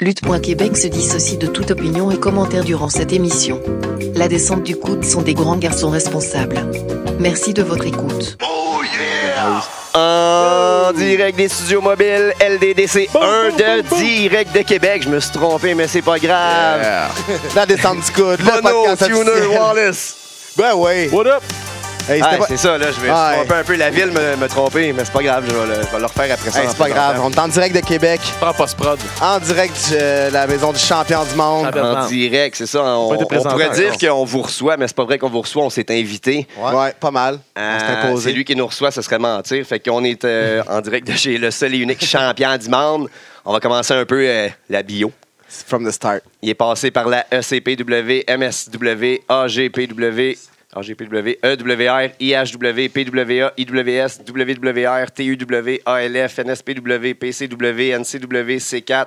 Lutte.Québec se dissocie de toute opinion et commentaire durant cette émission. La descente du coude sont des grands garçons responsables. Merci de votre écoute. En direct des studios mobiles LDDC 1 de direct de Québec. Je me suis trompé, mais c'est pas grave. La descente du coude, le Bono, podcast Tuner, officiel. Wallace. Ben oui. What up? Hey, Ah, c'était pas- c'est ça, là. Je vais Ouais. tromper un peu la ville, me, me tromper, mais c'est pas grave. Je vais le, je vais le refaire après ça. Hey, c'est pas grave. On est en direct de Québec, Pas en post-prod. en direct de la maison du champion du monde. Champion. En direct, c'est ça. On, Pas été on présenté pourrait dire encore. qu'on vous reçoit, mais c'est pas vrai qu'on vous reçoit. On s'est invité. Ouais. pas mal. on s'est Euh, imposé. c'est lui qui nous reçoit, ce serait mentir. Fait qu'on est euh, en direct de chez le seul et unique champion du monde. On va commencer un peu euh, la bio. From the start. Il est passé par la E ECPW, MSW, AGPW, AGPW, EWR, IHW, PWA, IWS, WWR, TUW, ALF, NSPW, PCW, NCW, C4,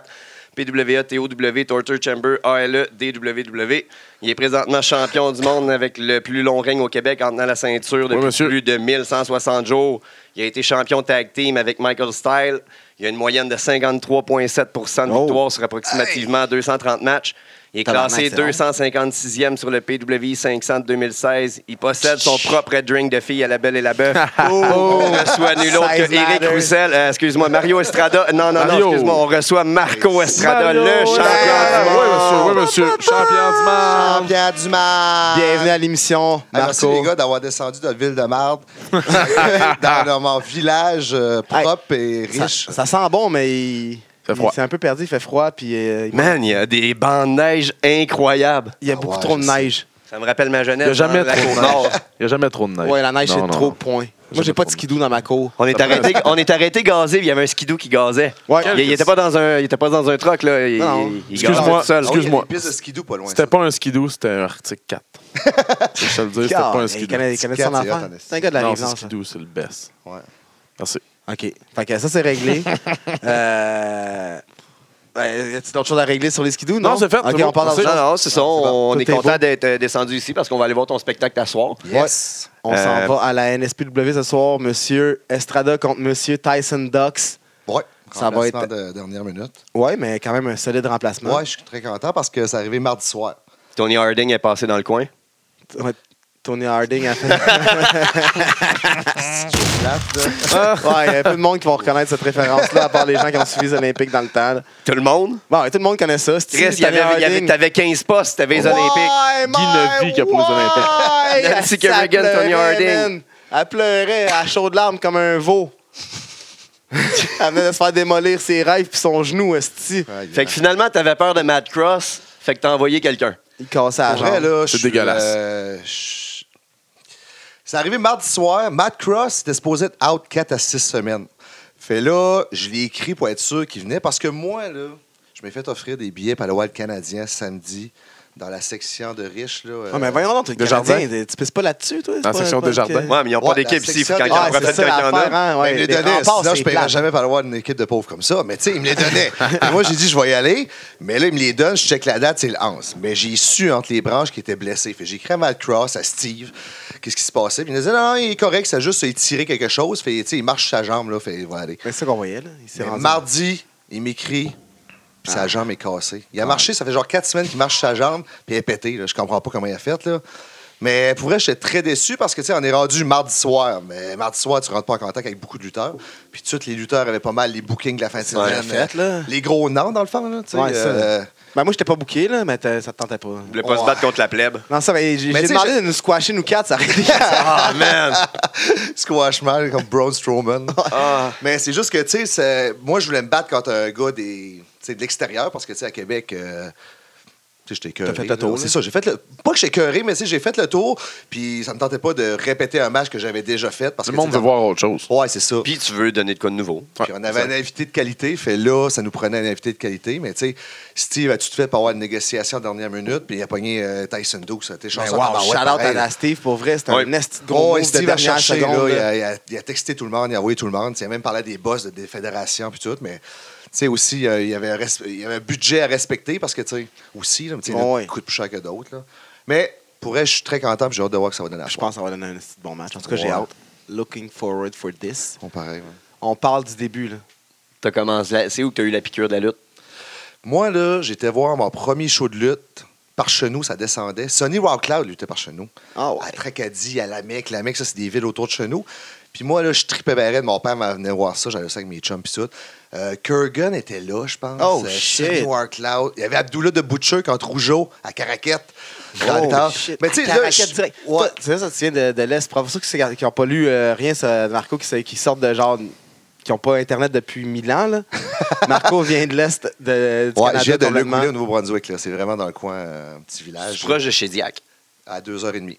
PWA, TOW, Torture Chamber, E, ALE, DWW. Il est présentement champion du monde avec le plus long règne au Québec en tenant la ceinture depuis Oui, monsieur. plus de 1160 jours. Il a été champion tag team avec Michael Style. Il a une moyenne de 53,7 de Oh. victoire sur approximatement 230 matchs. Il est Tabarnak, classé c'est long. 256e sur le PWI 500 de 2016. Il possède son propre drink de fille à la belle et la bœuf. on reçoit nul autre que Size Eric matters. Roussel. Euh, excuse-moi, Mario Estrada. Non, non, non, Mario. excuse-moi. On reçoit Marco Estrada, le champion Estrada. du Oui, monde. monsieur, oui, monsieur. Champion du monde. Champion du monde. Bienvenue à l'émission, Hey, Ah. merci les Marco. gars d'avoir descendu de notre ville de marde dans leur mon village euh, propre et Ça, riche. ça sent bon, mais il, Fait froid. il s'est un peu perdu, il fait froid, puis euh, il Man, il y a des bandes de neige incroyables. il y a Ah beaucoup ouais, trop de je sais. neige. Ça me rappelle ma jeunesse. Il n'y a jamais dans la trop de Côte Nord. neige. Il n'y a jamais trop de neige. Ouais, la neige, Non, c'est non, trop non. point. Moi, j'ai J'ai pas pas de skidou dans ma cour. On est arrêté, on est arrêté gazé, puis il y avait un skidoo qui gazait. Ouais. Il, il était pas dans un, il était pas dans un truck là. Il, Non. il- il Excuse-moi. gazait tout seul. Excuse- excuse-moi. Oh, il y a des pistes de skidoo pas loin. C'était ça. pas un skidoo, c'était un Arctic 4. je te le dis, c'était pas un Il skidoo. connaît, il connaît Petit son quatre, affaire. attendez. C'est un gars de la hein. Non, rive c'est nord, ça. skidoo, c'est le best. Ouais. Merci. OK. Fait que ça, c'est réglé. euh... ouais, y a-t-il d'autres choses à régler sur les skidoo? Non, Non, c'est fait, OK, c'est bon. on part dans C'est- Non, non, c'est ça. On Tout est est content beau. d'être euh, descendu ici parce qu'on va aller voir ton spectacle à soir. Yes. On Euh, s'en va à la NSPW ce soir. Monsieur Estrada contre Monsieur Tyson Ducks. Ouais. Ça va être- Remplacement de dernière minute. Ouais, mais quand même un solide remplacement. Ouais, je suis très content parce que c'est arrivé mardi soir. Tony Harding est passé dans le coin. Ouais, Tony Harding a fait. ouais, Plate, là. il y a peu de monde qui vont reconnaître cette référence-là, à part les gens qui ont suivi les Olympiques dans le temps. là. Tout le monde. Bon, ouais, tout le monde connaît ça. c'est-tu, Chris, il y avait, Tony il y avait- Harding? t'avais 15 postes, t'avais les Ouais, Olympiques. my, Guy Nevy qui a pour les ouais, Olympiques. elle- Nancy elle Kerrigan, Tony pleurait, Harding. man. Elle pleurait à chaudes larmes comme un veau. elle venait de se faire démolir ses rêves puis son genou, esti. Aïe, Fait que finalement, t'avais peur de Matt Cross. Fait que t'as envoyé quelqu'un. Il cassait la Pour vrai, jambe. là, C'est je suis, dégueulasse. euh, je- C'est arrivé mardi soir. Matt Cross était supposé être out 4 à 6 semaines. Fait là, je l'ai écrit pour être sûr qu'il venait parce que moi, là, je m'ai fait offrir des billets par le Wild Canadien samedi dans la section de riches. Là, euh, Ah, mais voyons donc, t'es Des Canadien, jardins. t'es- tu pisses pas là-dessus, toi? c'est Dans la pas- section pas des que- jardins. Ouais, mais ils n'ont Ouais, pas d'équipe la ici. Fait section- quand ils Ah, en Ouais, Après, c'est profitent ça quand il y en l'affaire, a. hein? Ouais, Ben, il me les les donnait. remparts, Sinon, c'est je ne paierais plate. jamais par avoir une équipe de pauvres comme ça. Mais tu sais, il me les donnait. Et moi, j'ai dit, je vais y aller. Mais là, il me les donne. Je check la date, c'est le 11. Mais j'ai su entre les branches qu'il était blessé. Fait que j'ai écrit à Matt Cross, à Steve, qu'est-ce qui se passait. Puis il me disait, non, non, il est correct, c'est juste étirer quelque chose. Fait, tu sais, il marche sur sa jambe, là. Fait, il va aller. Mais C'est ça qu'on voyait, là. Il s'est Mais rendu. Ah. mardi, il m'écrit. Puis sa jambe est cassée. Il a marché, ça fait genre quatre semaines qu'il marche sur sa jambe, puis elle est pétée. Là. Je comprends pas comment il a fait. Là. Mais pour vrai, j'étais très déçu parce que, tu sais, on est rendu mardi soir. Mais mardi soir, tu rentres pas en contact avec beaucoup de lutteurs. Puis tous les lutteurs avaient pas mal les bookings de la fin de Ouais, semaine. la fête, là. Les gros noms, dans le fond. Là, tu sais, Ouais, ça. euh, Ben, moi, j'étais pas booké, là, mais t'as- ça te tentait pas. Ils voulaient pas se battre contre la plèbe. Non, ça, ben, j'ai Mais j'ai tu sais, demandé je- de nous squasher, nous quatre, ça arrive. Ah, man. squash mal comme Braun Strowman. Ah. Mais c'est juste que, tu sais, c'est- moi, je voulais me battre contre un gars des, tu sais, de l'extérieur parce que, tu sais, à Québec, euh, tu sais, j'étais écoeuré, fait le là. tour, là. C'est ça, j'ai fait le. Pas que j'étais écoeuré, mais tu sais, j'ai fait le tour, puis ça me tentait pas de répéter un match que j'avais déjà fait. Parce Tout le que, monde tu sais, veut voir autre chose. Ouais, c'est ça. Puis, Puis tu veux donner de quoi de nouveau. on avait un invité de qualité, fait là, ça nous prenait un invité de qualité, mais tu sais, Steve, as-tu te fait pour avoir une négociation en dernière minute, puis il a pogné euh, Tyson Doux, ça a été Ben, chanceux. wow, tabarouette, shout out pareil, à Steve, pour vrai, c'était un Ouais. nest gros Gros, move de Steve a dernière cherché, là, seconde. il, là. a, il a- il a texté tout le monde, il a envoyé tout le monde. Il a même parlé à des boss de, des fédérations puis tout, mais tu sais aussi, euh, il, y avait un res- il y avait un budget à respecter parce que, tu sais, aussi, là, tu sais, Ouais. il coûte plus cher que d'autres. là. Mais pour elle, je suis très content puis j'ai hâte de voir que ça va donner la Ah, Je pense que ça va donner un esti de bon match. En tout cas, j'ai Ouais. hâte. Looking forward for this. On pareil. ouais. On parle du début, là. T'as commencé. là- C'est où que t'as eu la piqûre de la lutte? Moi, là, j'étais voir mon premier show de lutte. Par Chenou, ça descendait. Sonny Wildcloud luttait par Chenou. Ah ouais. À Tracadie, à Lamec. Lamec, ça, c'est des villes autour de Chenou. Puis moi, là, je tripais barrette. Mon père m'en venait voir ça. J'allais ça avec mes chums pis tout. Euh, Kurgan était là, je pense. Oh, Euh, shit. Sonny Wildcloud. Il y avait Abdullah de Butcher contre Rougeau à Caraquette. Dans le temps. Mais tu sais, là, Oh, Caraquette je- direct. Ouais. Toi, Ouais, Tu sais, ça, tu viens de, de l'Est. Pour ceux qui s'é- qui n'ont pas lu euh, rien, ça, de Marco, qui, s'é- qui sortent de genre. qui n'ont pas Internet depuis mille ans, là. Marco vient de l'Est de, du j'ai Canada. de Le complètement. Goulet au Nouveau-Brunswick. là. C'est vraiment dans le coin, euh, un petit Je village. suis proche de chez Diac. À 2h30.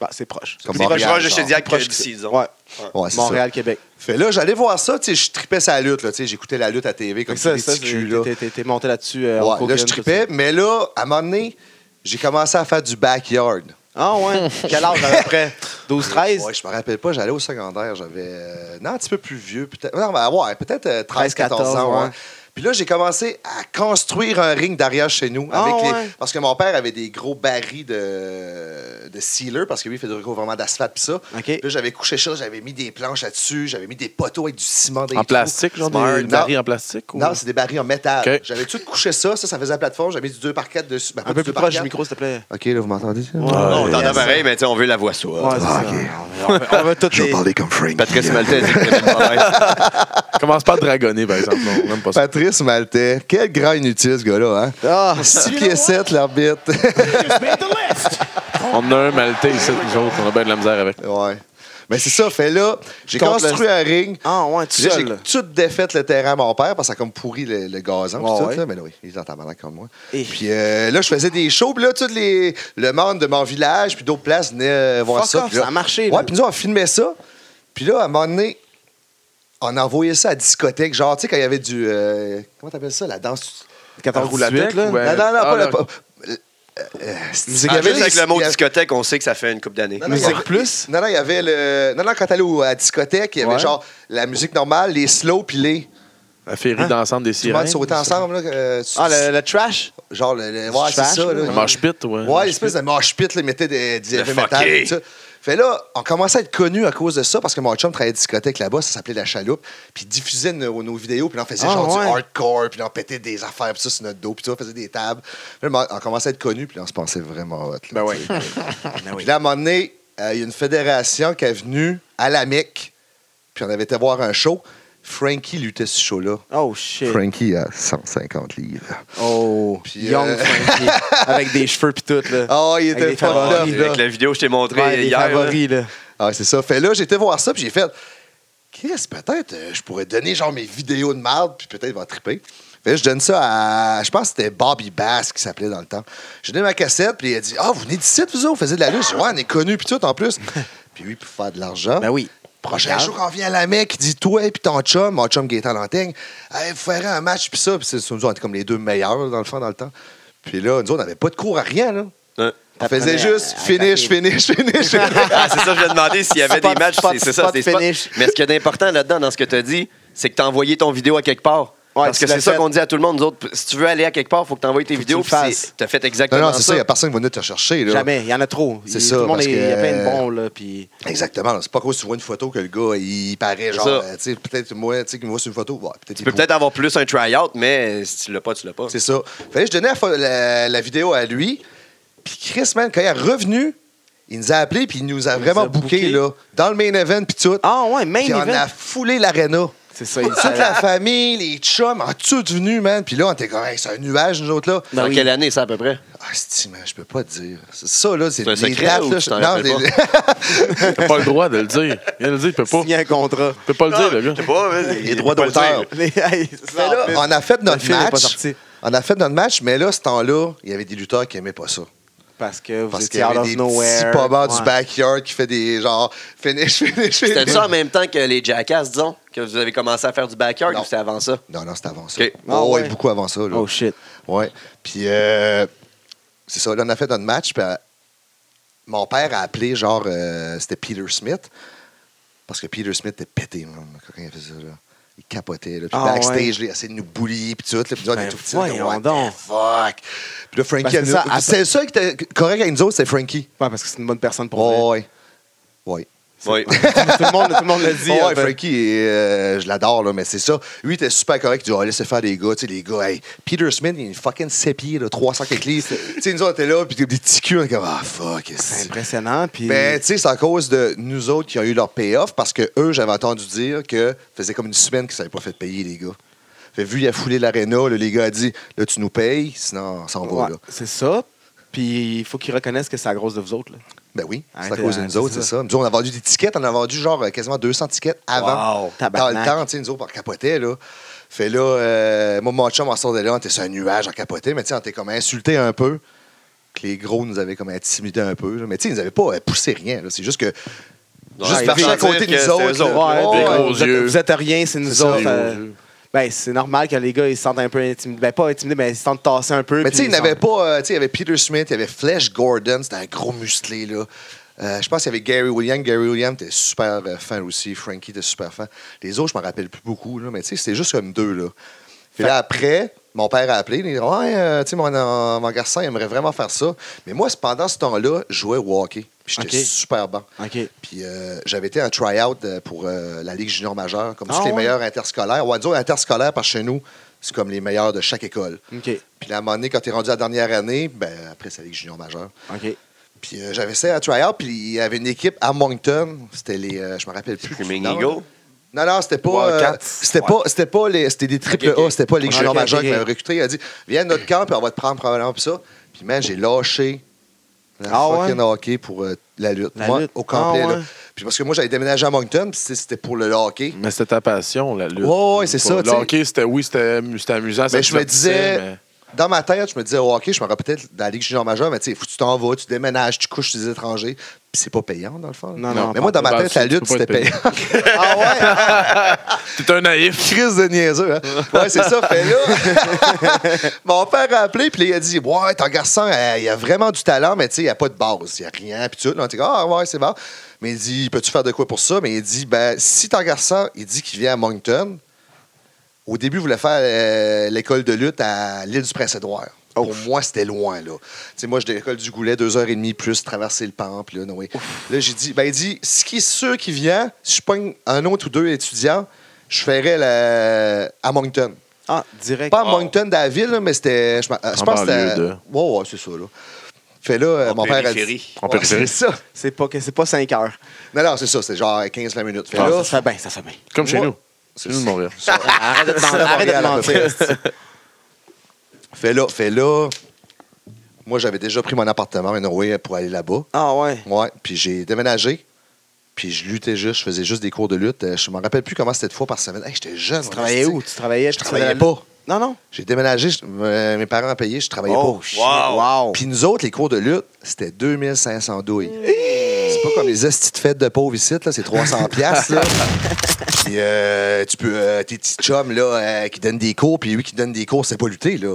Bah, c'est proche. Comme C'est proche Montréal, proche de genre. chez Diac que Proche d'ici, disons. Ouais. Ouais, c'est ça. Montréal, Québec. Fait là, j'allais voir ça, tu sais, je tripais sa lutte, là, tu sais, j'écoutais la lutte à TV Fait comme que ça, ça, des ça, petits culs, là. c'est- t'es- t'es- t'es monté là-dessus. euh, Ouais, Hulk là, Hogan, je tout ça. tripais, mais là, à un moment donné, j'ai commencé à faire du backyard. Ah ouais? Quel âge à peu près? 12, 13? Ouais, je me rappelle pas, j'allais au secondaire, j'avais. euh, non, un petit peu plus vieux, peut-être. Non, ben, ouais, peut-être 13, 14 ans, ouais. ouais. Puis là, j'ai commencé à construire un ring derrière chez nous. Ah, avec les- ouais. Parce que mon père avait des gros barils de, de sealer, parce que lui, il fait du recouvrement d'asphalte, puis ça. OK. Puis là, j'avais couché ça, j'avais mis des planches là-dessus, j'avais mis des poteaux avec du ciment des En trous. plastique, genre Smart. des Non. barils en plastique? ou- Non, c'est des barils en métal. OK. J'avais tout couché ça, ça, ça faisait la plateforme, j'avais mis du 2x4 dessus. Ben, pas Un peu du plus 2 par proche du quatre. micro, s'il te plaît. OK, là, vous m'entendez? ça? Ouais. on t'entend yes. pareil, mais tu sais, on veut la voix Ouais, sourde. c'est ça. Ah, On veut- On veut tout les- comme Frank. Patrice Maltais a dit que c'était pas Commence pas à dragonner, par exemple. Non, même pas ça. Patrice Maltais. Quel grand inutile, ce gars-là, hein? Ah, 6 pieds 7, l'arbitre. On a un maltais ici, nous autres. On a bien de la misère avec. ouais. Mais c'est ça, fait là, j'ai Contre construit un ring. Ah ouais, Puis tout là, seul. J'ai là. tout défait le terrain à mon père parce que ça a comme pourri le, le gazon. puis Ouais, tout, ouais. Eh. là. Mais là, oui, il est en tabarnak comme moi. Et- Puis euh, là, je faisais des shows. Puis là, tout les, le monde de mon village puis d'autres places venaient euh, voir Fuck ça. off, puis là- ça a marché, là. Ouais, puis nous, on filmait ça. Puis là, à un moment donné, on envoyait ça à la discothèque. Genre, tu sais, quand il y avait du... euh, comment t'appelles ça? La danse... 14 roule la tête, 18, là. ou, euh, non, non, non, ah, pas la... la- pas- euh, euh, Musique il y pareil. avait Juste les- avec le il mot y avait- discothèque, on sait que ça fait une couple d'années. Non, non, il y Musique avait- plus? Non, non, il y avait le. Non, non, quand t'allais au- à la discothèque, il y avait Ouais. genre la musique normale, les slow puis les. La féerie d'ensemble des Tout le monde sirènes. sautait ensemble, là. euh, sur- Ah, le, le trash? Genre, le, le- Du ouais, c'est trash, ça. là. Là, Le mosh pit, ouais. Ouais, l'espèce de mosh pit, là, ils mettaient des, du Le heavy metal fucké. et tout ça. Fait là, on commençait à être connus à cause de ça parce que mon chum travaillait à la discothèque là-bas, ça s'appelait La Chaloupe. Puis il diffusait nos, nos vidéos, puis là, on faisait Ah, genre ouais. du hardcore, puis là, on pétait des affaires, puis ça sur notre dos, puis ça, on faisait des tables. Puis là, on commençait à être connus, puis là, on se pensait vraiment hot. là, Ben oui. tu sais. Puis là, à un moment donné, euh, il y a une fédération qui est venue à la Mecque, puis on avait été voir un show. Frankie luttait ce show-là. Oh, shit. Frankie a 150 livres. Oh, Puis, young euh, Frankie. avec des cheveux pis tout, là. Ah, Avec il était des fucked up, favoris, là. Avec la vidéo que je t'ai montrée Ouais, des hier. là. favoris, là. Ah, c'est ça. Fait là, j'étais voir ça, puis j'ai fait, Chris, peut-être, euh, je pourrais donner genre mes vidéos de marde, puis peut-être il va triper. Fait que je donne ça à, je pense que c'était Bobby Bass qui s'appelait dans le temps. J'ai donné ma cassette, puis il a dit, ah, vous venez d'ici, vous autres, vous faisiez de la lutte. J'ai dit, ouais, on est connus, puis tout, en plus. puis oui, pour faire de l'argent. Ben oui. Prochain jour, quand on vient à la mec, il dit Toi et ton chum, mon chum Gaétan Lantaigne, hey, vous ferez un match, puis ça. Puis c'est- nous, on était comme les deux meilleurs, dans le fond, dans le temps. Puis là, nous, on n'avait pas de cours à rien, là. Hein? On faisait T'apprenais à- juste à finish, taper. finish, finish, finish. Ah, c'est ça, je me demandais s'il y avait Spot, des matchs. spot, c'est- C'est ça, spot, c'est des spots. finish. Mais ce qui est important là-dedans, dans ce que tu as dit, c'est que tu as envoyé ton vidéo à quelque part. Ouais, Parce tu que l'as c'est ça fait. qu'on dit à tout le monde. Nous autres, si tu veux aller à quelque part, il faut que tu envoies tes Faut que vidéos. tu le fasses. Tu as fait Non, exactement non, c'est ça, ça. il n'y a personne qui va venir te chercher. Là. Jamais, il y en a trop. C'est Il- ça, Tout le monde, parce est- il y a que- plein de bons, là, puis... Exactement. là. C'est pas cause que tu vois une photo que le gars, il paraît genre, ça. euh, tu sais, peut-être moi, tu sais, qu'il me voit sur une photo, ouais, peut-être Tu il peux est peut-être avoir plus un try-out, mais si tu l'as pas, tu l'as pas. C'est ça. Fait que je donnais la, fo- la- la vidéo à lui. Puis Chris, man, quand il est revenu, il nous a appelé puis il nous a vraiment a booké, booké. là, dans le main event puis tout. Ah ouais, main Puis on event. a foulé l'aréna. C'est ça, il Toute la famille, les chums, en tout venu, man. Puis là, on était comme, Hey, c'est un nuage, nous autres, là. Dans Ben oui. quelle année, ça, à peu près? Ah, c'est man, je peux pas te dire. C'est ça, là, c'est C'est un les secret, dates, ou là. tu je- t'en Non, rappelles les- T'as pas le droit de le dire. Il vient de le dire, il peut pas. Signer un contrat. Il peut pas le Ah, dire, le Je sais gars. pas, mais- les droits faut pas le d'auteur. dire. Les- hey, c'est Mais ça, là, en plus. on a fait Le notre film est pas match. sorti. On a fait notre match, mais là, ce temps-là, il y avait des lutteurs qui n'aimaient pas ça. Parce que vous Parce étiez qu'il y out avait of des nowhere. petits pobans Ouais. du backyard qui fait des genre finish, finish, C'était finish. ça en même temps que les Jackass, disons, que vous avez commencé à faire du backyard Non. ou c'était avant ça? Non, non, c'était avant ça. OK. Oh, Ah ouais, ouais. beaucoup avant ça. Là. Oh shit. Ouais. Puis, euh, c'est ça, là, on a fait notre match. Puis, euh, mon père a appelé, genre, euh, c'était Peter Smith. Parce que Peter Smith était pété, man, quand il faisait ça. Là. Il capotait. Là. Puis, Ah, backstage, là, il essayait de nous bully. Puis tout. Là, puis, nous, on Ben, était tout petits. là, voyons what the donc. Fuck. Puis là, Frankie, Parce que elle nous- ça, c'est le seul qui était correct avec nous autres, c'est Frankie. Oh. Ouais, parce que c'est une bonne personne pour Ouais, vrai. ouais. Ouais. Oui. tout, le monde, tout le monde le dit. Ouais, en fait. Frankie, euh, je l'adore, là, mais c'est ça. Lui, il était super correct. Il dit, oh, laissez faire les gars. Tu sais, les gars, hey, Peter Smith, il est une fucking sépier, là, 300 quelques livres. tu sais, nous autres, on était là, puis des petits culs, on était comme, ah, fuck, C'est c'est impressionnant. Puis... Ben, tu sais, c'est à cause de nous autres qui ont eu leur payoff parce que eux, j'avais entendu dire que faisait comme une semaine qu'ils ne pas fait payer, les gars. Fait vu il a foulé l'aréna, là, les gars a dit là, tu nous payes, sinon on s'en va. Ouais, Là. c'est ça. Puis il faut qu'ils reconnaissent que c'est la grosse de vous autres. là. Ben oui, c'est à Arrêtez, cause de arrêtez nous autres, ça. c'est ça. Nous, on a vendu des tickets, on en a vendu genre euh, quasiment 200 tickets avant. Wow, Dans tabarnak. le temps, tu sais, nous autres, on capotait, là. Fait là, euh, moi, mon chum, on sort de là, on était sur un nuage, on capotait, mais tu sais, on était comme insulté un peu. Que les gros nous avaient comme intimidés un peu. là. Mais tu sais, ils nous avaient pas euh, poussé rien, là. C'est juste que. juste ils par veulent à dire côté que de nous c'est autres. eux autres, là. là. Ouais, Des ouais. gros vous, êtes, yeux. vous êtes rien, c'est nous C'est ça, autres. les gros euh, yeux. Ben, c'est normal que les gars, ils se sentent un peu intimidés. Ben, pas intimidés, mais ils se sentent tassés un peu. Mais tu sais, il puis n'avait sont- pas. euh, tu sais, il y avait Peter Smith, il y avait Flash Gordon, c'était un gros musclé, là. Euh, je pense qu'il y avait Gary William. Gary William était super euh, fan aussi. Frankie était super fan. Les autres, je m'en rappelle plus beaucoup, là, mais tu sais, c'était juste comme deux, là. Puis là, après, mon père a appelé. Il a dit Ouais, euh, tu sais, mon, euh, mon garçon, il aimerait vraiment faire ça. Mais moi, pendant ce temps-là, je jouais au hockey. Puis j'étais Ok. super bon. OK. Puis euh, j'avais été en try-out euh, pour euh, la Ligue junior majeure, comme Ah tous les ouais? meilleurs interscolaires. Ouais, disons interscolaires, parce que chez nous, c'est comme les meilleurs de chaque école. OK. Puis là, à un moment donné, quand t'es rendu à la dernière année, ben, après, c'est la Ligue junior majeure. OK. Puis euh, j'avais ça à try-out, puis il y avait une équipe à Moncton. C'était les... euh, je me rappelle plus. Les du Ming nom, Eagles? là. Non, non, c'était pas... Wildcats. euh, c'était pas, c'était pas les... C'était des triple Ok, ok. A, c'était pas les Ligue Ok, junior ok, majeure ok. qui m'avait recruté. Il a dit, viens à notre camp, puis on va te prendre probablement, puis ça. Puis man, j'ai lâché la Ah ouais? fucking hockey pour euh, la lutte. La moi, lutte. au complet, Ah ouais? là. Puis parce que moi, j'avais déménagé à Moncton, puis c'est- c'était pour le hockey. Mais c'était ta passion, la lutte. Ouais, ouais, c'est ça, Le tu sais. hockey, c'était oui, c'était c'était amusant. ça Mais je me divertissait, disais, mais- dans ma tête, je me disais, oh, OK, je me rappelle peut-être dans la Ligue junior majeure, mais tu sais, faut que tu t'en vas, tu déménages, tu couches chez les étrangers, puis c'est pas payant, dans le fond. Non, non, mais moi, dans ma pas- tête, la tu peux lutte, pas c'était être payé. payant. ah ouais? T'es un naïf. Crise de niaiseux, hein? Ouais, c'est ça, fait là. Mon père a appelé, puis là, il a dit, ouais, ton garçon, euh, il a vraiment du talent, mais tu sais, il n'y a pas de base, il n'y a rien, puis tout. Là, on était comme, ah ouais, c'est bon. Mais il dit, peux-tu faire de quoi pour ça? Mais il dit, ben, si ton garçon, il dit qu'il vient à Moncton, au début, il voulait faire euh, l'école de lutte à l'île du Prince-Édouard. Pour moi, c'était loin, là. Tu sais, moi, j'étais à l'école du Goulet, deux heures et demie plus, traverser le pan, puis là, Noé. Là, j'ai dit, ben, il dit, ce qui est sûr qui vient, si je pogne un autre ou deux étudiants, je ferais la... à Moncton. Ah, direct. Pas à Wow. Moncton, de la ville, là, mais c'était. Je, m'en- je En pense que c'était. banlieue de- Ouais, ouais, c'est ça, là. Fait là, euh, En mon père a dit. périphérie. En Ouais, périphérie. C'est ça. C'est pas, que- c'est pas 5 heures. Non, non, c'est ça. C'était genre 15-20 minutes. Fait Ah, là, ça se fait bien, ça se fait bien. Comme chez Moi- nous. C'est nous de Montréal. Ah, Arrête de te mentir, arrête de te Montréal, à peu mentir. fait là, fait là. Moi, j'avais déjà pris mon appartement à Noé pour aller là-bas. Ah ouais. Ouais, puis j'ai déménagé. Puis je luttais juste, je faisais juste des cours de lutte. Euh, Je me rappelle plus comment c'était de fois par semaine. Hey, j'étais jeune. hein, Tu travaillais où? Tu travaillais? Je tu travaillais faisais la- pas. Non, non. J'ai déménagé, je- euh, mes parents payaient, je travaillais Oh, pas. shit. Wow. Wow. Mmh. Puis nous autres, les cours de lutte, c'était 2500 douilles. C'est pas comme les estis de fête de pauvres ici, là, c'est 300 piastres, là. Puis euh, tu peux, euh, tes petits chums, là, euh, qui donnent des cours, puis lui qui donne des cours, c'est pas lutter, là.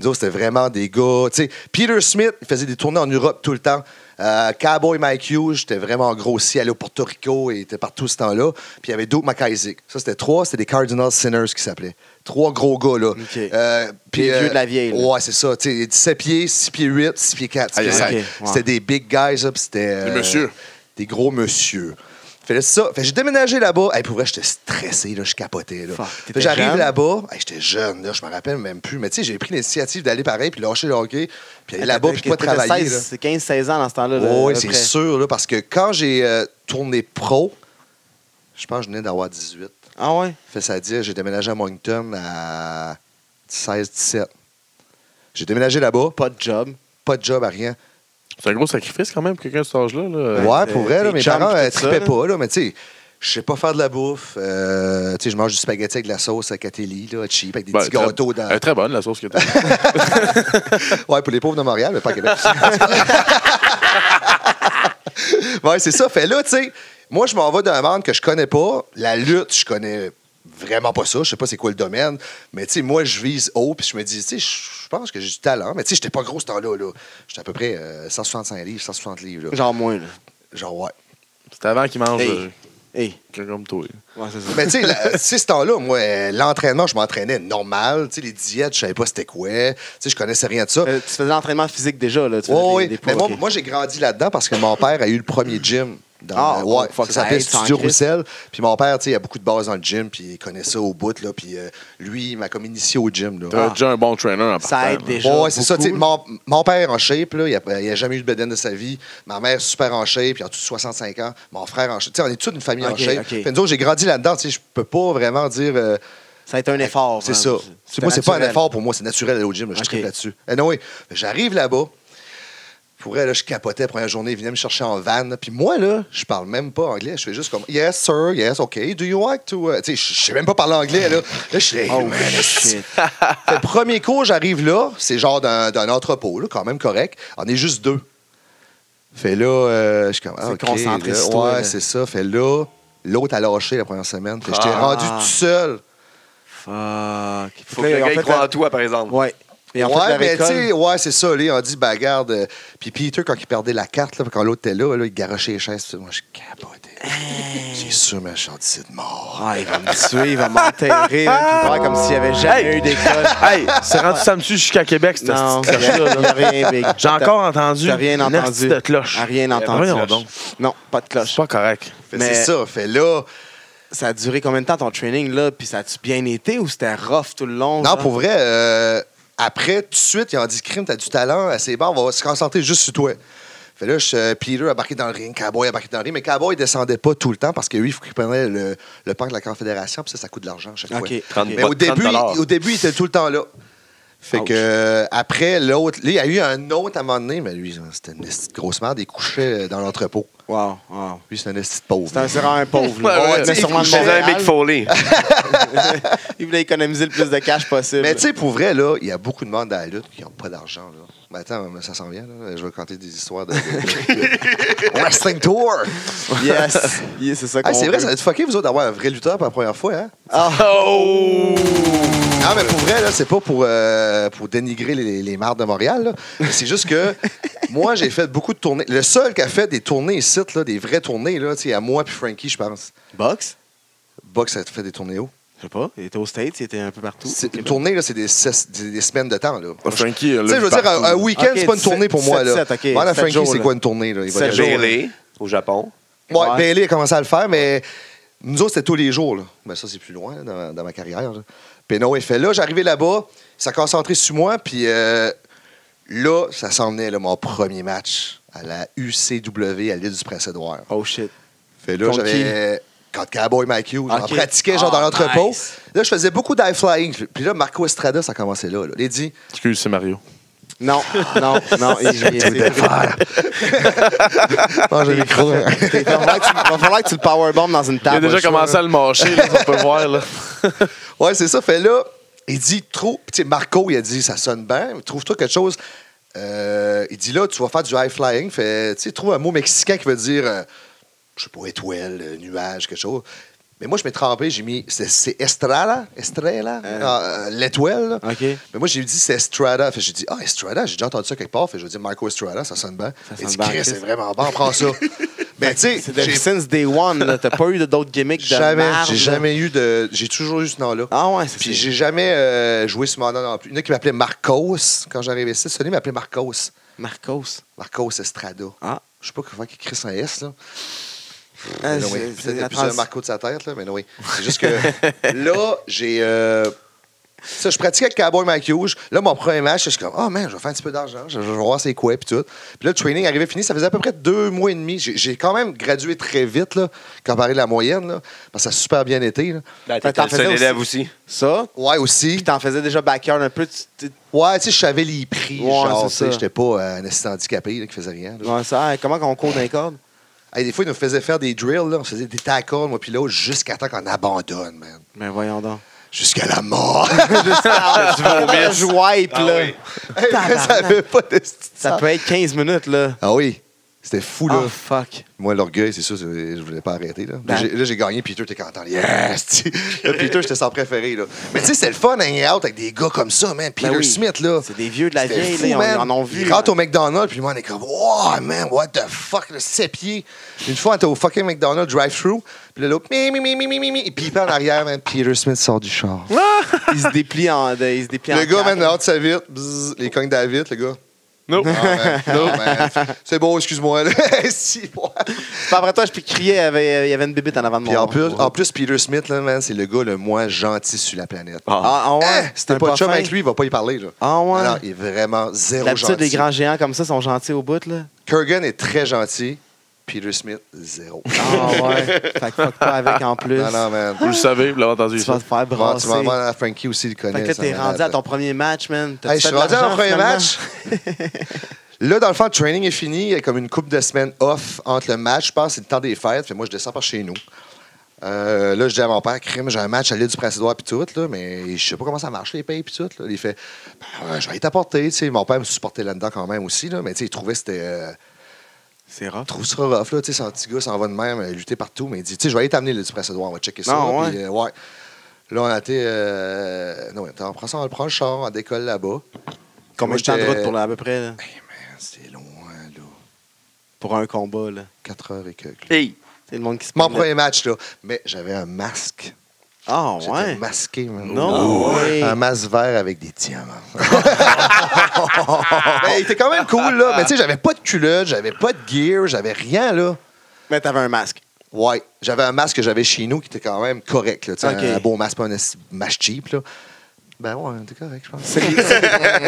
Nous autres, c'était vraiment des gars, tu sais. Peter Smith, il faisait des tournées en Europe tout le temps. Euh, Cowboy Mike Hughes, j'étais vraiment grossi, allé au Porto Rico, et était partout ce temps-là. Puis il y avait Doug McIsaac. Ça, c'était trois, c'était des Cardinal Sinners qui s'appelaient. Trois gros gars, là. OK. Euh, Des vieux de la vieille, là. Ah, Ouais, c'est ça. Tu sais, 17 pieds, 6 pieds 8, 6 pieds 4. Aïe, aïe, C'était aïe. c'était des big guys, là, puis c'était. Des euh, messieurs. Des gros monsieur. Fait que c'est ça. Fait que j'ai déménagé là-bas. Hey, pour vrai, j'étais stressé, là, je capotais. Là. Fuck, Fait que t'étais J'arrive jeune? là-bas. Hey, j'étais jeune, là, je me rappelle même plus. Mais tu sais, j'ai pris l'initiative d'aller pareil, puis lâcher le hockey, puis aller là-bas, puis pas T'étais de travailler. 16, C'est 15-16 ans dans ce temps-là. là, Oui, à peu c'est près. sûr, là, parce que quand j'ai euh, tourné pro, je pense que je venais d'avoir 18. Ah ouais? Fait ça à dire, j'ai déménagé à Moncton à 16-17. J'ai déménagé là-bas, Pas de job. pas de job à rien. C'est un gros sacrifice quand même, quelqu'un de cet âge-là. là. Ouais, Ouais, pour vrai, là, tes mes chums parents pis ne tout ça, tripaient là. pas, là, mais tu sais, je sais pas faire de la bouffe. euh, tu sais, je mange du spaghetti avec de la sauce à Catelli, là, cheap, avec des Ben, petits très- gâteaux dans. Elle est très bonne, la sauce que t'as. Ouais, pour les pauvres de Montréal, mais pas à Québec. ouais, c'est ça. Fait là, tu sais, moi, je m'en vais dans un monde que je connais pas. La lutte, je connais vraiment pas ça. Je sais pas c'est quoi le domaine. Mais tu sais, moi, je vise haut, puis je me dis, tu sais, je pense que j'ai du talent. Mais tu sais, j'étais pas gros ce temps-là. Là. J'étais à peu près euh, 165 livres, 160 livres. Là. Genre moins, là. Genre, ouais. C'est avant qu'il mange Hey. euh, Hey. quelqu'un comme toi. Ouais, c'est ça. Mais Ben, tu sais, la- tu sais, ce temps-là, moi, euh, l'entraînement, je m'entraînais normal. Tu sais, les diètes, je savais pas c'était quoi. Tu sais, je connaissais rien de ça. Euh, tu faisais l'entraînement physique déjà, là. Tu faisais Oui, des- des oui. poids, Mais moi, ok. moi, j'ai grandi là-dedans parce que mon père a eu le premier gym Dans, Ah, euh, ouais, oh, fuck, ça ça s'appelle aide, Studio sans Christ. Roussel. Puis mon père, tu sais, il a beaucoup de bases dans le gym, puis il connaît ça au bout, là. Puis euh, lui, il m'a comme initié au gym, là. T'as déjà un bon trainer en Ça partant, là. aide Ah, déjà. Ouais, ouais, c'est ça. beaucoup, tu sais, Mon, mon père en shape, là, il n'a jamais eu de bedaine de sa vie. Ma mère, super en shape, il a tout 65 ans. Mon frère en shape. Tu sais, on est tous une famille en Ok, shape. ok. Fait que nous autres, j'ai grandi là-dedans. tu sais, Je peux pas vraiment dire. euh, Ça a été un effort. c'est hein. ça. C'est moi, c'est pas un naturel. effort pour moi, c'est naturel d'aller au gym. là, Je Ok. tripe là-dessus. Et non, oui, j'arrive là-bas. Pour elle, là, je capotais première journée, il venait me chercher en van. Puis moi, là, je parle même pas anglais. Je fais juste comme Yes, sir, yes, OK. Do you like to. euh, Tu sais, je je sais même pas parler anglais, là. Là, je suis là, Oh Man, shit. fait, premier cours, j'arrive là, c'est genre d'un, d'un entrepôt, là, quand même correct. On est juste deux. Fait là, euh, je suis comme, ah, C'est OK, concentré là, sur toi, Ouais, là. c'est ça. Fait là, l'autre a lâché la première semaine. Fait que j'étais Ah. rendu tout seul. Fuck. Faut que le gars il croit en toi, par exemple. Ouais. Et en ouais, fait, la mais tu récolte- sais, ouais, c'est ça. Là, on dit, bah, garde. euh, Puis Peter, quand il perdait la carte, là, quand l'autre était là, là, il garochait les chaises. tout ça. Moi, je capotais. c'est sûr, ma chantier de mort. Ah, il va me tuer, il va m'enterrer, là, puis il va faire comme s'il n'y avait jamais Hey! eu d'école. Hey, c'est rendu samedi jusqu'à Québec, cette Non, petite cloche-là, il n'y là. a rien, Big. J'ai encore entendu. T'as rien une entendu. hostie de cloche. Eh, Ah, Rien pas entendu. de Voyons cloche. donc. Non, pas de C'est cloche. pas correct. Fait, Mais- C'est ça. Fait là, Ça a duré combien de temps ton training, là? Puis ça a-tu bien été ou c'était rough tout le long? Non, genre? pour vrai, euh, après, tout de suite, ils ont dit Crime, t'as du talent, assez bas, on va se concentrer juste sur toi. Fait là, je, euh, Peter a embarqué dans le ring, Cowboy a embarqué dans le ring, mais Cowboy, il descendait pas tout le temps parce que lui, il faut qu'il prenait le, le parc de la Confédération, puis ça, ça coûte de l'argent à chaque OK. fois. Trente Mais Pas au de 30 début, dollars. il- au début, il était tout le temps là. Fait Ouch. que euh, après, l'autre, là, il y a eu un autre à un moment donné, mais lui, c'était une petite grosse merde, il couchait dans l'entrepôt. Wow, wow. Lui, c'est un petit pauvre. C'était un- c'est vraiment un pauvre. là. Ouais, On ouais, était tu sais, sûrement il de Je faisais un Montréal. Big Foley. Il voulait économiser le plus de cash possible. Mais tu sais, pour vrai, là, il y a beaucoup de monde dans la lutte qui n'ont pas d'argent. Là. Mais attends, mais ça s'en vient. Là. Je vais compter des histoires de. de- de- Wrestling Tour! Yes. Yeah, c'est ça qu'on Ah, c'est veut. vrai, Ah. ça va être fucké, vous autres, d'avoir un vrai lutteur pour la première fois. Hein? Oh! Non, mais pour vrai, là, c'est pas pour, euh, pour dénigrer les, les mardes de Montréal. là. Mais C'est juste que moi, j'ai fait beaucoup de tournées. Le seul qui a fait des tournées ici, là, des vraies tournées, là, tu sais, à moi puis Frankie, je pense. Box? Box a fait des tournées hauts. Je sais pas. Il était aux States, il était un peu partout. C'est- Une tournée, là, c'est des, ses- des- des semaines de temps. Là. Frankie, là, Tu sais, je veux partout. dire, un, un week-end, Ok, c'est pas une tournée pour moi. Là. 17, ok, Voilà, sept Frankie, jours, c'est là. quoi une tournée? Là? Il va Sept y aller. jours. Bailey, au Japon. Ouais, Ouais. Bailey a commencé à le faire, mais nous autres, c'était tous les jours. Là. Ben, ça, c'est plus loin là, dans, ma- dans ma carrière. Là. Puis non, il fait là, j'arrivais là-bas, ça a concentré sur moi, puis euh, là, ça s'en venait, là, mon premier match à la UCW à l'île du Prince-Édouard. Oh shit. Fait là, Contre j'avais. Quand Cowboy Mike Hughes, j'en Ok. pratiquais genre dans Ah, l'entrepôt. nice. Là, je faisais beaucoup d'high flying. Puis là, Marco Estrada, ça commençait là. là. Il dit Excuse, c'est Mario. Non, non, non. Il, il, Mange le micro. Il va falloir que tu- il va falloir que tu le powerbomb dans une Il a table. déjà je commencé à le mâcher, là, on peut voir. Là. Ouais, c'est ça. Fait là, il dit trop. Tu sais, Marco, il a dit ça sonne bien. Trouve-toi quelque chose. Euh, il dit là, tu vas faire du high flying. Fait, tu sais, trouve un mot mexicain qui veut dire, euh, je sais pas, étoile, euh, nuage, quelque chose. Mais moi, je m'ai trempé. J'ai mis, c'est- c'est Estrada, Estrella, euh, euh, l'étoile. là. Ah. OK. Mais moi, j'ai dit, c'est Estrada. Fait, j'ai dit, ah, Estrada, j'ai déjà entendu ça quelque part. Fait, je dis, Marco Estrada, ça sonne bien. Ça Il sonne dit, bien, Chris, Chris. c'est vraiment bon, prends ça. Mais tu sais, C'est de j'ai since day one, là. T'as pas eu de- d'autres gimmicks de jamais, marde, j'ai là. jamais eu de. J'ai toujours eu ce nom-là. Ah ouais, c'est Puis j'ai jamais euh, joué ce mandat non plus. Il y en a qui m'appelait Marcos quand j'arrivais ici. Celui m'appelait Marcos. Marcos. Marcos Estrada. Ah. Je sais pas comment il écrit son S. Là. Ah, Mais non, c'est- oui. Peut-être c'est qu'il y la a plusieurs trans- Marco de sa tête, là, mais non, oui. C'est juste que là, j'ai. euh, ça, je pratiquais avec Cowboy Mike Hughes. Là, mon premier match, je suis comme, oh man, je vais faire un petit peu d'argent, je je vais voir c'est quoi, puis tout. Puis là, le training arrivait fini, ça faisait à peu près deux mois et demi. J'ai j'ai quand même gradué très vite, là, comparé à la moyenne, là, parce que ça a super bien été. Là. Ben, Fait que t'étais t'en le seul faisais élève aussi. Ça, Ouais, aussi. puis t'en faisais déjà backyard un peu. tu- tu- Ouais, tu sais, je savais les prix. Ouais, c'est genre, tu sais, ça. j'étais pas euh, un assistant handicapé là, qui faisait rien. là. Ouais, ça, hey, comment qu'on court dans les cordes? Hey, des fois, ils nous faisaient faire des drills, là. on faisait des tackles, moi, puis l'autre, jusqu'à temps qu'on abandonne, man. Mais voyons donc. Jusqu'à la mort. Tu vas Ah, Je wipe, Ah là. oui. Hey, mais ça avait pas de Ça peut être 15 minutes, là. Ah oui, c'était fou, là. Oh, fuck. Moi, l'orgueil, c'est ça, c'est- je voulais pas arrêter. Là, Là, Ben- j'ai- là, j'ai gagné, Peter, t'es content. Yes! tu sais. Là, Peter, j'étais son préféré. Là. Mais tu sais, c'est le fun, hanging out avec des gars comme ça, man. Peter Ben oui. Smith, là. C'est des vieux de la C'était vieille, fou, là, on- man. en ont vu, Il rentre là. au McDonald's, puis moi, on est comme, wow, man, what the fuck, le pieds. Une fois, on était au fucking McDonald's drive-thru, puis là, l'autre, mi, mi, mi, mi, mi, mi, mi. Et puis il part en arrière, man. Peter Smith sort du char. Il se déplie en. de- il se déplie en Le gars, quatre. man, hors de sa vitre, bzzz, les cognes de la vitre, le gars. Non. Ah, ben, ah, ben, c'est bon, excuse-moi. là. Si, ouais. Puis après toi, je puis crier, il y avait, il y avait une bébite en avant de moi. Ah. oh. Puis en plus, oh. en plus, Peter Smith, là, man, c'est le gars le moins gentil sur la planète. Ah. Ah, ah ouais? Hein? C'était Un pas de chum fin. avec lui, il va pas y parler. Là. Ah ouais? Non, non, il est vraiment zéro D'habitude, les gentil. grands géants comme ça sont gentils au bout, là. Kurgan est très gentil. Peter Smith, zéro. Ah ouais. fait que fuck pas avec en plus. non, non, man. Vous le savez, vous l'avez entendu. Tu vas ça. te faire Bon, brasser. tu m'en demandes à Frankie aussi, il fait connaît. que là, ça, t'es man. rendu à ton premier match, man. T'as-tu Hey, je fait suis de rendu à l'argent, mon premier finalement? match. Là, dans le fond, le training est fini. Il y a comme une couple de semaines off entre le match. Je pense que c'est le temps des fêtes. Fait que moi, je descends par chez nous. Euh, là, je dis à mon père, crime, j'ai un match à l'île du Prince-Édouard puis tout, là, mais je sais pas comment ça marche, les pays puis tout. Là. Il fait, Ben, euh, je vais t'apporter. Mon père me supportait là-dedans quand même aussi, là, mais tu sais, il trouvait que c'était. euh, C'est rough. trouve ça rough, là. Tu sais, son petit gars s'en va de même, euh, lutter partout, mais il dit, tu sais, je vais aller t'amener le Dupresse Edouard, on va checker ça. Non, là, ouais. puis, euh, ouais. Là, on a été. euh, Non, ouais, on prend ça, on le prend le char, on décolle là-bas. Combien Moi, de temps de j'étais- route pour là, à peu près, là? Hey, man, c'est loin, là. Pour un combat, là. 4 heures et quelques. là. Hey! C'est le monde qui se Mon prend- premier match, là. Mais j'avais un masque. Ah J'étais ouais. masqué, man. Non, ouais. Un masque vert avec des diamants. Mais il était quand même cool, là. Mais tu sais, j'avais pas de culotte, j'avais pas de gear, j'avais rien, là. Mais t'avais un masque. Ouais, j'avais un masque que j'avais chez nous qui était quand même correct. Là, tu sais, Ok. Un beau masque, pas un esti- masque cheap. Là. Ben ouais, t'es correct, je pense.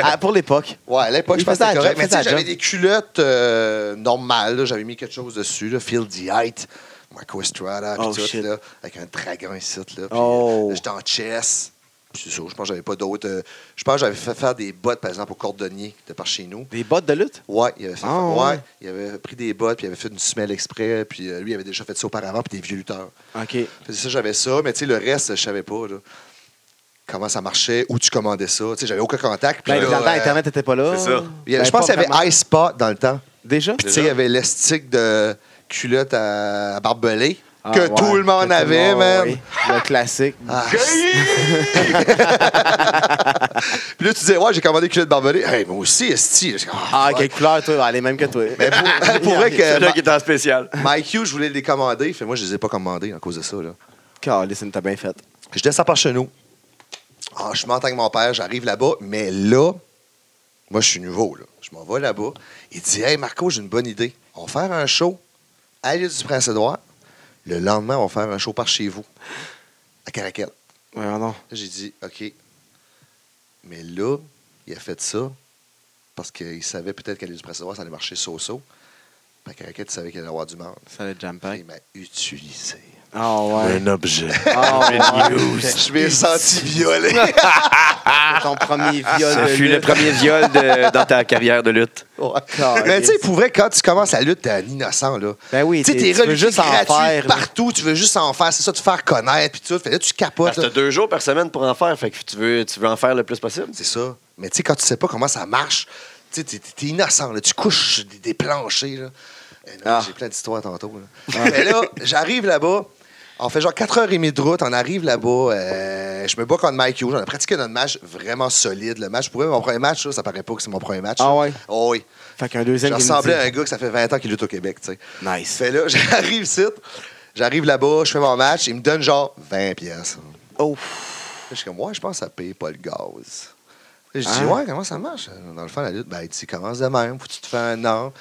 Ah, pour l'époque. Ouais, à l'époque, Il je pense fait que ça c'était à job, correct. Mais fait tu sais, ça à j'avais job. des culottes euh, normales. là. J'avais mis quelque chose dessus, là, Phil Diet, Marco Estrada, puis Oh, tout, shit. là, avec un dragon ici. Là, puis, Oh. euh, J'étais en chess. Puis C'est sûr, je pense que j'avais pas d'autres. euh, je pense que j'avais fait faire des bottes, par exemple, au cordonnier de par chez nous. Des bottes de lutte. Ouais, il avait, fait, Ah, ouais, ouais. il avait pris des bottes, puis il avait fait une semelle exprès, puis euh, lui, il avait déjà fait ça auparavant, puis des vieux lutteurs. OK. Fait que ça, j'avais ça, mais tu sais, le reste, je savais pas là, comment ça marchait, où tu commandais ça. Tu sais, j'avais aucun contact. puis Ben, là, dans le temps, euh, Internet n'était pas là. c'est ça. il y a- Ben, je pense pas qu'il y vraiment. avait Ice Pot dans le temps. Déjà? Puis tu sais, il y avait l'estique de culotte à, à barbelé Ah, que ouais, tout le que monde tout avait, monde, man. oui. Le classique. Ah, Puis là, tu disais, ouais, j'ai commandé culotte barbelée. Hey, moi aussi, esti. Ah, fuck. quelle couleur, toi? Elle est même que toi. Mais pour, pour vrai C'est que là qui est en spécial. Ma- Mike Hughes, je voulais les commander. Fait, moi, je les ai pas commandés à cause de ça. Là. Carlison, t'as bien fait. Je descends par chez nous. Ah, je m'entends avec mon père, j'arrive là-bas, mais là, moi, je suis nouveau. Là. Je m'en vais là-bas. Il dit Hey, Marco, j'ai une bonne idée. On va faire un show à l'île du Prince-Édouard. Le lendemain, on va faire un show par chez vous, à Caracal. Ouais, non. J'ai dit OK. Mais là, il a fait ça parce qu'il savait peut-être qu'à l'île du Prince-Édouard, ça allait marcher so-so. Puis À Caracal, il savait qu'il allait avoir du monde. Ça allait jump Il m'a utilisé. Ah ouais. Un objet. Ah ouais. Je m'ai senti violé. Ah, ton premier viol Ça de fut Euh, le lutte. premier viol de- dans ta carrière de lutte. Ouais. Caliste. Mais tu sais, pour vrai, quand tu commences la lutte, t'es un innocent, là. Ben oui, tu sais, t'es- t'es tu veux relié juste en gratuit faire, là. partout, tu veux juste en faire, c'est ça, te faire connaître, puis tout. Fait là, tu capotes. Parce que là. t'as deux jours par semaine pour en faire, fait que tu veux, tu veux en faire le plus possible. C'est ça. Mais tu sais, quand tu sais pas comment ça marche, tu sais, t'es- t'es t'es innocent, là. Tu couches sur des, des planchers, là. Eh non, Ah. J'ai plein d'histoires tantôt, là. Mais là, j'arrive là-bas. On fait genre 4h30 de route, on arrive là-bas. euh, je me bats contre Mike Hughes. On a pratiqué notre match vraiment solide. Le match, pour vrai, mon premier match, là, ça paraît pas que c'est mon premier match. Ah là. ouais? Oh oui. Fait qu'un deuxième Je qui me ressemblais dit- à un gars que ça fait 20 ans qu'il lutte au Québec, tu sais. Nice. Fait là, j'arrive ici, j'arrive là-bas, je fais mon match, il me donne genre 20 pièces. Oh. Je suis comme, ouais, je pense que ça paye pas le gaz. Je dis, Ah. ouais, comment ça marche? Dans le fond, la lutte, ben, tu commences de même, faut que tu te fais un an,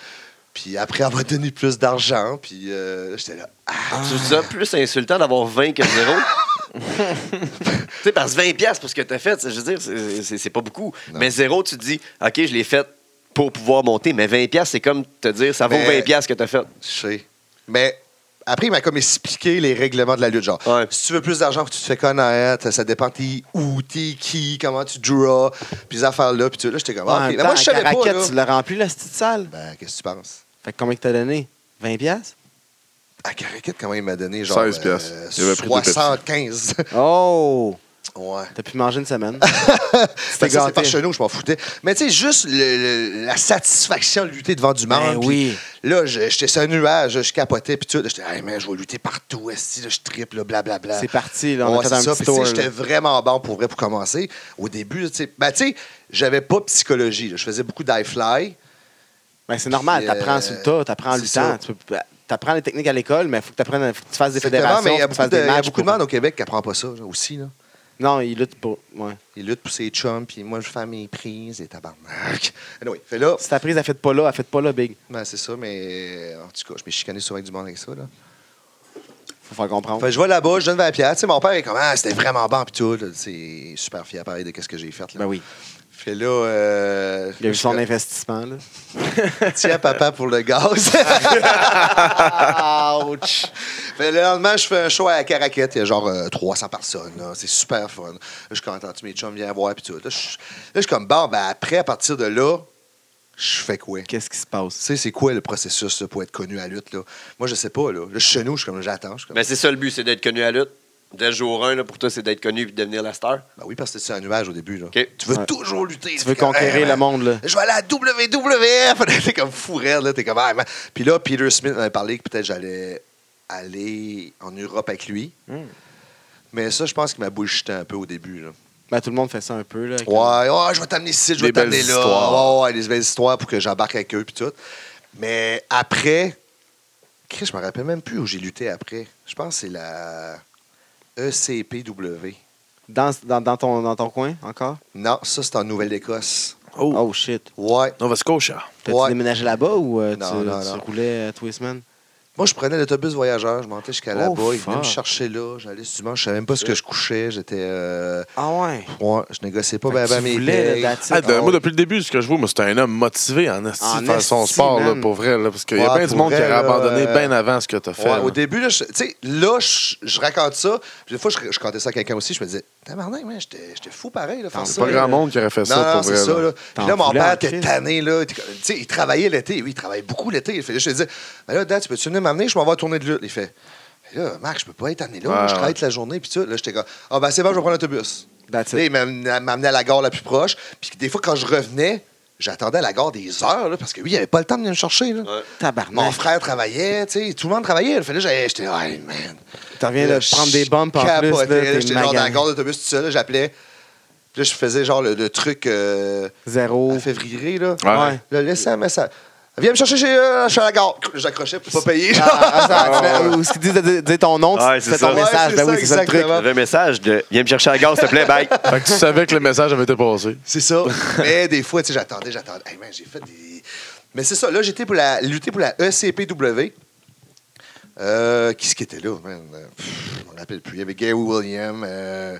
puis après, on va te donner plus d'argent, puis euh, j'étais là, ah, Tu trouves ça plus insultant d'avoir 20 que 0? tu sais, parce que 20 piastres pour ce que t'as fait, je veux dire, c'est- c'est c'est pas beaucoup. Non. Mais 0, tu te dis, OK, je l'ai fait pour pouvoir monter, mais 20 piastres, c'est comme te dire, ça vaut Mais- 20 piastres que t'as fait. je sais. Mais après, il m'a comme expliqué les règlements de la lutte. Genre, Ouais. si tu veux plus d'argent, faut que tu te fais connaître, ça dépend t'es où, t'es qui, comment tu draws, puis ces affaires-là, puis tout. Là, j'étais comme, ah, En ok. même Mais temps, moi, je savais avec la pas. raquette, là. tu l'as rempli, la petite salle. Ben, qu'est-ce que tu penses? Fait que combien que t'as donné? 20 piastres? À Caraquette, comment il m'a donné genre 16 piastres. euh, Il avait pris deux Pepsi. 75. Oh! ouais. T'as pu manger une semaine. Fait que ça, gâté. C'est par chez nous, je m'en foutais. Mais tu sais, juste le- le- la satisfaction de lutter devant du Ben monde. puis oui. Là, je- j'étais sur un nuage, je capotais, puis tout. J'étais, hey man, je vais lutter partout, esti, là, je triple, blablabla. C'est parti, là, on a fait un c'est ça. petit Puis, tu sais, tour, J'étais là. vraiment bon pour vrai pour commencer. Au début, là, tu sais, ben, tu sais, j'avais pas psychologie. là. Je faisais beaucoup d'high-fly. Ben, c'est normal, Puis, t'apprends euh, sur le tas, t'apprends en c'est luttant. ça. Tu peux- T'apprends les techniques à l'école, mais faut que, t'apprennes- faut que tu fasses des Exactement, fédérations, mais il y a faut que tu fasses beaucoup de, des il y a matchs. beaucoup de pour- monde au Québec qui apprend pas ça là, aussi. Là. Non, il lutte pour. Ouais. Il lutte pour ses chums, puis moi, je fais mes prises et tabarnak. Anyway, fait là, Si ta prise, elle fait pas là, elle fait pas là, Big. ben, c'est ça, mais en tout cas, je m'ai chicané souvent avec du monde avec ça. Là. Faut faire comprendre. Fait que je vais là-bas, je donne 20 piastres. Tu sais, Mon père est comme, ah, c'était vraiment bon, puis tout. là. C'est super fier, pareil, de qu'est-ce que j'ai fait. Là. Ben oui. Fait là, euh, Il a eu je son suis investissement, là. comme, Tiens, papa, pour le gaz. Ouch! Fait le lendemain, je fais un show à Caraquette. Il y a genre euh, 300 personnes. là. C'est super fun. Là, je suis content. Tous mes chums viennent voir. Puis tout. Là, je suis là, je suis comme, bon, ben après, à partir de là, je fais quoi? Tu Qu'est-ce qui se passe? sais, c'est quoi le processus là, pour être connu à la lutte? Là? Moi, je sais pas. Là, Là, je suis chez nous. Je suis comme, j'attends. Je suis comme, Ben, c'est ça le but, c'est d'être connu à la lutte. Dès le jour 1, là, pour toi, c'est d'être connu puis de devenir la star. ben oui, parce que c'est un nuage au début. Là. OK. Tu veux Ouais. toujours lutter. Tu veux conquérir le monde, là. Je vais aller à WWF. t'es comme fou raide, là. T'es comme, ah, man. Puis là, Peter Smith m'avait parlé que peut-être j'allais aller en Europe avec lui. Hmm. Mais ça, je pense qu'il m'a bullshité un peu au début. Là. Ben, tout le monde fait ça un peu, là. Ouais, ouais, je vais t'amener ici, je vais Des t'amener belles là. histoires. Ouais, ouais, des belles histoires pour que j'embarque avec eux puis tout. Mais après, Chris, je me rappelle même plus où j'ai lutté après. Je pense que c'est la E ECPW. Dans, dans, dans ton, dans ton coin, encore? Non, ça, c'est en Nouvelle-Écosse. Oh, shit. Ouais. Nova Scotia. T'as-tu Ouais. déménagé là-bas ou euh, Non, tu, non, tu non. roulais euh, tous les semaines? Moi, je prenais l'autobus voyageur, je montais jusqu'à là-bas, Oh, ils venaient me fuck. chercher là, j'allais souvent, je savais même pas ce que je couchais, j'étais... euh, Ah ouais? ouais, je négociais pas Fait que ben, ben tu mes voulais, payes. là, that's it. Ah, de- Ah moi, ouais. depuis le début, ce que je vois, moi, c'est un homme motivé en asti En de faire son esti, sport, là, man. pour vrai. Là, parce qu'il y a Ouais, bien du pour monde qui vrai, a là, abandonné euh, bien avant ce que t'as fait. Ouais, là. au début, là, je- tu sais, là, je, je raconte ça, puis des fois, je, je racontais ça à quelqu'un aussi, je me disais, tabarnak, man, j'étais j'étais fou pareil, là, faire C'est ça. pas là. grand monde qui aurait fait ça, euh, Non, non, pour c'est vrai. ça, là. là. Puis là, T'en mon voulais en père était crise. tanné, là. Il était comme- Tu sais, il travaillait l'été. Oui, il travaille beaucoup l'été. Il fait, là, je lui dis, mais là, Dad, tu peux-tu venir m'amener? Je m'en vais à tourner de lutte. Il fait, mais là, Marc, je peux pas être tanné là. Ouais, Moi, je ouais. travaille toute la journée. Puis ça, là, j'étais comme, ah, ben, c'est bon, je vais prendre l'autobus. That's Là, it. il m'amena- m'amenait à la gare la plus proche. Puis des fois, quand je revenais, j'attendais à la gare des heures, là, parce que lui, il avait pas le temps de venir me chercher, là. Ouais. Mon Tabarnak. frère travaillait, tu sais, tout le monde travaillait. Fait là, j'allais- j'étais, ah, man. T'en viens de Là, prendre des je bumps en plus, là, capotais, t'es J'étais genre dans la magané. gare d'autobus tout seul, là, j'appelais. Puis Là, je faisais genre le, le truc euh, Zéro. à février, là. Ouais. Ouais. Là, laissez un message. Viens me chercher chez, euh, chez la gare. J'accrochais pour pas payer. genre. Ah, ah, ça, tu fais- Ou ce qu'ils disent de- de dire ton nom, Ouais, tu c'est fais ça. ton Ouais, message. c'est Ben ça, oui, c'est ça le truc. exactement. J'avais un message de Viens me chercher à la gare, s'il te plaît, bye. Fait que tu savais que le message avait été passé. C'est ça. Mais des fois, tu sais, j'attendais, j'attendais. Hey, man, j'ai fait des. Mais c'est ça. Là, j'étais pour la lutter pour la E ECPW. Euh, qui ce qui était là, man? Euh, pff, je me rappelle plus. Il y avait Gary William. euh,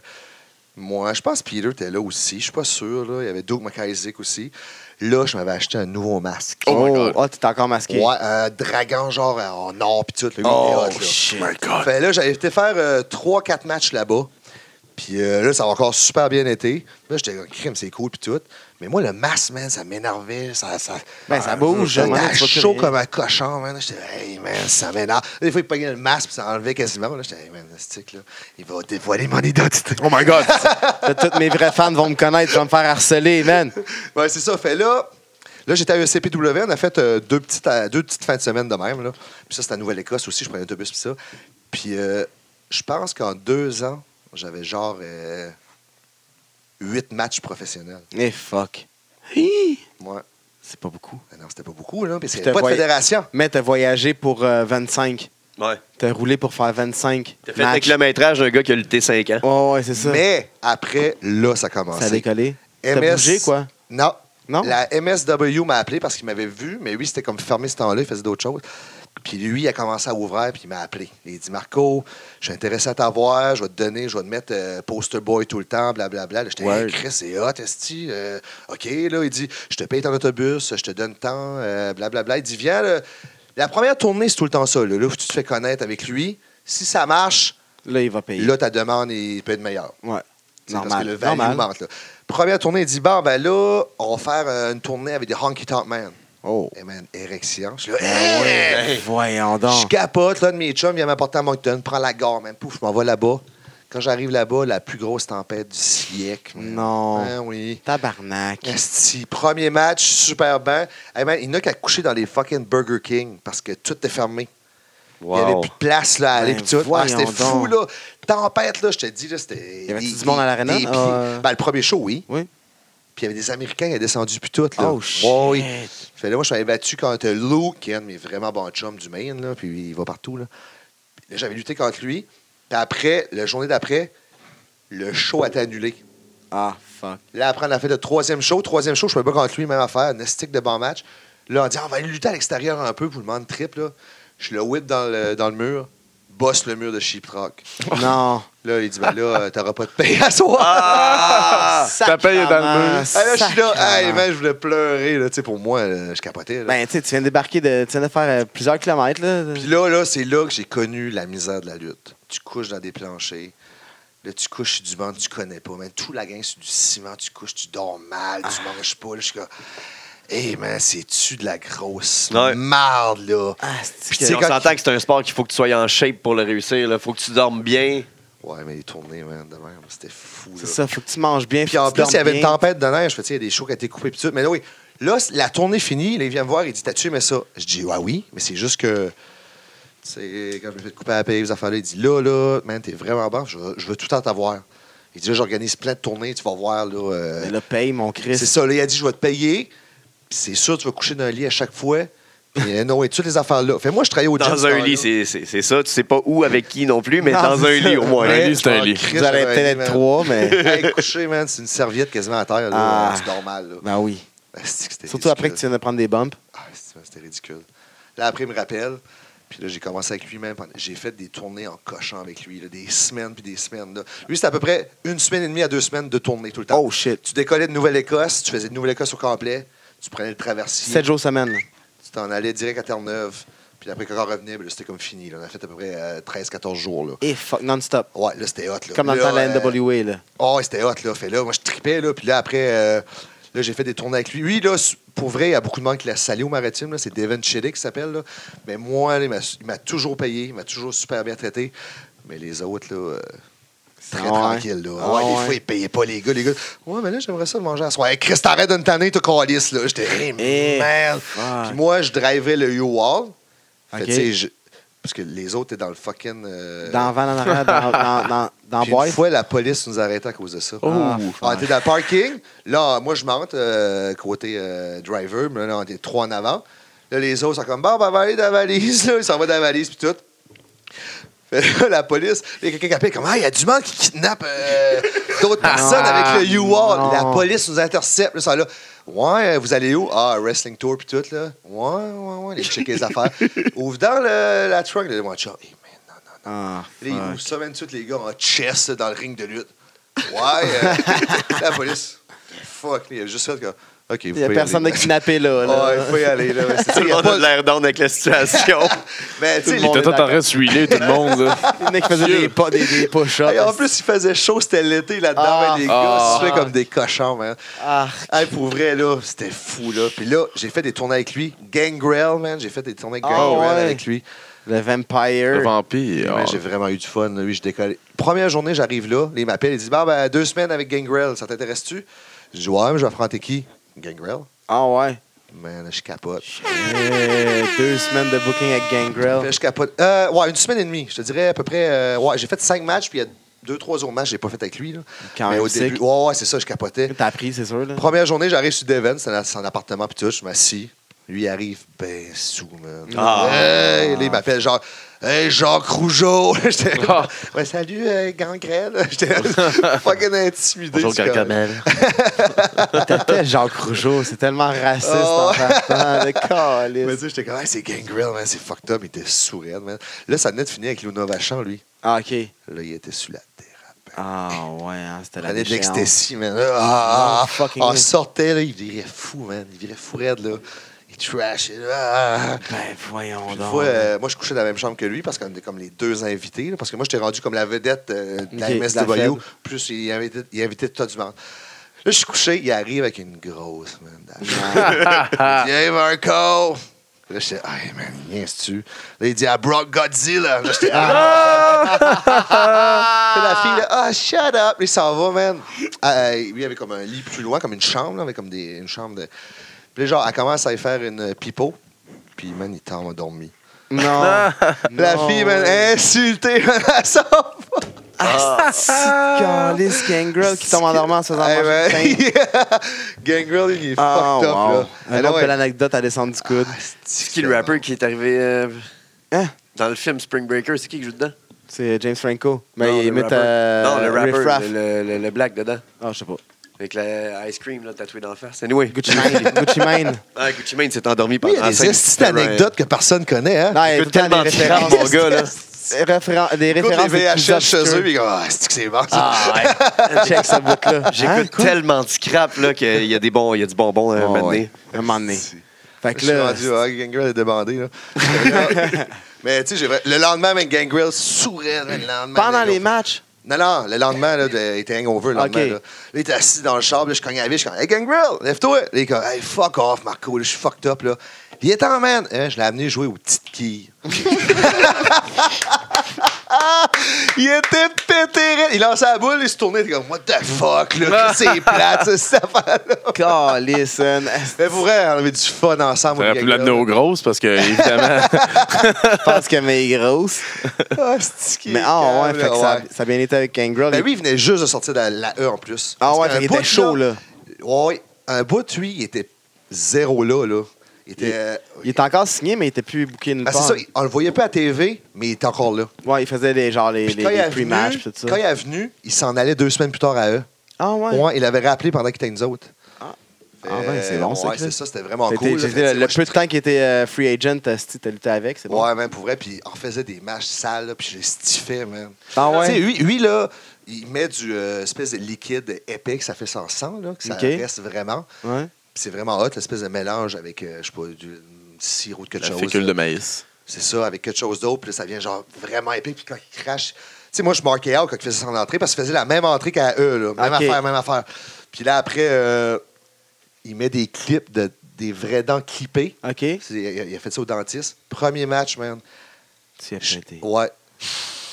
moi, je pense que Peter était là aussi. Je suis pas sûr. Là. Il y avait Doug McIsaac aussi. Là, je m'avais acheté un nouveau masque. Oh my Oh, God. ah, t'es encore masqué. Ouais, un dragon genre euh, en or pis tout. là. Lui, il Oh, était hot, là. shit. my God. Fait là, j'avais été faire 3-4 matchs là-bas. Puis euh, là, ça a encore super bien été. Là, j'étais comme, crime, c'est cool, puis tout. Mais moi, le masque, man, ça m'énervait. Ça, ça, Ben, ça bouge, J'étais à un moment donné, tu vois plus chaud rien. comme un cochon, man. J'étais, hey, man, ça m'énerve. Des fois, il pognait le masque, puis ça enlevait quasiment. Là, j'étais, hey, man, le stick, là, il va dévoiler mon identité. Oh my God. Là, Toutes mes vrais fans vont me connaître, ils vont me faire harceler, man. ouais, c'est ça. Fait là, là j'étais à E ECPW, on a fait euh, deux, petites, euh, deux petites fins de semaine de même. Là. Puis ça, c'était à Nouvelle-Écosse aussi, je prenais l'autobus, puis ça. Puis euh, je pense qu'en deux ans, j'avais genre euh, huit matchs professionnels. Eh, fuck. Ouais. C'est pas beaucoup. Mais non, c'était pas beaucoup, là, parce qu'il Tu n'y t'as avait pas de voy- fédération. Mais t'as voyagé pour euh, 25. Ouais. T'as roulé pour faire 25. T'as fait le matchs. kilométrage d'un gars qui a lutté 5 ans. Ouais, ouais, c'est ça. Mais après, là, ça a ça a commencé. décollé. T'as bougé, quoi. Non. Non? La MSW m'a appelé parce qu'il m'avait vu, mais lui, c'était comme fermé ce temps-là, il faisait d'autres choses. Puis lui, il a commencé à ouvrir, puis il m'a appelé. Il dit Marco, je suis intéressé à t'avoir, je vais te donner, je vais te mettre euh, poster boy tout le temps, blablabla. Là, J'étais, Ouais. hey, Chris, c'est hot, esti. Euh, OK, là, il dit Je te paye ton autobus, je te donne tant, euh, blablabla. Il dit Viens, là. la première tournée, c'est tout le temps ça, là, là, où tu te fais connaître avec lui. Si ça marche, Là, il va payer. là, ta demande il peut être meilleure. ouais. C'est Normal. Parce que le value Normal. augmente. là. Première tournée, il dit Bon, ben là, on va faire euh, une tournée avec des Honky Tonk Man. Oh. Et man, érection. Je suis là, Hey! Ouais, Voyons Je Ben donc. capote, là, de mes chums, vient m'apporter à Moncton, prends la gare, man. Pouf, je m'en vais là-bas. Quand j'arrive là-bas, la plus grosse tempête du siècle. man. Non. Hein, oui. Tabarnak. Esti, premier match, super bien. Hey, man, il n'y a qu'à coucher dans les fucking Burger King parce que tout est fermé. Il n'y avait plus de place là, à aller Ben, pis tout. Ah, c'était voyons fou, donc. là. Tempête, là, je te dis, là, c'était. Y avait-tu des- du monde à l'arena? des pieds. Euh, Ben, le premier show, oui. Oui. Puis il y avait des Américains, il a descendu puis tout. Là. Oh, shit. Ouais, oui. Fait là, moi, je m'avais battu contre Lou, qui est un de mes vraiment bons chums du Maine, là, puis il va partout. Là. Puis là, j'avais lutté contre lui. Puis après, la journée d'après, Le show a été annulé. Ah, fuck. Là, après, on a fait le troisième show. Troisième show, je ne peux pas contre lui, même affaire. Un stick de bon match. Là, on dit, on va aller lutter à l'extérieur un peu pour le monde trip. Là. Je le whip dans le, dans le mur, bosse le mur de Sheeprock. Non. Là, il dit, ben là, euh, t'auras pas de paye à soir. Ah! Ta paye est dans le mur. Ah, là, je suis là, hey, Sacrement. man, je voulais pleurer. Là, Tu sais, pour moi, là, je capotais. Là. Ben, tu sais, tu viens de débarquer de. Tu viens de faire euh, plusieurs kilomètres, là. Puis là, là c'est là que j'ai connu la misère de la lutte. Tu couches dans des planchers. Là, tu couches sur du banc, que tu connais pas. Man, tout la gang, c'est du ciment. Tu couches, tu dors mal, tu manges pas. Là, je suis comme, hey, man, c'est-tu de la grosse Ouais. marde, là? Ah, c'est Puis tu sais, on quand- s'entend que c'est un sport qu'il faut que tu sois en shape pour le réussir. Il faut que tu dormes bien. Ouais, mais les tournées, man, de même, c'était fou. C'est là. ça, faut que tu manges bien. Puis faut en que tu plus, il y dormes avait une bien. tempête de neige. Fait, tu sais, il y a des shows qui ont été coupés. Puis tout. Mais là, oui, là, c- la tournée finie, là, il vient me voir, il dit T'as-tu aimé ça Je dis Ouais, oui, mais c'est juste que. tu sais, Quand je me fais couper à la paye, les affaires-là, il dit Là, là, man, t'es vraiment bon, je, veux- je veux tout en avoir. Il dit Là, j'organise plein de tournées, tu vas voir. là. euh, Mais là, paye, mon Christ. c'est ça, là, il a dit Je vais te payer. Puis c'est sûr, tu vas coucher dans un lit à chaque fois. Et non, et toutes les affaires-là. Fait moi, je travaillais au gym, Dans ce un temps-là. lit, c'est- c'est c'est ça. Tu sais pas où, avec qui non plus, mais Non, dans un c'est ça. lit au moins. Un Ouais, lit, c'est un je lit. suis en Vous allez crise, j'aurais peut-être aimé, être man. trois, mais. Hey, coucher, man, c'est une serviette quasiment à terre. Là, Ah. Tu dors mal. Là. Ben oui. Ah, c'est que c'était Surtout après que ridicule. tu viens de prendre des bumps. Ah, c'est- c'était ridicule. Là, après, il me rappelle. Puis là, j'ai commencé avec lui-même. pendant- J'ai fait des tournées en cochant avec lui, là, des semaines puis des semaines. là. Lui, c'était à peu près une semaine et demie à deux semaines de tournée tout le temps. Oh shit. Tu décollais de Nouvelle-Écosse, tu faisais de Nouvelle-Écosse au complet, tu prenais le traversier, Sept jours semaine. là. tu t'en allais direct à Terre-Neuve. Puis après, quand on revenait, ben là, c'était comme fini. là. On a fait à peu près euh, 13-14 jours. Là. Et fuck, non-stop. Ouais, là, c'était hot. Là. Comme dans le Là, temps de la euh, NWA, là. Oh, c'était hot, là. Fait là, moi, je tripais, là. Puis là, après, euh, là, j'ai fait des tournées avec lui. Lui, là, s- pour vrai, il y a beaucoup de monde qui l'a salé au maritime, là. C'est Devin Chiddick qui s'appelle, là. Mais moi, là, il m'a- il m'a toujours payé. Il m'a toujours super bien traité. Mais les autres, là. euh, Très Ah ouais. tranquille, là. Ah ouais, des ouais. fois, ils payaient pas les gars. Les gars, ouais, mais là, j'aimerais ça manger à soir. Hey, Chris, t'arrêtes de me tanner, t'as calice, là. J'étais, hey, Eh, merde. fuck. Puis moi, je drivais le U-Wall. Fait, Ok. tu sais, je- Parce que les autres étaient dans le fucking. euh, Dans van en arrière, dans, dans, dans, dans puis boîte. une fois, la police nous arrêtait à cause de ça. Ah, on fuck. était dans le parking. Là, moi, je monte euh, côté euh, driver, mais là, on était trois en avant. Là, les autres sont comme, bon, ben, va aller dans la valise. Là. Ils s'en vont dans la valise, puis tout. Fait là, la police, il y a quelqu'un qui appelle comme Ah, il y a du monde qui kidnappe euh, d'autres personnes Ah, avec le non. U-Wall. La police nous intercepte. Là, ils sont là. Ouais, vous allez où? Ah, wrestling tour, puis tout. Là. Ouais, ouais, ouais. Les checker les affaires. Ouvre dans le- la truck. Là, moi, je suis là, Hey, man, non, non, non. Ah, Là, ils fuck. nous semaine tout les gars en chess là, dans le ring de lutte. Ouais, euh, la police. Fuck, il a juste fait que. OK, vous Il n'y a pouvez personne de aller. kidnappé, là. là. Ouais, il faut y aller. Là. C'est- Tout il le y a monde pas- a de l'air down avec la situation. Mais tu sais, le les- monde T'as tout est en reste huilé, tout le monde. là. Il y en a qui faisaient des, pas- des, des push-ups. Hey, en plus, il faisait chaud, c'était l'été là-dedans. Ah. mais les gars, Ah. ils se fait comme des cochons, man. Ah, Hey, pour vrai, là, c'était fou, là. Puis là, j'ai fait des tournées avec lui. Gangrel, man. J'ai fait des tournées avec Ah, Gangrel ouais. avec lui. le Le vampire. vampire. Mais ah. j'ai vraiment eu du fun. là. Oui, je décolle. Première journée, j'arrive là. Là, Il m'appelle. Il dit Bah, ben, deux semaines avec Gangrel, ça t'intéresse-tu Je dis Ouais, mais je vais affronter qui Gangrel. Ah ouais. Man, je capote. Euh, deux semaines de booking avec Gangrel. Je capote. Euh, ouais, une semaine et demie. Je te dirais à peu près. euh, ouais, j'ai fait cinq matchs, puis il y a deux, trois autres matchs que j'ai pas fait avec lui. là. Quand mais même au sick. début, ouais, ouais, c'est ça, je capotais. T'as appris, c'est sûr, là. Première journée, j'arrive sur Devon, c'est dans son appartement, puis tout, je m'assis. Lui, il arrive, ben, sous, man. Ah. Hey, là, il m'appelle genre, hey, Jacques Rougeau. J'étais Ah. là, ouais, salut, euh, Gangrel. J'étais là, fucking intimidé. Bonjour, c'est comme- Gargamel. T'étais Jacques Rougeau, c'est tellement raciste Oh. en partant. Le Mais calice. tu sais, j'étais comme, hey, c'est Gangrel, man, c'est fucked up, il était sourire, man. Là, ça venait de finir avec Luna Vachon, lui. Ah, ok. Là, il était sous la terre. Ah, ouais, hein, c'était la Il prenait de déchéance. l'ecstasy, man. Là, ah, Non, ah, fucking on oui. sortait, là, il virait fou, man. Il virait fou raide, là. Il trashait, là. Ah, ah, ah. Ben, voyons Puis Une donc. fois, euh, moi, je couchais dans la même chambre que lui parce qu'on était comme les deux invités. là, parce que moi, j'étais rendu comme la vedette euh, de la Ok, MSW. de la fête. plus, il invitait, il invitait tout du monde. Là, je suis couché, il arrive avec une grosse, man. dans la chambre. il dit, Hey, Marco! Là, j'étais, hey, man, viens-tu? Là, il dit, I brought Godzilla. Là, j'étais, ah! Puis la fille, là, ah, shut up! Il s'en va, man. Ah, euh, lui, il avait comme un lit plus loin, comme une chambre, là, avec comme des, une chambre de. Puis là, genre, elle commence à y faire une euh, pipeau. Puis, man, il t'en a dormi. Non. La fille m'a insulté, man, à son Calice Gangrel qui tombe en dormant en se faisant Hey, manger man. une teinte. Gangrel, il est Ah, fucked up, wow. Un là. Ah, autre ouais. belle anecdote à descendre du coude. Ah, c'est-tu C'est qui que le c'est rapper qui est arrivé euh, Hein? dans le film Spring Breaker? C'est qui qui joue dedans? C'est euh, James Franco. Mais Non, il le imite rapper. euh, Non, le Riff rapper, Raff. le, le- le black dedans. Ah, je sais pas. Avec la ice cream là, tatouée d'en face. Anyway. Gucci Mane. Gucci Mane. Ah, Gucci Mane s'est endormi Oui, pendant il y a des cinq- petites anecdotes que personne connaît. Hein? Non, il y a écoute tout le temps tellement de des crap, références. mon gars, là. Des référen- Des Écoute références. les VHS de chez plus eux, obscures. ils go, ah, c'est que c'est bon. ça. Ah ouais. Check ce bout-là. Hein, J'écoute quoi? tellement de scrap là, qu'il y a, des bons, il y a du bonbon euh, à un Ah, moment donné. ouais. Un moment donné. Fait Je que suis là, rendu, ah, Gangrel est débandé. Là. mais tu sais, j'ai vrai- le lendemain, même Gangrel sourait. man, le lendemain, pendant man, les go- match, Non, non, le lendemain, là, de- il était hangover. Le Ok. lendemain, là. Là, il était assis dans le char, puis là, je cognais la vie, je dis Hey, Gangrel, lève-toi. Là, il est comme, Hey, fuck off, Marco, là, je suis fucked up. Là. Il est en man. Hein, je l'ai amené jouer aux petites quilles. il était pété. raide. Il lançait la boule, il se tournait, il était comme, What the fuck, là, que c'est plate, ça, cette affaire-là. Carlison. Mais pour vrai, on avait du fun ensemble. T'aurais au pu Gangrel. l'amener aux grosses parce que, évidemment, Je pense que mais est grosse. Ah, c'est-tu qu'il est Mais ah ouais, calme, fait là, que ça, ça a bien été avec Gangrel. Ben lui, il venait juste de sortir de la, la E en plus. ah Parce ouais, qu'un fait qu'il était bout, chaud là. Ouais, un bout, lui, il était zéro là, là. Il était. Il- euh, Il était encore signé, mais il était plus booké nulle ah, c'est part. ça, on le voyait pas à TV, mais il était encore là. Ouais, il faisait des, genre les, Puis les, quand, il les est venu, pre-matchs pis tout quand ça. il est venu, il s'en allait deux semaines plus tard à eux. Ah ouais. Ouais, il l'avait rappelé pendant qu'il était nous autres. Ah. Fait, Ah ouais, c'est bon, ça, Ouais, Chris. c'est ça, c'était vraiment C'était- cool. là. c'était Fait, le, moi, le peu de temps qu'il était euh, free agent, t'as si t'as lutté avec, c'est bon. Ouais, même pour vrai, puis on faisait des matchs sales, là, puis je les stiffais, man. Ah Tu sais, ouais. lui, lui, là, il met du euh, espèce de liquide épais que ça fait sans sang, là, que ça Ok. reste vraiment. Ouais. Puis c'est vraiment hot, l'espèce de mélange avec, euh, je sais pas, du sirop de quelque la chose. fécule là. de maïs. C'est ça, avec quelque chose d'autre, puis là, ça vient genre vraiment épique, puis quand il crache. Tu sais, moi, je marquais out quand il faisait son entrée, parce qu'il faisait la même entrée qu'à eux, là. Même Ok. affaire, même affaire. Puis là, après, euh, il met des clips de des vraies dents clippées. Ok. C'est- Il a, il a fait ça au dentiste. Premier match, man. Tu as Je- pété. Ouais.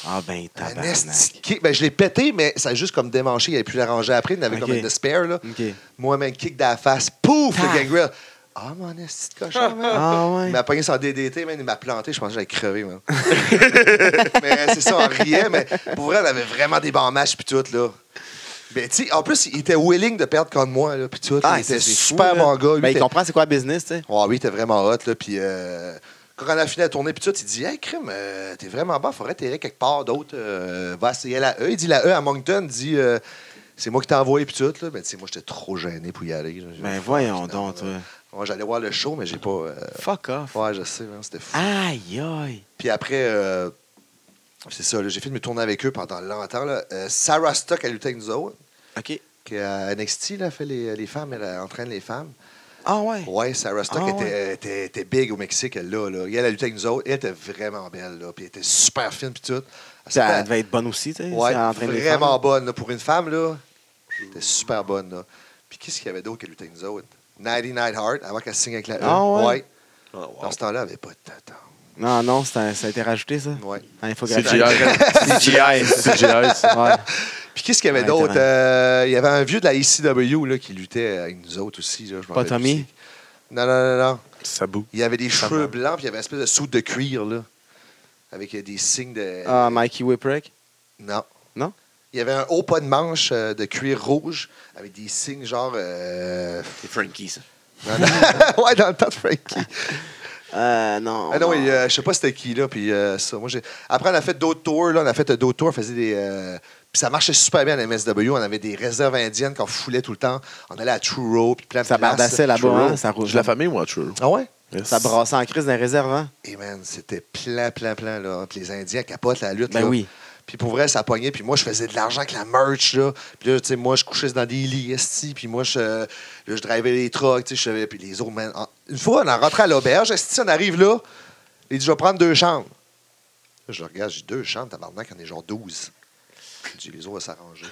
Ah ben Oh. Un tabarnak. esti de kick. Ben, je l'ai pété, mais ça a juste comme démanché. Il avait pu l'arranger après. Il en avait Ok. comme une de spare. Là. Ok. Moi, même kick dans la face. Pouf, Ah. le gangrel. Ah, mon esti de cochon, man. Ah Il ouais. m'a pogné sans DDT, man. Il m'a planté. Je pensais que j'allais crever, man. mais hein, c'est ça, on riait. Mais pour vrai, on avait vraiment des bons matchs, puis tout, là. Ben, tu sais, en plus, il était willing de perdre contre moi, là, puis tout. là. il c'est- était Ah, c'est fou, super là. bon gars. Lui, Ben, il était- comprend c'est quoi le business, tu sais. Ouais, oui, t'es vraiment hot, là. Puis euh, quand on a fini la tournée, puis tout, il dit Hey, crime, euh, t'es vraiment bon, faudrait t'aider quelque part d'autre. euh, va essayer la E. Il dit la E à Moncton, il dit euh, C'est moi qui t'ai envoyé, puis tout, là. Mais tu sais, moi, j'étais trop gêné pour y aller. là. Ben voyons donc, toi. Ouais, j'allais voir le show, mais j'ai pas. euh, Fuck off. Ouais, je sais, man, c'était fou. Aïe aïe. Puis après, euh, c'est ça, là, j'ai fait de me tourner avec eux pendant longtemps, là. Euh, Sarah Stock, elle luttait avec nous autres, Ok. qui à NXT, là, fait les, les femmes, elle, elle entraîne les femmes. Ah ouais. Ouais, Sarah Stock Ah, était, ouais. était- était big au Mexique, elle, là, là. Et Elle a lutté avec nous autres. Elle était vraiment belle, là. Puis elle était super fine, puis tout. Ça Elle s'appelle- devait être bonne aussi, tu sais. ouais, si elle entraîne les vraiment femmes. bonne, là. Pour une femme, là, elle était super bonne, là. Puis qu'est-ce qu'il y avait d'autre qu'elle luttait avec nous autres? Nighty Night Heart, avant qu'elle signe avec la E. Ah, ouais? Oh, wow. Dans ce temps-là, elle avait pas de tata. Non, non, ça ça a été rajouté, ça. Ah, Ouais. Dans CGI. l'infographie. CGI. CGI. Ouais. Puis qu'est-ce qu'il y avait Ouais, d'autre? quand même. Euh, il y avait un vieux de la ICW, là, qui luttait avec nous autres aussi, là. je m'en Pas rappelle Tommy? plus c'est- Non, non, non, non. Ça boue. Il y avait des cheveux blancs, puis il y avait une espèce de soude de cuir, là. Avec euh, des signes de... Ah, Mikey Whipwreck. Non. Non? Il y avait un haut pas de manche euh, de cuir rouge avec des signes genre. euh, C'est Frankie, ça. dans- dans- ouais, dans le temps de Frankie. Euh, non. Ah non, il, euh, je sais pas c'était qui, là. Puis euh, ça. Moi, j'ai... Après, on a fait d'autres tours, là. On a fait euh, d'autres tours, on faisait des. euh, Puis ça marchait super bien à la MSW. On avait des réserves indiennes qu'on foulait tout le temps. On allait à True Row, puis plein de Ça places. bardassait là-bas, hein, Truro. ça roule. Je la famille, moi, True. Ah ouais? Yes. Ça brassait en crise dans les réserves, hein? Et man, c'était plein, plein, plein, là. Puis les Indiens capotent la lutte, Ben là. oui. Puis pour vrai, ça pognait. Puis moi, je faisais de l'argent avec la merch, là. Puis là, tu sais, moi, je couchais dans des lits, esti. Puis moi, je, là, je drivais les trucks, tu sais, je savais. Puis les autres, man. en- Une fois, on en rentré à l'auberge, esti, on arrive là. Il dit, je vais prendre deux chambres. Là, je le regarde, j'ai deux chambres, tabarnak, on est genre 12. Je dis, les autres vont s'arranger.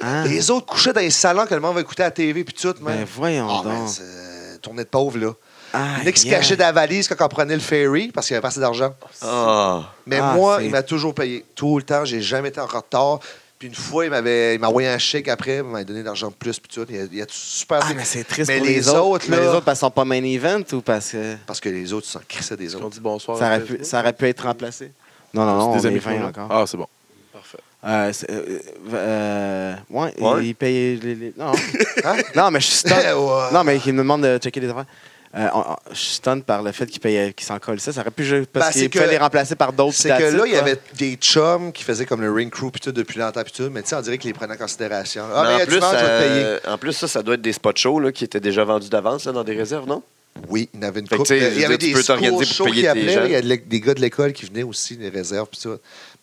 Hein? Les autres couchaient dans les salons que le monde va écouter à la TV, puis tout, man. Ben voyons Ah, man, donc. c'est, euh, tournée de pauvre, là. Ah, Nick se cachait dans la valise quand on prenait le ferry parce qu'il avait pas assez d'argent. Ah. Mais Ah, moi, c'est- il m'a toujours payé. Tout le temps, j'ai jamais été en retard. Puis une fois, il m'avait il m'a envoyé un chèque après, il m'a donné de l'argent de plus, puis tout. Il a, il a super... Ah, mais c'est triste Mais pour les, autres, là... Mais les autres, parce qu'ils sont pas main event ou parce que Parce que les autres, ils s'en crissaient des On autres. dit bonsoir. ça aurait après. pu, ça aurait pu être remplacé? Non, non, Ah non, C'est on des est amis qu'on 20 a. encore. Ah, c'est bon. Parfait. Euh, c'est- euh, euh, ouais, Ouais. ils payent les... les- Non. Hein? non, mais je suis stop. Ouais. Non, mais ils me demandent de checker les affaires. euh, on- on- je stunne par le fait qu'il payait- qu'il s'en colle ça. Ça aurait pu juste. Parce Ben, c'est qu'il que- pouvait les remplacer par d'autres. C'est puis que that's it, là, il y quoi. avait des chums qui faisaient comme le ring crew puis tout depuis longtemps puis tout, mais tu sais, on dirait qu'ils les prenaient en considération. Ah, Mais mais, en, tu plus, manges, je vais te payer. euh, en plus, ça, ça doit être des spots shows là, qui étaient déjà vendus d'avance là, dans des réserves, non? Oui, il y en avait une Fait que, couple. tu sais, je Il y veux dire, avait tu des peux t'organiser cours pour shows payer qui tes appelaient. gens. là. Il y a de l'é- des gars de l'école qui venaient aussi, des réserves puis tout.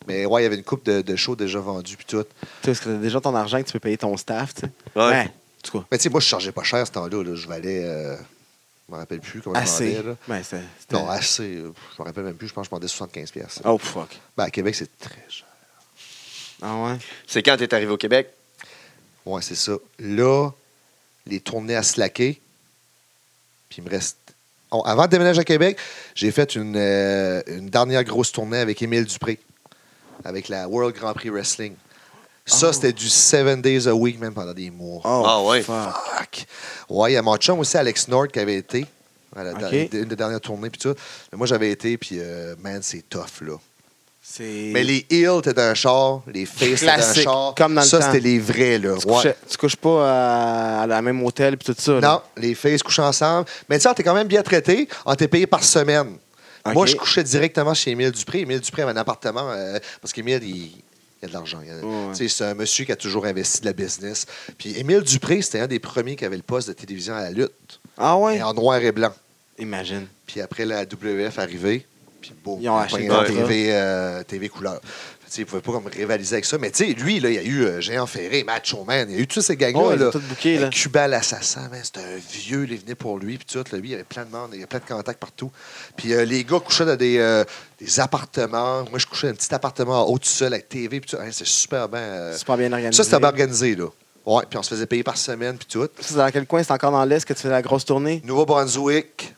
Mais ouais, il y avait une coupe de, de shows déjà vendus puis tout. Tu sais, parce que t'as déjà ton argent que tu peux payer ton staff, tu sais. Ouais. en tout cas, Mais tu sais, moi, je chargeais pas cher ce temps-là. là. Je valais. euh, je me rappelle plus comment je assez. vendais. là. Ben, c'est- c'était- Non, assez. euh, Je me rappelle même plus. Je pense que je vendais 75$. piastres. Oh, fuck. Ben, à Québec, c'est très cher. Ah ouais? C'est quand t'es arrivé au Québec? Ouais, c'est ça. Là, les tournées à slacker. Puis il me reste. Oh, avant de déménager à Québec, j'ai fait une, euh, une dernière grosse tournée avec Émile Dupré, avec la World Grand Prix Wrestling. Ça, c'était du seven days a week, même pendant des mois. Oh, Ah ouais. fuck. Fuck. Ouais, il y a mon chum aussi, Alex Nord, qui avait été à la- dans Ok. une des dernières tournées, puis tout. Mais moi, j'avais été, puis euh, man, c'est tough, là. C'est. Mais les heels, t'es dans un char, les faces, t'es dans un Classique, char. comme dans le ça, temps. c'était les vrais, là. Tu, Ouais. couchais- tu couches pas euh, à, à la même hôtel puis tout ça. Non, là. les faces couchent ensemble. Mais tu sais, on t'est quand même bien traité, on t'est payé par semaine. Ok. Moi, je couchais directement chez Émile Dupré. Émile Dupré avait un appartement, euh, parce qu'Émile, il... il a de l'argent. Il a- Ouais. tu sais, C'est un monsieur qui a toujours investi de la business. Puis Émile Dupré, c'était un des premiers qui avait le poste de télévision à la lutte, Ah ouais? mais en noir et blanc. Imagine. Puis après, la WF arrivée, puis bon, Ils ont acheté ils le ont contrat. TV, euh, TV couleur. Fait, tu sais, Ils ne pouvaient pas comme rivaliser avec ça. Mais tu sais, lui, là, il y a eu euh, Géant Ferré, Macho Man, il y a eu tous ces gangs-là. Oh, ils là. Euh, ont tout booké, là. Cuba l'assassin, man, c'était un vieux, il venait pour lui, puis tout. Là, lui, il y avait plein de monde, il y avait plein de contacts partout. Puis euh, les gars couchaient dans des, euh, des appartements. Moi, je couchais dans un petit appartement en haut tout seul avec TV, puis tout. Hein, c'est super bien. euh, Super bien organisé. Ça, c'était bien organisé, là. Ouais, puis on se faisait payer par semaine, puis tout. Ça, c'est dans quel coin? C'est encore dans l'Est que tu fais la grosse tournée? Nouveau-Brunswick,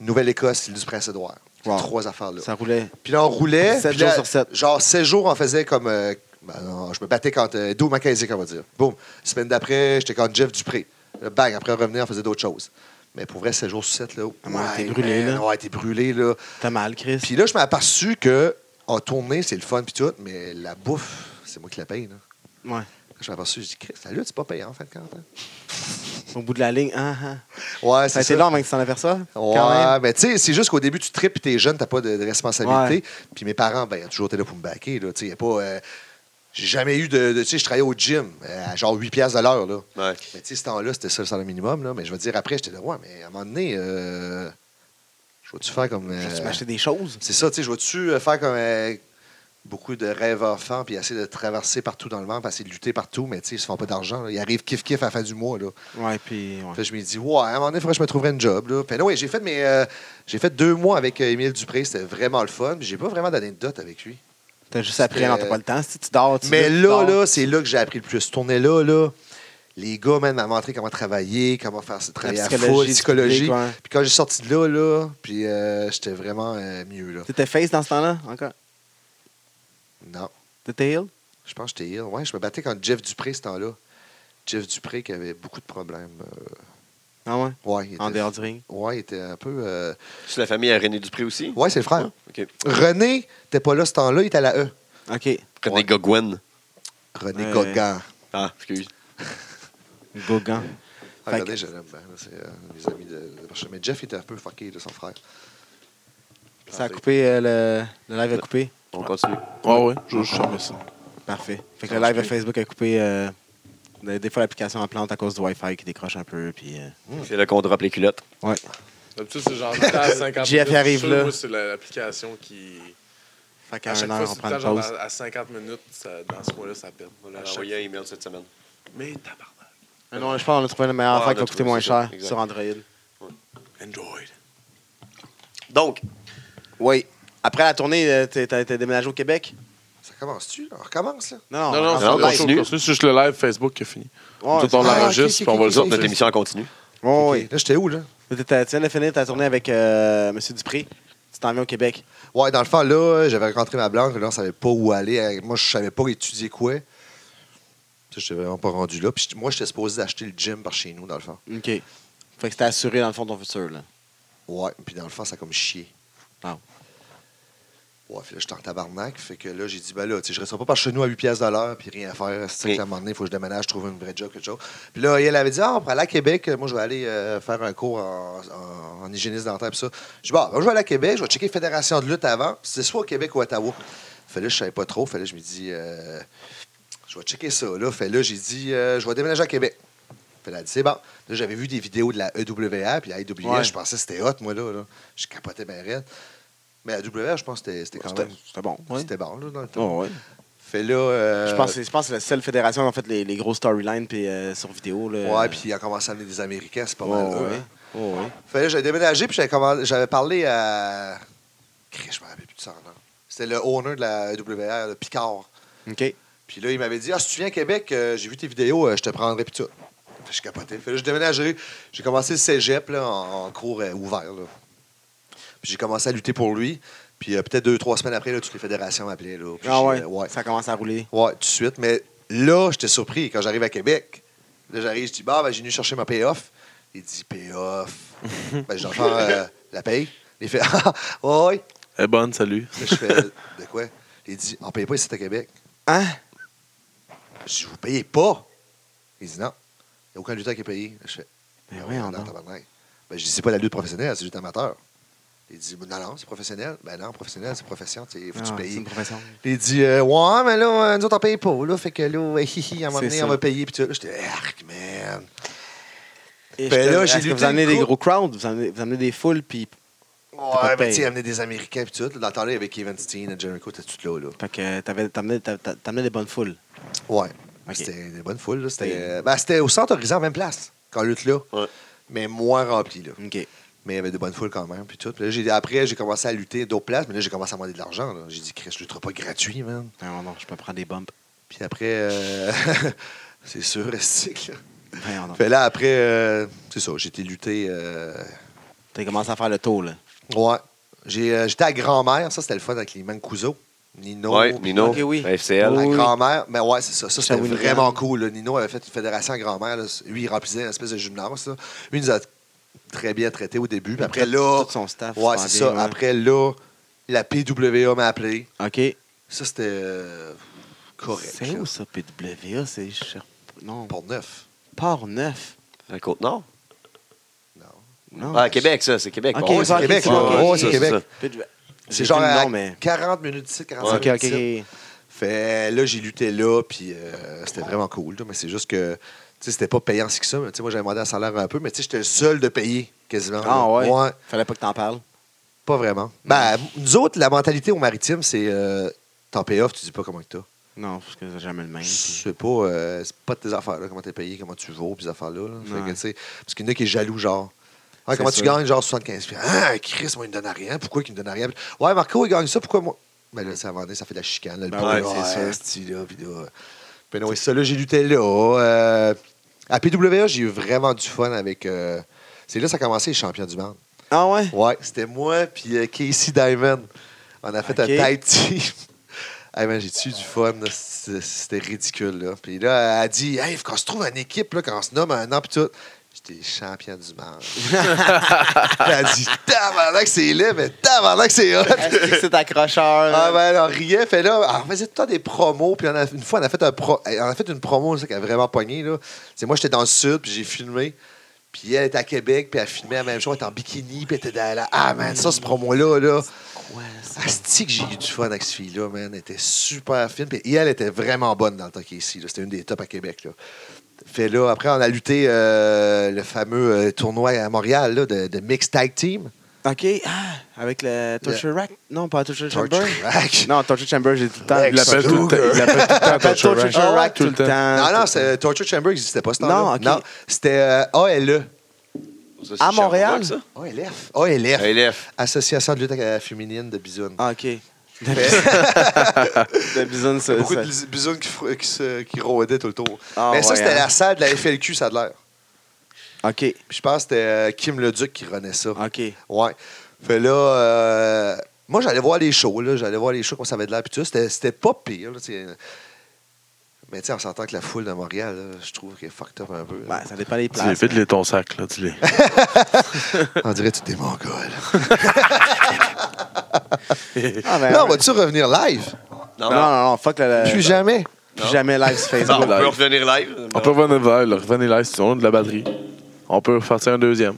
Nouvelle-Écosse, l'île du Prince-Édouard. Ces Wow. Trois affaires-là. Ça roulait. Puis là, on roulait. Sept puis là, jours sur sept. Genre, 7 jours, on faisait comme. euh, ben non, je me battais contre euh, Edo Mackenzie, on va dire. Boum. Semaine d'après, j'étais contre Jeff Dupré. Là, bang, après, on revenait, on faisait d'autres choses. Mais pour vrai, 7 jours sur 7, là. Ah, mais t'es brûlé, man, là. Ouais, t'es brûlé, là. T'as mal, Chris. Puis là, je m'ai aperçu que, en tournée, c'est le fun, puis tout, mais la bouffe, c'est moi qui la paye, là. Ouais. Quand je m'ai aperçu, je dis, Chris, la lutte, c'est pas payant, en fait, quand même. Au bout de la ligne. Ah, ah. Ouais, Ça a été c'est long avant que tu t'en aperçoives. quand Ouais, même. mais tu sais, c'est juste qu'au début, tu tripes et t'es jeune, t'as pas de, de responsabilité. Ouais. Puis mes parents, ben, ils ont toujours été là pour me baquer. Là. Tu sais, y a pas. euh, j'ai jamais eu de. de- tu sais, je travaillais au gym, euh, à genre 8 piastres de l'heure, là. Ouais. Mais tu sais, ce temps-là, c'était ça le salaire minimum, là. Mais je veux dire, après, j'étais là, ouais, mais à un moment donné, euh, je vais-tu faire comme. euh, Juste m'acheter des choses. c'est ça, tu sais, je vais-tu euh, faire comme euh, beaucoup de rêves enfants, puis essayer de traverser partout dans le monde, puis essayer de lutter partout, mais tu sais, ils se font pas d'argent, là. Ils arrivent kiff-kiff à la fin du mois, là. Ouais, puis. ouais. Fait que je me dis, ouais, à un moment donné, il faudrait que je me trouverais une job. Là. Fait, ouais, j'ai fait, mes, euh, j'ai fait deux mois avec euh, Émile Dupré, c'était vraiment le fun. Puis j'ai pas vraiment d'anecdote avec lui. T'as juste appris, non, t'as pas le temps. Si tu dors, tu Mais luttes, tu là, dors. là, c'est là que j'ai appris le plus. Tourner là, là. Les gars, man, m'ont montré comment travailler, comment faire ce travail à psychologie full, du psychologie. public, ouais. Puis quand j'ai sorti de là, là, puis euh, j'étais vraiment euh, mieux, là. T'étais face dans ce temps-là, encore. Non, T'étais heel? je pense que j'étais ill. Ouais, je me battais contre Jeff Dupré ce temps-là. Jeff Dupré qui avait beaucoup de problèmes. euh, Ah ouais? ouais, il En était, dehors du ring. ouais, il était un peu... euh, C'est la famille à René Dupré aussi? Ah, Ouais, c'est le frère. OK. René, t'es pas là ce temps-là, il était à la E. OK. René Goguen. René Ouais. Gauguin. Ah, excuse. Gauguin. Ah, Fait regardez, je l'aime bien. là, C'est euh, mes amis de, de Marchand. Mais Jeff était un peu fucké de son frère. Ça a coupé, euh, le... le live a coupé. On continue. Ah ouais, je je savais ça. Parfait. Fait que le live à Facebook a coupé. euh, des des fois, l'application en plante à cause du Wi-Fi qui décroche un peu. Puis, euh, Mm. C'est là qu'on drop les culottes. Ouais. D'habitude, c'est genre à 50 JF minutes. Je suis arrive sûr, là. moi, C'est la- l'application qui. Fait qu'à À un chaque heure, fois, on c'est prend tout le une temps, genre, pause. à à 50 minutes, ça- dans ce mois-là, ça pète. On À a chaque envoyé un email cette semaine. fois. Mais tabarnak. Mais non, je pense qu'on a trouvé la meilleure Ouais, affaire on qui a va coûter trouvé, moins c'est ça. cher Exact. sur Android. Enjoyed. Donc, Oui. Après la tournée, euh, t'es- t'as été déménagé au Québec? Ça commence-tu? là? On recommence, là? Ah, Non, Non, non, on c'est on s'en on va. continue. continue. C'est juste le live Facebook qui a fini. Nous autres, on ah, l'enregistre, ok, puis on va le ok, sortir. ok, notre ok. émission en continue. Ouais, Ok. oui. Là, j'étais où, là? Mais t'as- Tu viens de finir ta tournée avec euh, M. Dupré. Tu t'en viens au Québec. Ouais, dans le fond, là, j'avais rencontré ma blonde, là, on savait pas où aller. Euh, Moi, je savais pas étudier quoi. Je j'étais vraiment pas rendu là. Puis moi, j'étais supposé d'acheter le gym par chez nous, dans le fond. OK. Fait que c'était assuré dans le fond ton futur. Là. Ouais, puis dans le fond, ça a comme chier. Ah. Ouais, puis là, j'étais en tabarnak. Fait que là, j'ai dit, ben là, tu sais, je resterai pas par chez nous à 8 pièces de l'heure, puis rien à faire. C'est Ok. à un moment donné, il faut que je déménage, trouver une vraie job, quelque chose. Puis là, elle avait dit, ah, on pourrait aller à Québec. Moi, je vais aller euh, faire un cours en, en- en hygiéniste dentaire, puis ça. Je dis, bon, ben, je vais aller à Québec, je vais checker Fédération de lutte avant. Puis c'est soit au Québec ou à Ottawa. Fait là, je savais pas trop. Fait là, je me dis, euh, je vais checker ça, là. Fait là, j'ai dit, euh, je vais déménager à Québec. Fait là, elle dit, c'est bon. Là, j'avais vu des vidéos de la EWA, puis la EWS, Ouais. je pensais que c'était hot, moi, là. là. Je capotais ben raide. Mais la WA, je pense que c'était- c'était quand C'était même. c'était bon. ouais. C'était bon, là, dans le temps. Ouais, ouais. Fait là. euh, Je pense, que- je pense que c'est la seule fédération qui a fait les, les gros storylines puis, euh, sur vidéo. Là. Ouais, puis il a commencé à amener des Américains, c'est pas mal. Ouais, eux, ouais. hein. Oh, ouais. Fait là, j'ai déménagé, puis j'avais commen- j'avais parlé à. Chris, je me rappelle plus de son nom. C'était le owner de la WR, le Picard. OK. Puis là, il m'avait dit Ah, si tu viens à Québec, euh, j'ai vu tes vidéos, euh, je te prendrai, puis tout. Fait que je capotais. Fait que là, j'ai déménagé. J'ai commencé le cégep là, en, en cours euh, ouvert. là. Puis j'ai commencé à lutter pour lui. Puis euh, peut-être deux, trois semaines après, là, toutes les fédérations m'appelaient. là. Puis Ah j'ai- ouais. euh, ouais. Ça commence à rouler. Ouais, tout de suite. Mais là, j'étais surpris quand j'arrive à Québec. Là, j'arrive, je dis, bah, ben, j'ai venu chercher ma payoff. Il dit, payoff. ben, je l'entends, euh, la paye. Il fait, ah, ouais. Elle est Eh, bonne, salut. Là, je fais, de quoi? Il dit, on paye pas ici à Québec. Hein? Je dis, vous payez pas. Il dit, non. Il n'y a aucun lutteur qui est payé. Là, je fais, Mais Ah voyons non, donc. tabarnak. Ben, je dis, c'est pas la lutte professionnelle, c'est juste amateur. Il dit, non, non, c'est professionnel. Ben non, professionnel, c'est profession, tu sais, faut que tu Ah, payes. c'est une profession. Il dit euh, Ouais, mais là, euh, nous autres, on paye pas. Là, fait que là, ouais, hi, hi, à un moment C'est donné, ça. on va payer. Puis tout. Là, J'étais Arc, man. Et Ben je te- là, j'ai est-ce que lutté Vous amenez une des coupe. gros crowds, vous amenez, vous amenez des foules, puis. Ouais, mais paye. tu sais, amener des Américains. Puis tout. Là, Dans le temps-là, il y avait Kevin Steen et Jericho, t'es tout là. là. Fait que t'avais- t'amenais t'a- t'a- t'amenais des bonnes foules. Ouais. Ok. C'était des bonnes foules. là. C'était Paye. euh, ben, c'était au centre horizon, même place, quand lutte là. Ouais. Mais moins rempli, là. OK. Mais il y avait des bonnes foules quand même. Puis tout. Puis là, j'ai- après, j'ai commencé à lutter d'autres places. Mais là, j'ai commencé à demander de l'argent. là. J'ai dit, Chris, je lutterai pas gratuit, man. Non, non, Ben, je peux prendre des bumps. Puis après, euh, c'est sûr, c'est Ben, Voyons donc. Fait là, après, euh, c'est ça, j'ai été lutter. euh, T'as commencé à faire le tour, là. Ouais. J'ai, euh, j'étais à grand-mère, ça c'était le fun avec les Mancuso. Nino. Ouais, Nino, Ok, oui. FCL. La Oui, oui. grand-mère, mais ouais, c'est ça. Ça, c'était Shawinigan. vraiment cool. là. Nino avait fait une fédération à grand-mère. là. Lui, il remplissait une espèce de gymnase. là. Lui, il nous a très bien traités au début. Puis après Tout- là. tout son staff, Ouais, super c'est bien, ça. ouais. Après là, la PWA m'a appelé. OK. Ça, c'était euh, correct. C'est là. où ça, PWA? C'est cher. Non. Pour neuf. Port-Neuf. La Côte-Nord? Non. Non. Ah, Québec, ça, c'est Québec. Ok, Bon, ouais, c'est ok, Québec, c'est ouais, ok, ouais, ok. c'est Québec. PWA. C'est genre à Non, mais. 40 minutes ici, 45 OK, OK. minutes ici. Fait là, j'ai lutté là, puis euh, c'était vraiment cool. là, mais c'est juste que, tu sais, c'était pas payant si que ça. mais tu sais, moi, j'avais demandé un salaire un peu, mais tu sais, j'étais le seul de payer quasiment. Ah là. ouais. Fallait pas que t'en parles. pas vraiment. Ben, nous autres, la mentalité au maritime, c'est euh, t'en payes off, tu dis pas comment que t'as. Non, parce que c'est jamais le même. puis- C'est pas, euh, c'est pas de tes affaires, là, comment t'es payé, comment tu vaux, puis ces affaires-là. là. Fait que, Ouais. tu sais, parce qu'il y en a qui est jaloux, genre. Ah, C'est comment tu sûr. gagnes, genre 75 piastres? Ah, Chris, moi, il me donne rien. Pourquoi il me donne rien? Ouais, Marco, il gagne ça, pourquoi moi? Ben là, c'est à un moment donné, ça fait de la chicane. Là, le Ben pauvre, ouais, là, c'est ouais, sûr. c'est-tu, là, puis là. Ben non, et ça, là, j'ai lutté là. Euh, à PWA, j'ai eu vraiment du fun avec. euh, c'est là que ça a commencé, les champions du monde. Ah ouais? Ouais, c'était moi puis euh, Casey Diamond. On a fait Ok. un tight team. hey man, j'ai eu du fun. là. C'était c'était ridicule. Là. Puis là, elle a dit Hey, faut qu'on se trouve une équipe, là, qu'on se nomme un an, puis tout. J'étais champion du monde. elle a dit Tabarnak, c'est laid, mais tabarnak, c'est hot. Est-ce que c'est accrocheur? Ah ben, on riait, fait là, on faisait tout le temps des promos, puis on a- une fois, on a fait, un pro- on a fait une promo ça, qui a vraiment pogné, là. C'est moi, j'étais dans le sud, puis j'ai filmé, puis elle était à Québec, puis elle filmait la même chose, elle était en bikini, puis elle était dans la... Ah, man, ça, ce promo-là, là, Quoi, ça? asti que j'ai eu du fun avec cette fille-là, man. Elle était super fine, puis elle était vraiment bonne dans le temps qu'elle est ici, là. C'était une des tops à Québec, là. Fait là, après, on a lutté euh, le fameux euh, tournoi à Montréal, là, de, de Mixed Tag Team. OK. Ah, avec le Torture Rack? Non, pas Torture Chamber. Torture Rack. Non, Torture Chamber, j'ai tout le temps. Avec Il l'appelle tout le temps. Il l'appelle tout le temps hein. Torture, Torture Rack. Rack tout le temps. Non, non, c'est- Torture Chamber n'existait pas, ce temps-là. Ah, Non, ok. c'était euh, ALE. ça, c'est à Montréal? Sherbrooke, ALF. ALF. ça? LF. Association de lutte euh, féminine de bisounes. Ah, OK. Fait- De bisounes, ça. beaucoup ça- de bisounes qui, fr- qui, se- qui rôdaient tout le tour. Ah, Mais ça, ouais, c'était hein. la salle de la FLQ, ça a de l'air. OK. Puis je pense que c'était euh, Kim Leduc qui renaît ça. OK. Ouais. Fait là, euh, moi, j'allais voir les shows, là. J'allais voir les shows, qu'on savait de l'air, puis tout. C'était c'était pas pire, là, tu sais. Mais tu sais, on s'entend que la foule de Montréal, là, je trouve qu'elle est fucked up un peu. là. Ben, ça dépend des Dis-le, places. vite-les ton sac, là, dis-le. On dirait que tu es mongol. Ah, ben, Euh, Non, vas-tu revenir live? Non, non, non, non, fuck le. Plus jamais. plus jamais live sur Non, on Facebook. peut revenir live. On peut revenir live, là. revenir live si on a de la batterie. On peut repartir un deuxième.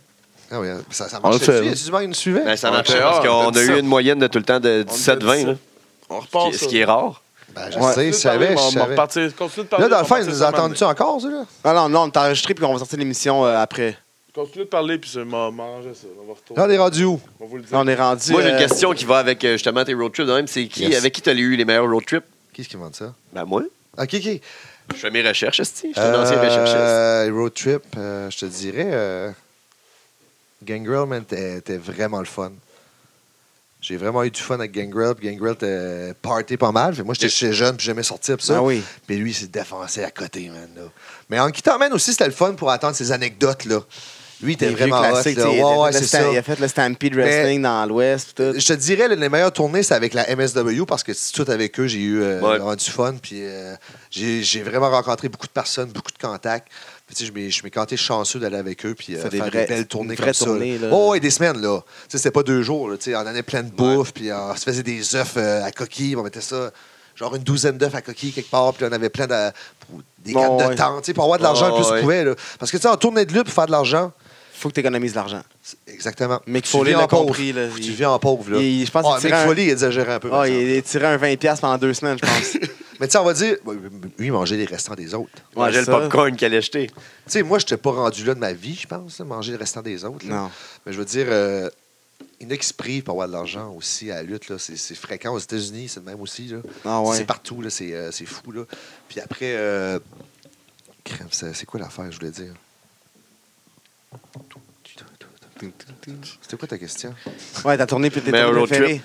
Ah oui, ça, ça On le marchait. fait, Il y a là. du monde qui nous suivait. Ben, ça On marche était parce hors, qu'on on était a eu dix-sept. une moyenne de tout le temps de 17-20, là, On ce repart. qui- ça. ce qui est rare. Ben, je Ouais. sais, je Continue de parler, savais, mais je on va savais. repartir. Continue de parler. Là, dans on le va fond, ils repartir nous sur ma entendent-tu encore, ça, là? Ah non, non, on t'a enregistré puis on va sortir l'émission euh, après. manette. Continue de parler, puis je m'en- m'arranger ça. On va retourner. Là, on est rendu où? On va vous le dire. Là, on est rendu. Moi, j'ai une euh, question qui va avec euh, justement tes road trips. de même. C'est qui, Yes. avec qui t'as eu les meilleurs road trips? Qui est-ce qui demande ça? Ben, moi. Ok, ok. Je fais mes recherches, esti. Je suis un ancien recherchiste. Euh, road trip, euh, je te dirais, euh, Gangrel, man, t'es t'es vraiment le fun. J'ai vraiment eu du fun avec Gangrel, puis Gangrel t'es party pas mal. Fait que moi, j'étais chez jeune, puis j'aimais sortir, puis ça. Ah oui. Puis lui, il s'est défoncé à côté, man. là. Mais en quittant, man, aussi, c'était le fun pour entendre ses anecdotes, là. Lui, il était des vieux vraiment hot, classiques, là. tu sais, il a Ouais, fait ouais, le c'est stamp- ça. Il a fait le Stampede Wrestling dans l'Ouest. pis tout. Je te dirais, les meilleures tournées, c'est avec la MSW parce que tout avec eux, j'ai eu euh, Ouais. vraiment du fun. Puis euh, j'ai j'ai vraiment rencontré beaucoup de personnes, beaucoup de contacts. Puis, tu sais, je m'ai- je m'ai canté chanceux d'aller avec eux puis euh, C'est des faire des, vraies- belles tournées une vraie comme tournée, ça. là. là. Oh, ouais, des semaines, là. Tu sais, C'était pas deux jours. là. Tu sais, On en avait plein de bouffe, puis on se faisait des œufs euh, à coquille, on mettait ça. Genre une douzaine d'œufs à coquille quelque part, puis on avait plein de, pour- des Bon, cannes ouais. de tente, tu sais, pour avoir de l'argent Oh, le plus ouais. qu'on pouvait. là. Parce que tu sais, en tournée de lutte pour faire de l'argent, Faut que tu économises l'argent. c'est- exactement. Mick Tu Foley vis l'a en pauvre. compris, là. Tu Il- vis en pauvre, là. il- je pense Ah, qu'il Mick tire un- Foley, il exagérait un peu. par Ah, exemple. il a tiré un 20$ pendant deux semaines, je pense. Mais tu sais, on va dire, lui, il mangeait les restants des autres. Tu Moi, j'ai le ça. popcorn qu'elle a acheté. sais, moi, je n'étais pas rendu là de ma vie, je pense, là, manger les restants des autres. là. Non. Mais je veux dire, euh, il y en a qui se privent pour avoir de l'argent aussi à la lutte. là. C'est c'est fréquent aux États-Unis, c'est le même aussi. là. Ah ouais. C'est partout, là, c'est euh, c'est fou. Là. Puis après, euh, crème, c'est c'est quoi l'affaire, je voulais dire? C'était quoi ta question? Ouais, t'as tourné puis t'es Mais un road préféré.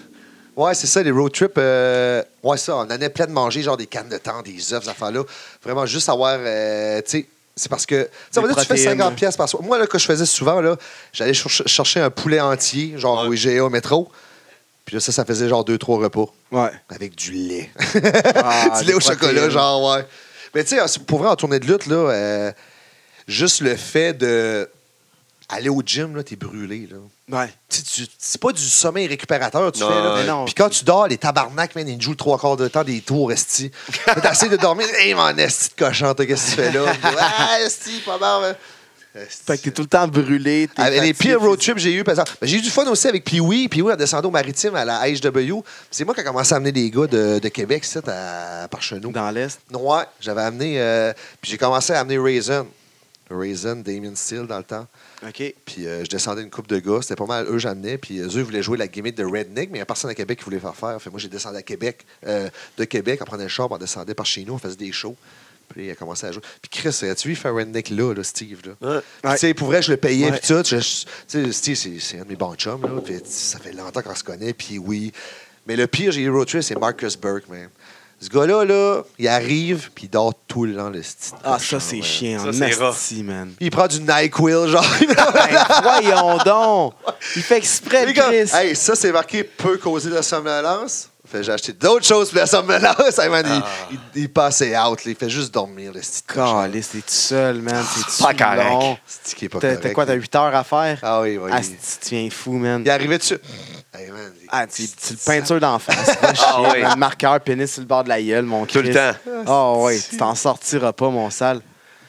Ouais, c'est ça, les road trips. euh, ouais, ça, on en a plein de manger, genre des cannes de temps, des œufs, ces affaires-là. Vraiment, juste avoir. euh, tu sais, c'est parce que. Tu sais, on va Des dire que tu fais protéines. 50 pièces par soir. Moi, là, que je faisais souvent, là, j'allais ch- chercher un poulet entier, genre au IGA, au métro. Puis là, ça, ça faisait genre deux, trois repas Ouais. avec du lait. Ah, du lait des au chocolat, protéines. genre, ouais. Mais tu sais, pour vrai, en tournée de lutte, là, euh, juste le fait de. Aller au gym, là, t'es brûlé, là. Ouais. Tu- tu- c'est pas du sommeil récupérateur, tu Non, fais. Là. ouais. Mais non. Puis quand tu dors, les tabarnak, man, ils jouent le trois quarts de temps des tours, esti. Là, T'essayes de dormir, hey, mon esti de cochon, toi, qu'est-ce que tu fais là? Ah, esti, pas mal. ouais. Esti. Fait que t'es tout le temps brûlé. t'es Ah, mais les fatigué, pires road physique. trips que j'ai eu, par exemple. Ben, J'ai eu du fun aussi avec Pee-Wee. Pee-Wee, en descendant au maritime à la HW. C'est moi qui ai commencé à amener des gars de, de Québec, c'est à Parchenou. Dans l'Est. Ouais, j'avais amené. euh, puis j'ai commencé à amener Raisin. Raisin, Damien Steele dans le temps. OK. Puis euh, je descendais une coupe de gars. C'était pas mal eux, j'amenais. Puis euh, eux, voulaient jouer la gimmick de Redneck, mais il n'y a personne à Québec qui voulait faire faire. Fait que moi, j'ai descendu à Québec, euh, de Québec. On prenait le char, puis on descendait par chez nous, on faisait des shows. Puis il a commencé à jouer. Puis Chris, euh, as-tu vu faire Redneck là, là Steve? Là? Ouais. Puis, Tu sais, pour vrai, je le payais, Ouais. puis tout. Je- je- Tu sais, Steve, c'est- c'est un de mes bons chums, là. Puis tu- ça fait longtemps qu'on se connaît, puis oui. Mais le pire, j'ai eu road trip, c'est Marcus Burke, man. Ce gars-là, là, il arrive, puis il dort tout le long, le style. Ah, ça, c'est chiant. Ça, c'est Nasty, man. Il prend du NyQuil, genre. Ben, voyons donc. Il fait exprès, le Les gars, Chris. hey, ça, c'est marqué peut causer de la somnolence. Fait que j'ai acheté d'autres choses pour la somnolence. Hey, man, il, il, il passait out. là. Il fait juste dormir, le petit cochon. Caliste, t'es tout seul, man. T'es pas tout correct. long. C'est qui est pas T'as correct, t'as quoi, t'as là. 8 heures à faire? Ah oui, oui. Ah, il, c'est- tu viens fou, man. il arrivait dessus. Hey, man, il- Ah, tu, tu le peinture d'en face. Va chier, Ah oui. man. marqueur, pénis sur le bord de la gueule, mon Tout le Chris. temps. Ah ouais, tu t'en sortiras pas, mon sale.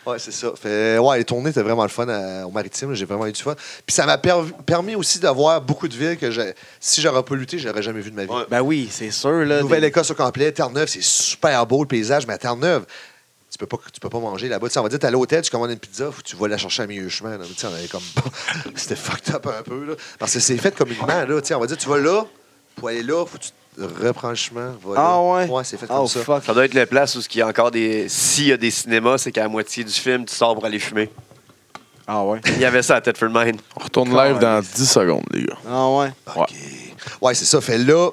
Ouais, c'est ça. Fait, ouais, les tournées, c'était vraiment le fun à- au maritime. J'ai vraiment eu du fun. Puis ça m'a perv- permis aussi d'avoir beaucoup de villes que j'ai- si j'aurais pas lutté, j'aurais jamais vu de ma vie. Ouais. Ben oui, c'est sûr, là. des- Nouvelle-Écosse au complet, Terre-Neuve, c'est super beau le paysage, mais à Terre-Neuve, tu peux pas, tu peux pas manger là-bas. Tu sais, on va dire, t'es à l'hôtel, tu commandes une pizza, faut que tu vas la chercher à milieu chemin. là. Mais tu sais, on avait comme. C'était fucked up un peu, là. Parce que c'est fait communément, là. Tu sais, on va dire, tu vas là, pour aller là, faut que tu te reprends le chemin. va là. Ah ouais? Ouais, c'est fait oh, comme ça. fuck. Ça doit être la place où il y a encore des. S'il y a des cinémas, c'est qu'à la moitié du film, tu sors pour aller fumer. Ah ouais. Il y avait ça à Tetford Mine. On retourne live dans 10 secondes, les gars. Ah ouais. OK. Ouais, c'est ça. Fait là.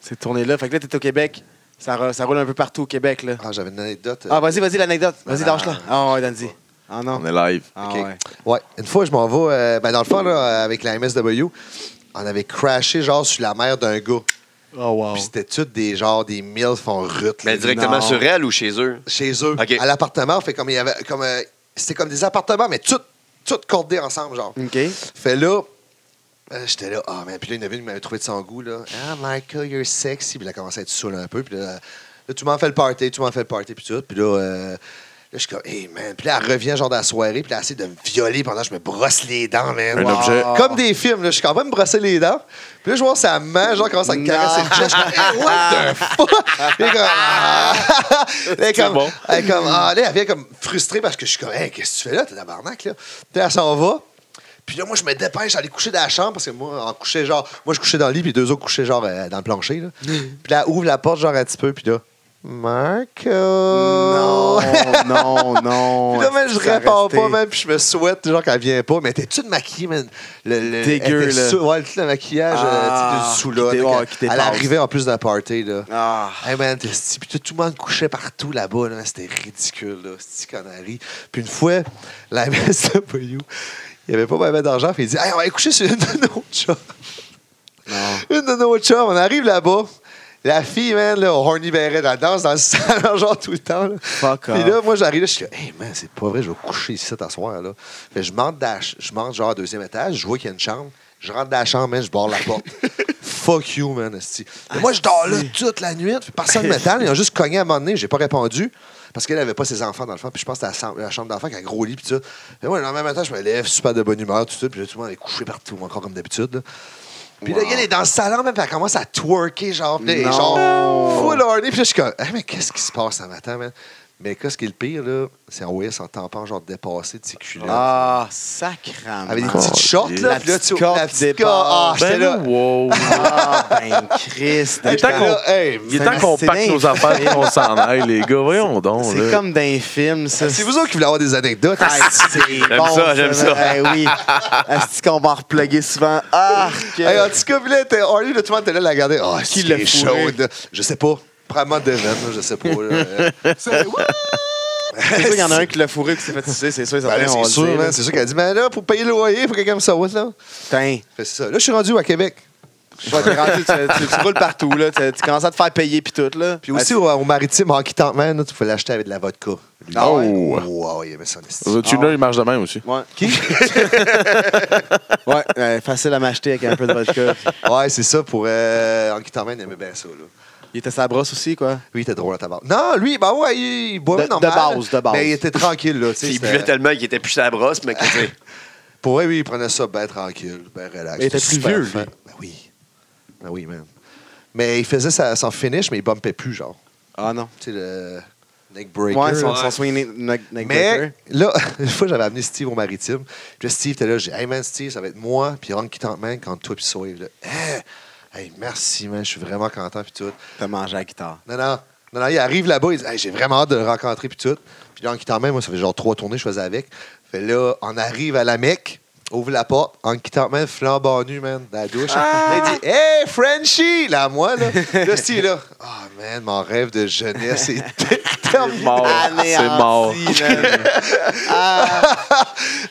C'est tourné là. Fait que là, t'es au Québec. Ça, re- ça roule un peu partout au Québec, là. Ah, j'avais une anecdote. euh, Ah, vas-y, vas-y, l'anecdote. Vas-y, Ah. lâche-la. Ah ouais, Dandy. Ah non. On est live. Ah OK. ouais. Ouais. Une fois, je m'en vais. euh, ben, dans le fond, là, avec la MSW, on avait crashé, genre, sur la mer d'un gars. Oh wow. Puis c'était tout des, genre, des milfs en rut. là. Mais Ben, directement Non. sur elle ou chez eux? chez eux OK. à l'appartement. Fait comme il y avait comme euh, c'était comme des appartements mais tout tout cordé ensemble genre. OK. Fait là Euh, J'étais là, ah, mais puis là, il y en avait une qui m'avait trouvé de son goût, là. Ah, Michael, you're sexy. Puis là, elle commençait à être saoule un peu. Puis là, là, tu m'en fais le party, tu m'en fais le party, puis tout. Puis là, euh, là, je suis comme, hey, man. Puis là, elle revient, genre, de la soirée, puis là, elle essaie de me violer pendant que je me brosse les dents, man. Un objet. Comme des films, là. Je suis quand même me brosser les dents. Puis là, je vois sa main, genre, commence à me caresser le chest. Je suis comme, hey, Ah. what the fuck? Puis elle est comme, ah. Elle est comme, bon. elle est comme, ah, là, elle vient comme frustrée parce que je suis comme, hey, qu'est-ce que tu fais là, t'es tabarnak, là? Puis elle s'en va. Puis là, moi, je me dépêche d'aller coucher dans la chambre parce que moi, en couchait genre. Moi, je couchais dans le lit, puis deux autres couchaient genre euh, dans le plancher. Là. Puis là, elle ouvre la porte, genre un petit peu, puis là. Marco! Non, non, non. Oh. Puis là, man, je Ça réponds restait. pas, man, puis je me souhaite, genre, qu'elle vient pas. Mais t'es-tu de maquillée, man? Le, le- Dégueu, elle était là. sou- Ouais, tout le maquillage, Ah, euh, tu sais, du qui sous-là. t'é- là, ouais, quand- qui Elle t'épasse. arrivait en plus d'un party, là. Ah. Hey man, t'es sti- puis tout, tout le monde couchait partout là-bas, là. c'était ridicule, là. C'était connerie. Puis une fois, la MSW, il n'y avait pas vraiment d'argent, puis il dit Hey, on va aller coucher sur une de nos chums. Une de nos chums, on arrive là-bas. La fille, man, là, on horny béret, la danse dans le salon, genre tout le temps. Là. Fuck Puis off. là, moi, j'arrive là, je suis là, hey man, c'est pas vrai, je vais coucher ici cet soir, là. Fait que je monte, dans la ch- je monte genre au deuxième étage, je vois qu'il y a une chambre, je rentre dans la chambre, man, je barre la porte. Fuck you, man, esti. Mais moi, je dors là toute la nuit, puis personne ne m'attend, ils ont juste cogné à un moment donné, j'ai pas répondu. Parce qu'elle avait pas ses enfants dans le fond, puis je pense que c'était la chambre- la chambre d'enfant qui a gros lit, puis tout ça. Fait que moi, le lendemain matin, je me lève, super de bonne humeur, tout ça, puis là, tout le monde est couché partout, encore comme d'habitude. là. Puis là, il est dans le salon, même, puis elle commence à twerker, genre, puis là, elle est genre, full horny. Puis là, je suis comme, Hey, mais qu'est-ce qui se passe ce matin, man? Mais qu'est-ce qui est le pire, là? C'est en voyait son tampon, genre, dépassé de ses culottes. Ah, sacrament. Avec des petites shorts, là, La puis là, petite tu corde la qui petite dépasse. corde. Ah, Ben j'étais là. wow. Ah, ben, Christ. Il est temps J'étais qu'on- là, hey, Il est temps qu'on C'est pack dingue. nos affaires et qu'on s'en aille, les gars. Voyons donc. C'est là. comme d'un film, ça. c'est vous autres qui voulez avoir des anecdotes. Hey, c'est J'aime bon, ça, j'aime ça. Eh oui. Est-ce qu'on va en repluguer souvent? Ah, que... Hey, en tout cas, puis là, t'es horny, là, tout le monde était là, la regarder. Ah, oh, Qui qui l'a est fourré? chaude. Je sais pas. Probablement Devin, là, je sais pas. là. C'est- Ouh! C'est sûr qu'il y en a un qui l'a fourré qui s'est fait sucer, c'est sûr. et Ben certain, on là, C'est le sûr, sait, man, là. c'est sûr qu'elle a dit, mais là, pour payer le loyer, il faut que quelqu'un me saute, là. Putain. Fait que c'est ça. Là, je suis rendu à Québec. Ouais, t'es rendu, tu, tu- tu roules partout, là. Tu, tu commences à te faire payer, puis tout, là. Puis aussi au, au maritime, Hockey Tank Man, là, tu pouvais l'acheter avec de la vodka. Lui, Ah ouais? ouais. Wow, il aimait ça. l'esti. Le tuner, il marche de même aussi. Ouais. Qui? ouais, euh, facile à m'acheter avec un peu de vodka. Ouais, c'est ça pour euh, Hockey Tank Man, il aimait bien ça. Là. Il était sa brosse aussi, quoi. Lui, il était drôle à tabac. Non, lui, ben ouais, il, il boit De- normal. de base, de base. Mais il était tranquille, là. tu sais, Il c'était- buvait tellement qu'il était plus à la brosse, mais que, tu sais, Pour vrai, lui, il prenait ça bien tranquille, bien relax. Mais il était plus Super vieux, fin. lui. Ben oui. Ben oui, man. Mais il faisait sa- son finish, mais il bumpait plus, genre. Ah non. Tu sais, le neck breaker. Ouais, son, là. son swing neck- neck neck breaker. Mais là, une fois, j'avais amené Steve au maritime. Puis là, Steve était là, j'ai dit, Hey man, Steve, ça va être moi, puis Ron qui tente man, quand toi, puis Soave. Là, Hey, hey, merci, man, je suis vraiment content, puis tout. T'as mangé à la guitare. Non, non, non, non, il arrive là-bas, il dit, Hey, j'ai vraiment hâte de le rencontrer, puis tout. Puis Ron qui tente man, moi, ça fait genre trois tournées que je faisais avec. Fait là, on arrive à la Mecque. Ouvre la porte, en quittant man, flambant nu, man, dans la douche. Là, il dit Hey, Frenchie! Là, moi, là. Là, Steve, est là. Ah, man, mon rêve de jeunesse est terminé. Mort. Ah, C'est mort.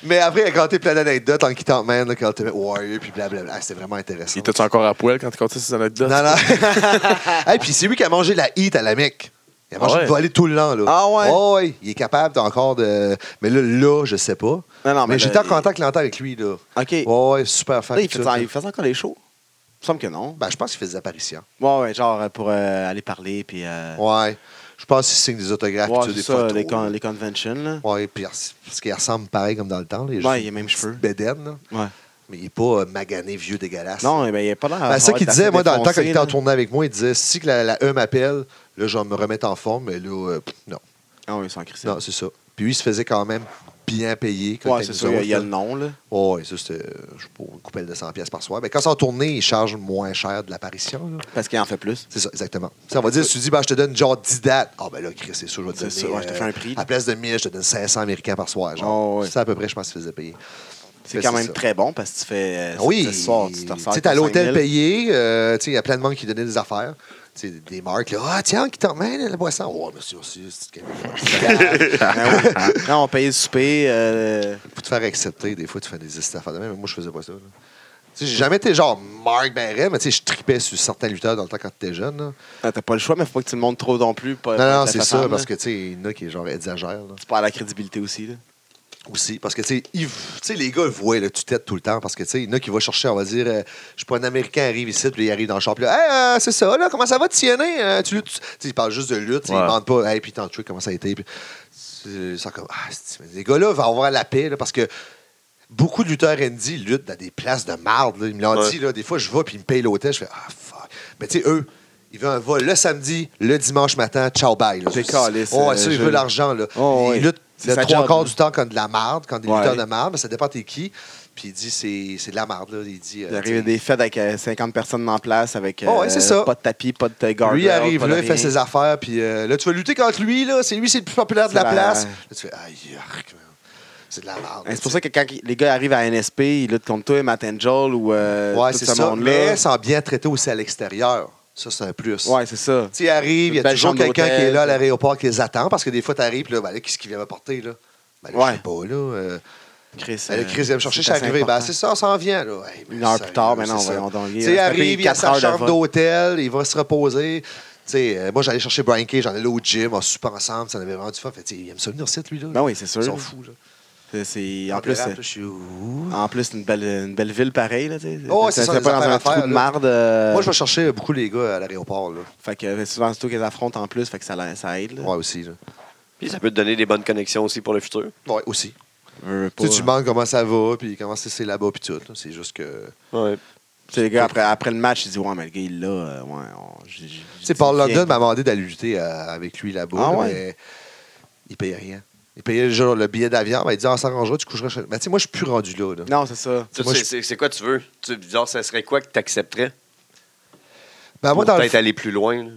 Mais après, il a compté plein d'anecdotes en quittant Man, là, quand t'aimais Warrior, puis blablabla. Ah, C'était vraiment intéressant. Il était encore à poil quand il comptait ses anecdotes? Non, non. Et puis c'est lui qui a mangé la hit à la mec. Il a mangé Ah ouais. une volée tout le long, là. Ah ouais? Ouais, ouais. Il est capable encore de. Mais là, là, je sais pas. Non, non, mais mais là, j'étais en il- contact longtemps avec lui, là. OK. Ouais, ouais, super fan. Là, il puis fait, tout, ça- là. il fait ça encore les shows? Il me semble que non. Ben, je pense qu'il fait des apparitions. Ouais, ouais, genre euh, pour euh, aller parler, puis... euh, Ouais. Je pense qu'il signe des autographes, voir puis c'est des ça, photos. les, con- là. les conventions, là. Ouais, puis il res- parce qu'il ressemble pareil comme dans le temps. Là. Ouais, il juste a une même petite cheveux. Bédaine, là. Ouais. Mais il est pas euh, magané, vieux, dégueulasse. Non, eh ben, il n'y a pas l'air... Ben, d'avoir c'est ça qu'il été disait, assez moi, dans le temps, quand défoncé, il était en là. tournée avec moi, il disait si que la, la E m'appelle, là, je vais me remettre en forme, mais là, euh, pff, non. Ah oui, sans crisser. Non, c'est ça. Puis lui, il se faisait quand même bien payer. quand Ouais, il c'est nous ça, il y a- autres, il y a là. le nom, là. Ouais, ouais, ça, c'était, euh, je sais pas, une coupelle de 100$ piastres par soir. Mais quand c'est en tournée, il charge moins cher de l'apparition. là. Parce qu'il en fait plus. C'est ça, exactement. Tu sais, on va dire, si tu dis, ben, je te donne genre 10 dates. Ah, ben là, Chris, c'est sûr, je vais te donner. euh, C'est ça, ouais, je te fais un prix, À là. place de 1000, je te donne 500 américains par soir. Genre, Oh, ouais. C'est à peu près, je pense, qu'il faisait payer. C'est Fait quand c'est même ça. très bon parce que tu fais. euh, Oui. ce soir, tu te ressors Tu sais, t'es à avec l'hôtel 5 000. payé. euh, tu sais, il y a plein de monde qui donnait des affaires. Tu sais, des marques. Là. Ah, tiens, qui t'emmène la boisson. Oh, monsieur, monsieur, c'est quelqu'un qui- Ah oui. non, on payait le souper. euh, Pour te faire accepter, des fois, tu fais des petites affaires de même. Moi, je faisais pas ça. là. Tu sais, j'ai jamais été genre Marc Barret, mais tu sais, je tripais sur certains lutteurs dans le temps quand t'étais jeune. là. ah, T'as pas le choix, mais faut pas que tu le montres trop non plus. Pas, Non, pas non, que c'est la ça, femme, parce là. que tu sais, il y en a qui genre exagèrent. là. Euh, Tu perds la crédibilité aussi. Là. Aussi, parce que, tu sais, ils- tu sais, les gars voient le tue-tête tout le temps, parce que, tu sais, il y en a qui vont chercher, on va dire, euh, je sais pas, un Américain arrive ici, puis il arrive dans le shop, puis là, hey, euh, c'est ça, là, comment ça va, Tiennet? Euh, tu luttes? Tu sais, ils parlent juste de lutte, ils Ouais. ne demandent pas, hey, puis tant de trucs, comment ça a été? Puis, euh, ça, comme, ah, c'est- mais les gars-là vont avoir la paix, là, parce que beaucoup de lutteurs ND luttent dans des places de marde, là. ils me l'ont Ouais. dit, là, des fois, je vais, puis ils me payent l'hôtel, je fais, ah, fuck. Mais, tu sais, eux, ils veulent un vol le samedi, le dimanche matin, ciao, bye. là. C'est caliste, Ouais, euh, ça, ils je- veulent l'argent, là. Oh, ils ouais. luttent C'est le sa trois job, quarts là. du temps comme de la marde, quand des Ouais. lutteurs de marde, mais ça dépend t'es qui. Puis il dit c'est c'est de la marde, là. Il dit. euh, Il arrive à des fêtes avec euh, 50 personnes en place, avec euh, Oh, ouais, c'est ça. pas de tapis, pas de garde. lui il arrive là, il fait ses affaires, puis euh, là tu vas lutter contre lui, là, c'est lui c'est le plus populaire de C'est la la- place. Là tu fais aïe, arc, man. c'est de la merde. Ben, C'est pour ça que quand les gars arrivent à NSP, ils luttent contre toi, Matt Angel ou euh, Ouais, tout c'est ce ça. monde-là. Mais sans bien traiter aussi à l'extérieur, ça c'est un plus. Ouais, c'est ça. Tu arrives, il Une y a belle toujours chambre quelqu'un qui d'hôtel. est là à l'aéroport qui les attend, parce que des fois t'arrives, puis là, ben, là, qu'est-ce qu'il vient m'apporter là? Ben, là, Ouais. je sais pas, là. euh, Chris, Ben, le Chris vient me chercher, je c'est suis assez arrivé. Ben, important. c'est ça, on s'en vient. Là. Hey, ben, Une heure sérieux, plus tard, ben non, c'est ça. voyons donc, il Tu sais, va Il se taper arrive, il a quatre sa heures de chambre vol. d'hôtel, il va se reposer. Tu sais, euh, moi, j'allais chercher Brian Cage, j'en allais au gym, on soupait ensemble, ça en avait vraiment du fun. Fait, tu sais, il aime ça venir site, lui. Là. Ben oui, c'est sûr. Ils sont fous. Là. C'est- c'est- En Le plus, euh, rap, Ah, là, c'est- je suis où? en plus, c'est une belle, une belle ville pareille. Là, tu sais. Oh, ouais, c'est T'es- ça, t'es des pas dans affaires un à trou faire, de là. marde. euh, Moi, je vais chercher beaucoup les gars à l'aéroport. là. Fait que euh, souvent, c'est toi qui les affrontes en plus, fait que ça, la- ça aide. là. Ouais, aussi. Là. Puis ça peut te donner des bonnes connexions aussi pour le futur. Ouais, aussi. Veux, veux pas, Tu sais, tu hein. demandes comment ça va, puis comment c'est c'est là-bas, puis tout. là. C'est juste que. Ouais. Tu sais, les gars, après, après le match, ils disent Ouais, mais le gars, il l'a. euh, ouais, on- j'ai- j'ai- Tu sais, Paul London m'a demandé d'aller lutter euh, avec lui là-bas, Ah là, ouais? mais il payait rien. Il payait genre le billet d'avion, mais il dit en s'arrangera, tu coucheras chez. Mais tu sais, moi, je suis plus rendu là. là. Non, c'est ça. Tu Moi, sais, je- c'est- C'est quoi tu veux? Tu, genre, ça serait quoi que tu accepterais? Ben, moi, Pour dans le peut-être aller plus loin. là.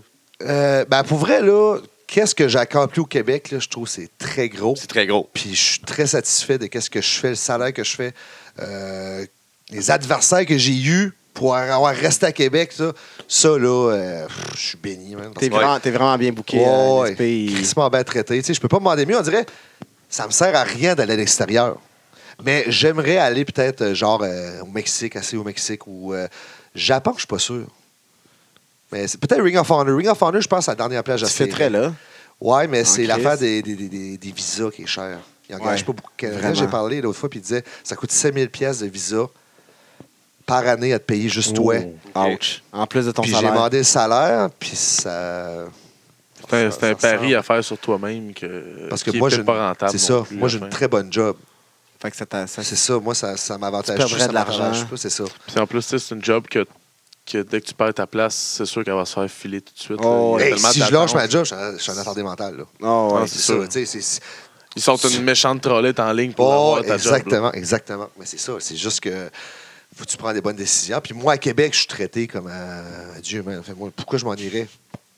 Euh, ben, pour vrai, là, qu'est-ce que j'ai accompli au Québec, là, je trouve que c'est très gros. C'est très gros. Puis je suis très satisfait de qu'est-ce que je fais, le salaire que je fais, euh, les adversaires que j'ai eus pour avoir resté à Québec, ça, ça là, euh, pff, je suis béni. man. T'es Parce vraiment, t'es vraiment bien que- booké. euh, Ouais, NSP, il- crissement bien traité. Tu sais, je peux pas me demander mieux. On dirait, ça me sert à rien d'aller à l'extérieur. Mais j'aimerais aller peut-être, euh, genre, euh, au Mexique, assez au Mexique ou euh, Japon, je suis pas sûr. Mais c'est peut-être Ring of Honor. Ring of Honor, je pense, à la dernière plage. Tu fais très là. Ouais, mais c'est crise. l'affaire des, des, des- des- des visas qui est chère. Ils n'engagent Ouais, pas beaucoup de Canadiens. vraiment. J'ai parlé l'autre fois, puis il disait ça coûte 5000 pièces de visa par année à te payer juste toi. Oh, Ouch. En plus de ton Puis j'ai salaire. demandé le salaire, puis ça. C'est un, c'est un ça pari ressemble. à faire sur toi-même que, Parce que Euh, qui est moi, peut-être j'ai une- pas rentable. C'est non ça. plus, Moi, à j'ai la une fin. très bonne job. Fait que ça t'a- ça- C'est ça. Moi, ça, ça m'avantage. Tu perdrais plus, ça de l'argent. m'avantage pas, C'est ça. Puis en plus, tu sais, c'est une job que, que dès que tu perds ta place, c'est sûr qu'elle va se faire filer tout de suite. Oh, là. Il y a Hey, tellement si je d'attentes. lâche ma job, je suis un- je suis un attardé mental. là. Oh, ouais. c'est C'est ça. sûr. tu sais, c'est- Ils sortent une méchante trollette en ligne pour Oh, avoir ta job. exactement, exactement. Mais c'est ça, c'est juste que faut que tu prends des bonnes décisions. Puis moi, à Québec, je suis traité comme un Dieu, man. Fait, moi, pourquoi je m'en irais?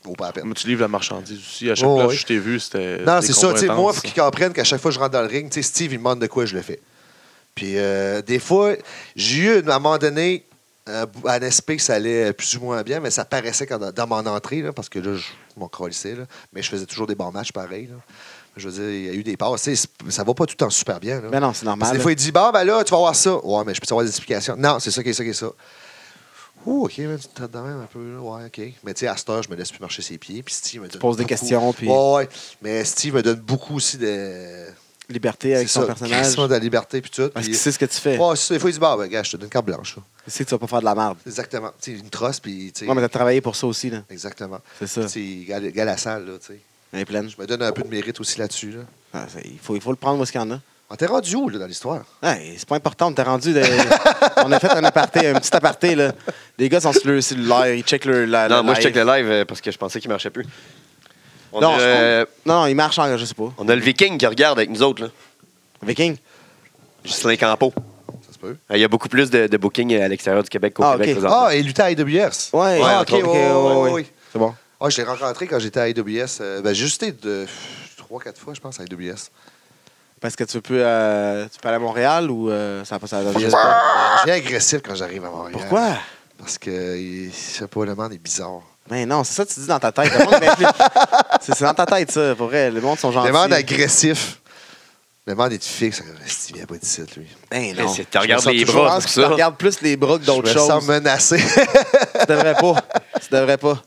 Vaut pas la peine. Moi, tu livres la marchandise aussi. À chaque Oh, place oui. que je t'ai vu, c'était. Non, des c'est ça. tu sais, moi, compétences. il faut qu'ils comprennent qu'à chaque fois que je rentre dans le ring, tu sais, Steve, il me demande de quoi je le fais. Puis euh, des fois, j'ai eu, à un moment donné, un bout- à NSP, que ça allait plus ou moins bien, mais ça paraissait quand, dans mon entrée, là, parce que là, je m'en crolissais, là. mais je faisais toujours des bons matchs pareils. là. Je veux dire, il y a eu des passes. Tu sais, c'est- Ça va pas tout le temps super bien. là. Ben non, c'est normal. Parce que des fois, il dit Bah, ben là, tu vas voir ça. Ouais, mais je peux avoir des explications. Non, c'est ça qui est ça qui est ça. Ouh, OK, man, tu te traites de même un peu. là. Ouais, OK. Mais tu sais, à cette heure, je me laisse plus marcher ses pieds. Puis Steve me donne. poses des beaucoup- questions, puis- Ouais, ouais. Mais Steve me donne beaucoup aussi de. Liberté avec C'est son ça, personnage. crissement de la liberté, puis tout. Parce Puis... qu'il sait ce que tu fais. Ouais, c'est ça. Des fois, il dit Bah, ben, gars, je te donne carte blanche. là. Il sait que tu vas pas faire de la merde. Exactement. Tu sais, une trosse, puis. tu sais, Non, mais t'as travaillé pour ça aussi, là. Exactement. C'est ça. Tu sais, gars, gars la salle, là, tu sais. Elle est pleine. Je me donne un peu de mérite aussi là-dessus, là. Ah, c'est- il, faut, il faut le prendre, où est-ce qu'il y en a. On t'est rendu où, là, dans l'histoire Ouais, c'est pas important, on t'a rendu. de- on a fait un aparté, un petit aparté, là. Les gars sont sur leur cellulaire, ils checkent leur. la- non, la moi, je live. check le live euh, parce que je pensais qu'il marchait plus. On, Non, a, je- euh, non, non, ils marchent en, je sais pas. on a le viking qui regarde avec nous autres. Là. Viking. Justin Campo. Ça se peut. Il y a beaucoup plus de, de bookings à l'extérieur du Québec qu'au Ah, Québec ok. présentement. Ah, et lutter à AWS. Ouais, Ah, entre ok, autres. ouais, ouais, ouais, ouais. C'est bon. Ah, je l'ai rencontré quand j'étais à AWS. Euh, ben, j'ai juste été de 3-4 fois, je pense, à AWS. Parce que tu peux, euh, tu peux aller à Montréal ou euh, ça va pas ça va Je bien? suis agressif quand j'arrive à Montréal. Pourquoi? Parce que, il- je sais pas, le monde est bizarre. Ben non, c'est ça que tu dis dans ta tête. Le monde est bien plus- c'est c'est dans ta tête, ça, pour vrai. Le monde sont gentils. Le monde est agressif. Le monde est fixe. Esti, Il vient pas d'ici, lui. Ben Mais non. c'est- Tu me regardes sens les toujours- Je bras pense pour que tu ça. regardes plus les bras que Je me d'autres choses. sens menacé. Tu devrais pas. Tu devrais pas.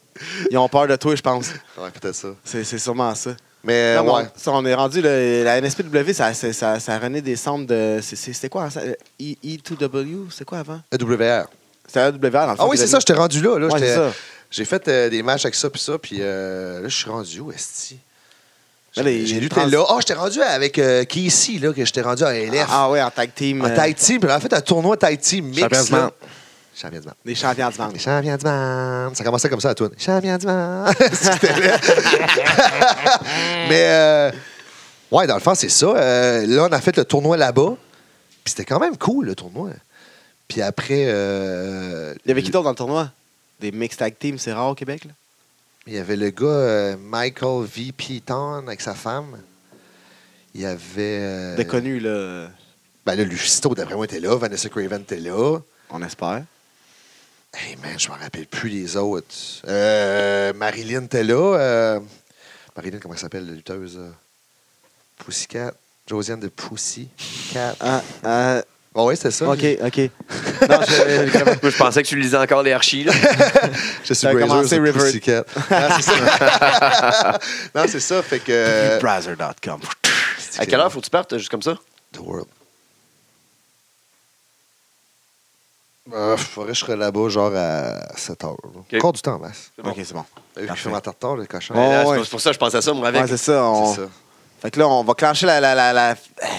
Ils ont peur de toi, je pense. ouais, peut-être ça. C'est c'est sûrement ça. Mais euh, Non, mais ouais. on, ça, on est rendu, là, la NSPW, ça, c'est- ça, ça renaît des centres de. c'est- c'est- C'était quoi ça? E, 2 w C'était quoi avant EWR. C'était AWR, dans le fond. Ah oui, c'est ça, j'étais rendu là. là Ouais, j'étais- c'est ça. J'ai fait euh, des matchs avec ça, puis ça, puis euh, là, je suis rendu où, Esti? Ben là, J'ai il- j'ai lutté trans- là. Ah, j'étais rendu avec euh, Casey, là, que j'étais rendu à LF. Ah ouais, en tag team. en euh, tag team, puis on a fait un tournoi tag team mix. Champion du là. monde. Champion du monde. Des champions du monde. Champion du monde. Ça commençait comme ça à toi. Champion du monde. C'était là. Mais, euh, ouais, dans le fond, c'est ça. Euh, là, on a fait le tournoi là-bas. Puis c'était quand même cool, le tournoi. Puis après. euh, Il y avait qui d'autre dans le tournoi Des mixed tag teams, c'est rare au Québec, là. Il y avait le gars euh, Michael V. Piton avec sa femme. Il y avait. euh, De connus, là. Ben là, Lucisto, d'après moi, était là. Vanessa Craven était là. On espère. Hey man, je me rappelle plus les autres. Euh, Marilyn était là. euh, Marilyn, comment elle s'appelle, la lutteuse? euh, Pussycat. Josiane de Pussycat. Ah, ah, Ah ouais, c'était ça. ok, ok. Non, je- je- Moi, je pensais que tu lisais encore les archives. là. Je suis Ça a Brazzers, commencé c'est River. Pussycat. non, c'est ça. non, c'est ça. Fait que... euh, Brazzers.com. À quelle heure faut que tu partes, juste comme ça? The World. Euh, faudrait que je serais là-bas, genre à 7 h. Encore du temps, en masse. C'est bon. Ok, c'est bon. T'as vu qu'il Parfait. fait ma tartare, le cochon? Ouais, Là, Ouais, c'est ouais. pour- Euh, C'est pour ça que je pensais à ça, moi, avec. Ouais, c'est ça. on- c'est ça. Fait que là, on va clencher la. la, la, la...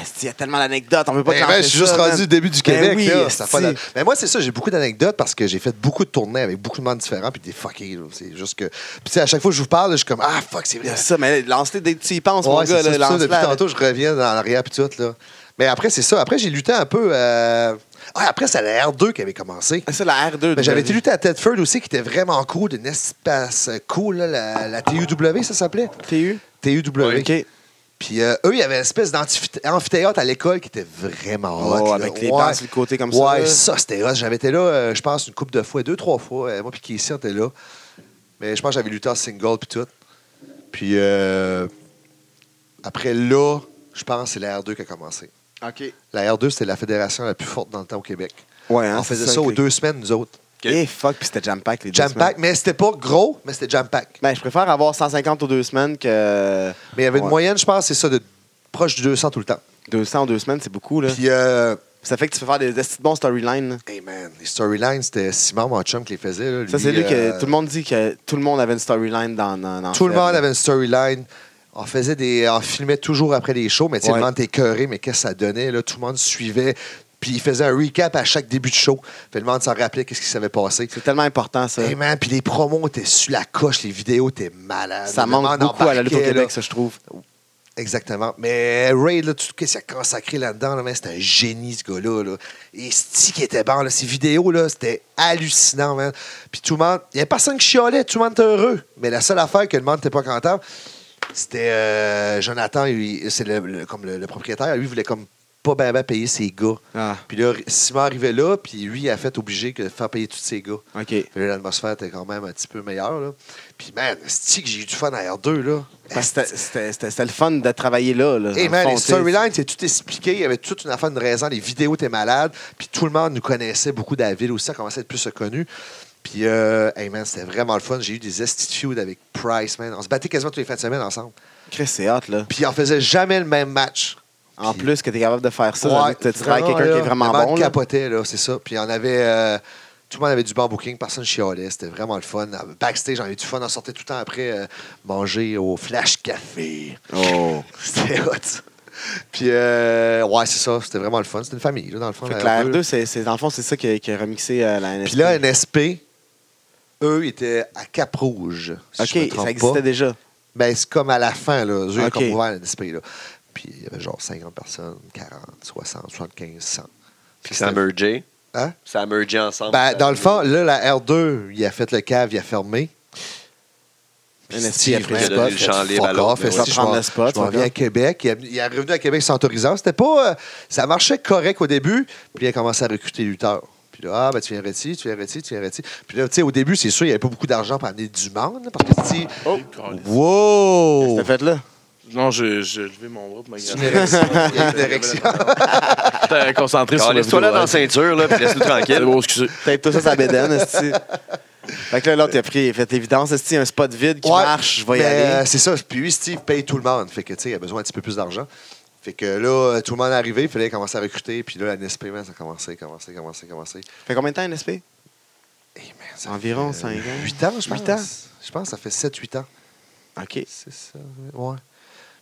Esti, Il y a tellement d'anecdotes, on peut pas Ben, clencher. ben, je suis juste ça, man. rendu au début du Ben Québec. oui, là. Ça esti. fait la- Ben, moi, c'est ça, j'ai beaucoup d'anecdotes parce que j'ai fait beaucoup de tournées avec beaucoup de monde différents, puis des fuckés. là. C'est juste que. Puis, tu sais, à chaque fois que je vous parle, là, je suis comme, ah, fuck, c'est Il y vrai. a ça, mais lance-les dès que tu y penses, mon Ouais, c'est gars. ça, là, c'est ça, lance-la, depuis là. tantôt, je reviens dans l'arrière puis tout. Là. Mais après, c'est ça. Après, j'ai lutté un peu. euh, Ah, après, c'est la R2 qui avait commencé. Ah, C'est la R2. Ben, de J'avais David. été lutté à Tedford aussi, qui était vraiment cool, d'une espace cool, là, la, la TUW, ça s'appelait? TU. TUW. OK. Puis euh, eux, il y avait une espèce d'amphithéâtre à l'école qui était vraiment hot. Oh, là. avec les bancs sur le côté comme ça, Ouais, là. ça, c'était hot. J'avais été là, euh, je pense, une couple de fois, deux, trois fois. Euh, moi, puis Casey, on était là. Mais je pense que j'avais lutté en single, puis tout. Puis euh, après là, je pense que c'est la R2 qui a commencé. OK. La R2, c'était la fédération la plus forte dans le temps au Québec. Ouais, hein, on faisait c'est ça aux que- deux semaines, nous autres. Eh, fuck, puis c'était Jam Pack, les deux Jam semaines. pack, mais c'était pas gros, mais c'était jam pack. Ben, je préfère avoir 150 aux deux semaines que. Mais il y avait une Ouais. moyenne, je pense, c'est ça, de proche du 200 tout le temps. 200 aux deux semaines, c'est beaucoup, là. Puis, euh, Ça fait que tu peux faire des, des petites bons storylines. là. hey man, les storylines, c'était Simon, mon chum, qui les faisait. là. Ça, c'est lui euh, que tout le monde dit que tout le monde avait une storyline dans, dans, dans Tout le Fed, monde là. avait une storyline. On faisait des. On filmait toujours après les shows, mais tu sais, Ouais. le monde était écœuré, mais qu'est-ce que ça donnait? Là, tout le monde suivait. Puis il faisait un recap à chaque début de show. Fait le monde s'en rappelait qu'est-ce qui s'avait passé. C'est tellement important, ça. Hey man, puis les promos étaient sur la coche, les vidéos étaient malades. ça Le manque monde beaucoup à la lutte au embarquait, là. Québec, ça, je trouve. Exactement. Mais Ray, là, tout ce qu'il a consacré là-dedans, là, man, c'était un génie, ce gars-là. Là. Et ce qui était bon, là, ses vidéos, là, c'était hallucinant, man. Puis tout le monde, il n'y avait personne qui chialait, tout le monde était heureux. Mais la seule affaire que le monde n'était pas content, c'était euh, Jonathan, lui, c'est le, le- comme le, le propriétaire, lui, il voulait comme pas ben, ben payer ses gars. Ah. Puis là, Simon arrivait là, puis lui, il a fait obligé de faire payer tous ses gars. OK. Puis là, l'atmosphère était quand même un petit peu meilleure, là. Puis man, cest que j'ai eu du fun à R2, là? Parce que c'était- c'était c'était- c'était le fun de travailler là. là Hey dans man, le fond, les tu sais. storylines, c'est tout expliqué. Il y avait toute une affaire de raison. Les vidéos étaient malades. Puis tout le monde nous connaissait beaucoup de la ville aussi. Ça commençait à être plus connu. Puis, euh, hey man, c'était vraiment le fun. J'ai eu des attitudes avec Price, man. On se battait quasiment tous les fins de semaine ensemble. Chris, c'est hot, là. Puis, on faisait jamais le même match. En Puis- plus que t'es capable de faire ça, Ouais, dans le but de travailler avec quelqu'un là, qui est vraiment le monde bon. là. capotait, là, c'est ça. Puis, on avait. euh, tout le monde avait du bon booking, personne chialait, c'était vraiment le fun. Backstage, on avait du fun, on sortait tout le temps après euh, manger au Flash Café. Oh. C'était hot. Puis, euh, ouais, c'est ça. C'était vraiment le fun. C'était une famille, là, dans le fond. Fait que la la R2. R2, c'est, c'est- dans le fond, c'est ça qui a, qui a remixé euh, la NSP. Puis là, NSP, eux, ils étaient à Cap-Rouge. Si OK, je me trompe ça existait pas. déjà. Ben, c'est comme à la fin, là. Eux, ils ont Ok. comme ouvert NSP, là. Puis, il y avait genre 50 personnes, 40, 60, 75, 100. Puis ça a mergé. Hein? Ça a mergé ensemble. Ben, Ça- dans le fond, là, la R2, il a fait le cave, il a fermé. Puis NSP Steve, a pris le man, spot. Il il a a fait donné le champ fuck libre à l'autre, off, mais si ouais. Il je va prendre m'en- le spot, Je m'en fuck viens à off. Québec. Il, a- il est revenu à Québec sans autorisation. C'était pas. euh, ça marchait correct au début, puis il a commencé à recruter les lutteurs. Puis là, ah, ben, tu viens ici, tu viens ici, tu viens ici. Puis là, tu sais, au début, c'est sûr, il n'y avait pas beaucoup d'argent pour amener du monde. là, Parce que, tu sais, Oh. wow! C'était fait là. Non, j'ai j'ai levé mon bras pour C'est une érection. Il y a eu une érection. J'étais concentré sur le Calisse-toi là dans la vidéo. ceinture, là, puis laisse-nous C'est tranquille. bon, excusez. Peut-être tout ça, ça bédaine, esti. Fait que là, l'autre, il a pris, il a fait évidence. Est-ce qu'il y a un spot vide qui Ouais, marche? Je vais y mais, euh, aller. c'est ça. Puis lui, Steve paye tout le monde. Fait que, tu sais, il a besoin un petit peu plus d'argent. Fait que là, euh, tout le monde est arrivé, il fallait commencer à recruter. Puis là, la NSP, man, ça a commencé, commencé, commencé, commencé. Fait combien de temps, NSP? Hey, euh, Eh, man, ça Environ fait, euh, 5 ans. 8 ans, je pense. Huit ans. Je pense que ça fait 7-8 ans. OK. C'est ça, ouais.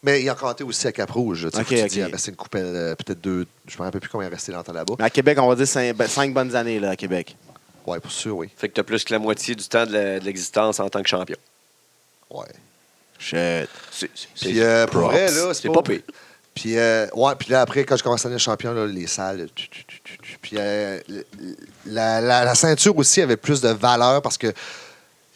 Mais il a compté aussi à Cap-Rouge. Tu sais, Ok, faut que tu ok. dis, il a resté une coupelle, euh, peut-être deux. Je me rappelle plus combien il est resté longtemps là-bas. Mais à Québec, on va dire 5, bonnes années, là, à Québec. Ouais, pour sûr, oui. Fait que t'as plus que la moitié du temps de la- de l'existence en tant que champion. Ouais. Shit. C'est- Puis euh, pour props. vrai, là, c'est pas pire. Puis, euh, ouais, puis là, après, quand je commençais à devenir champion, là, les salles. tu, tu, tu, tu, tu. Puis euh, la, la- la ceinture aussi avait plus de valeur parce que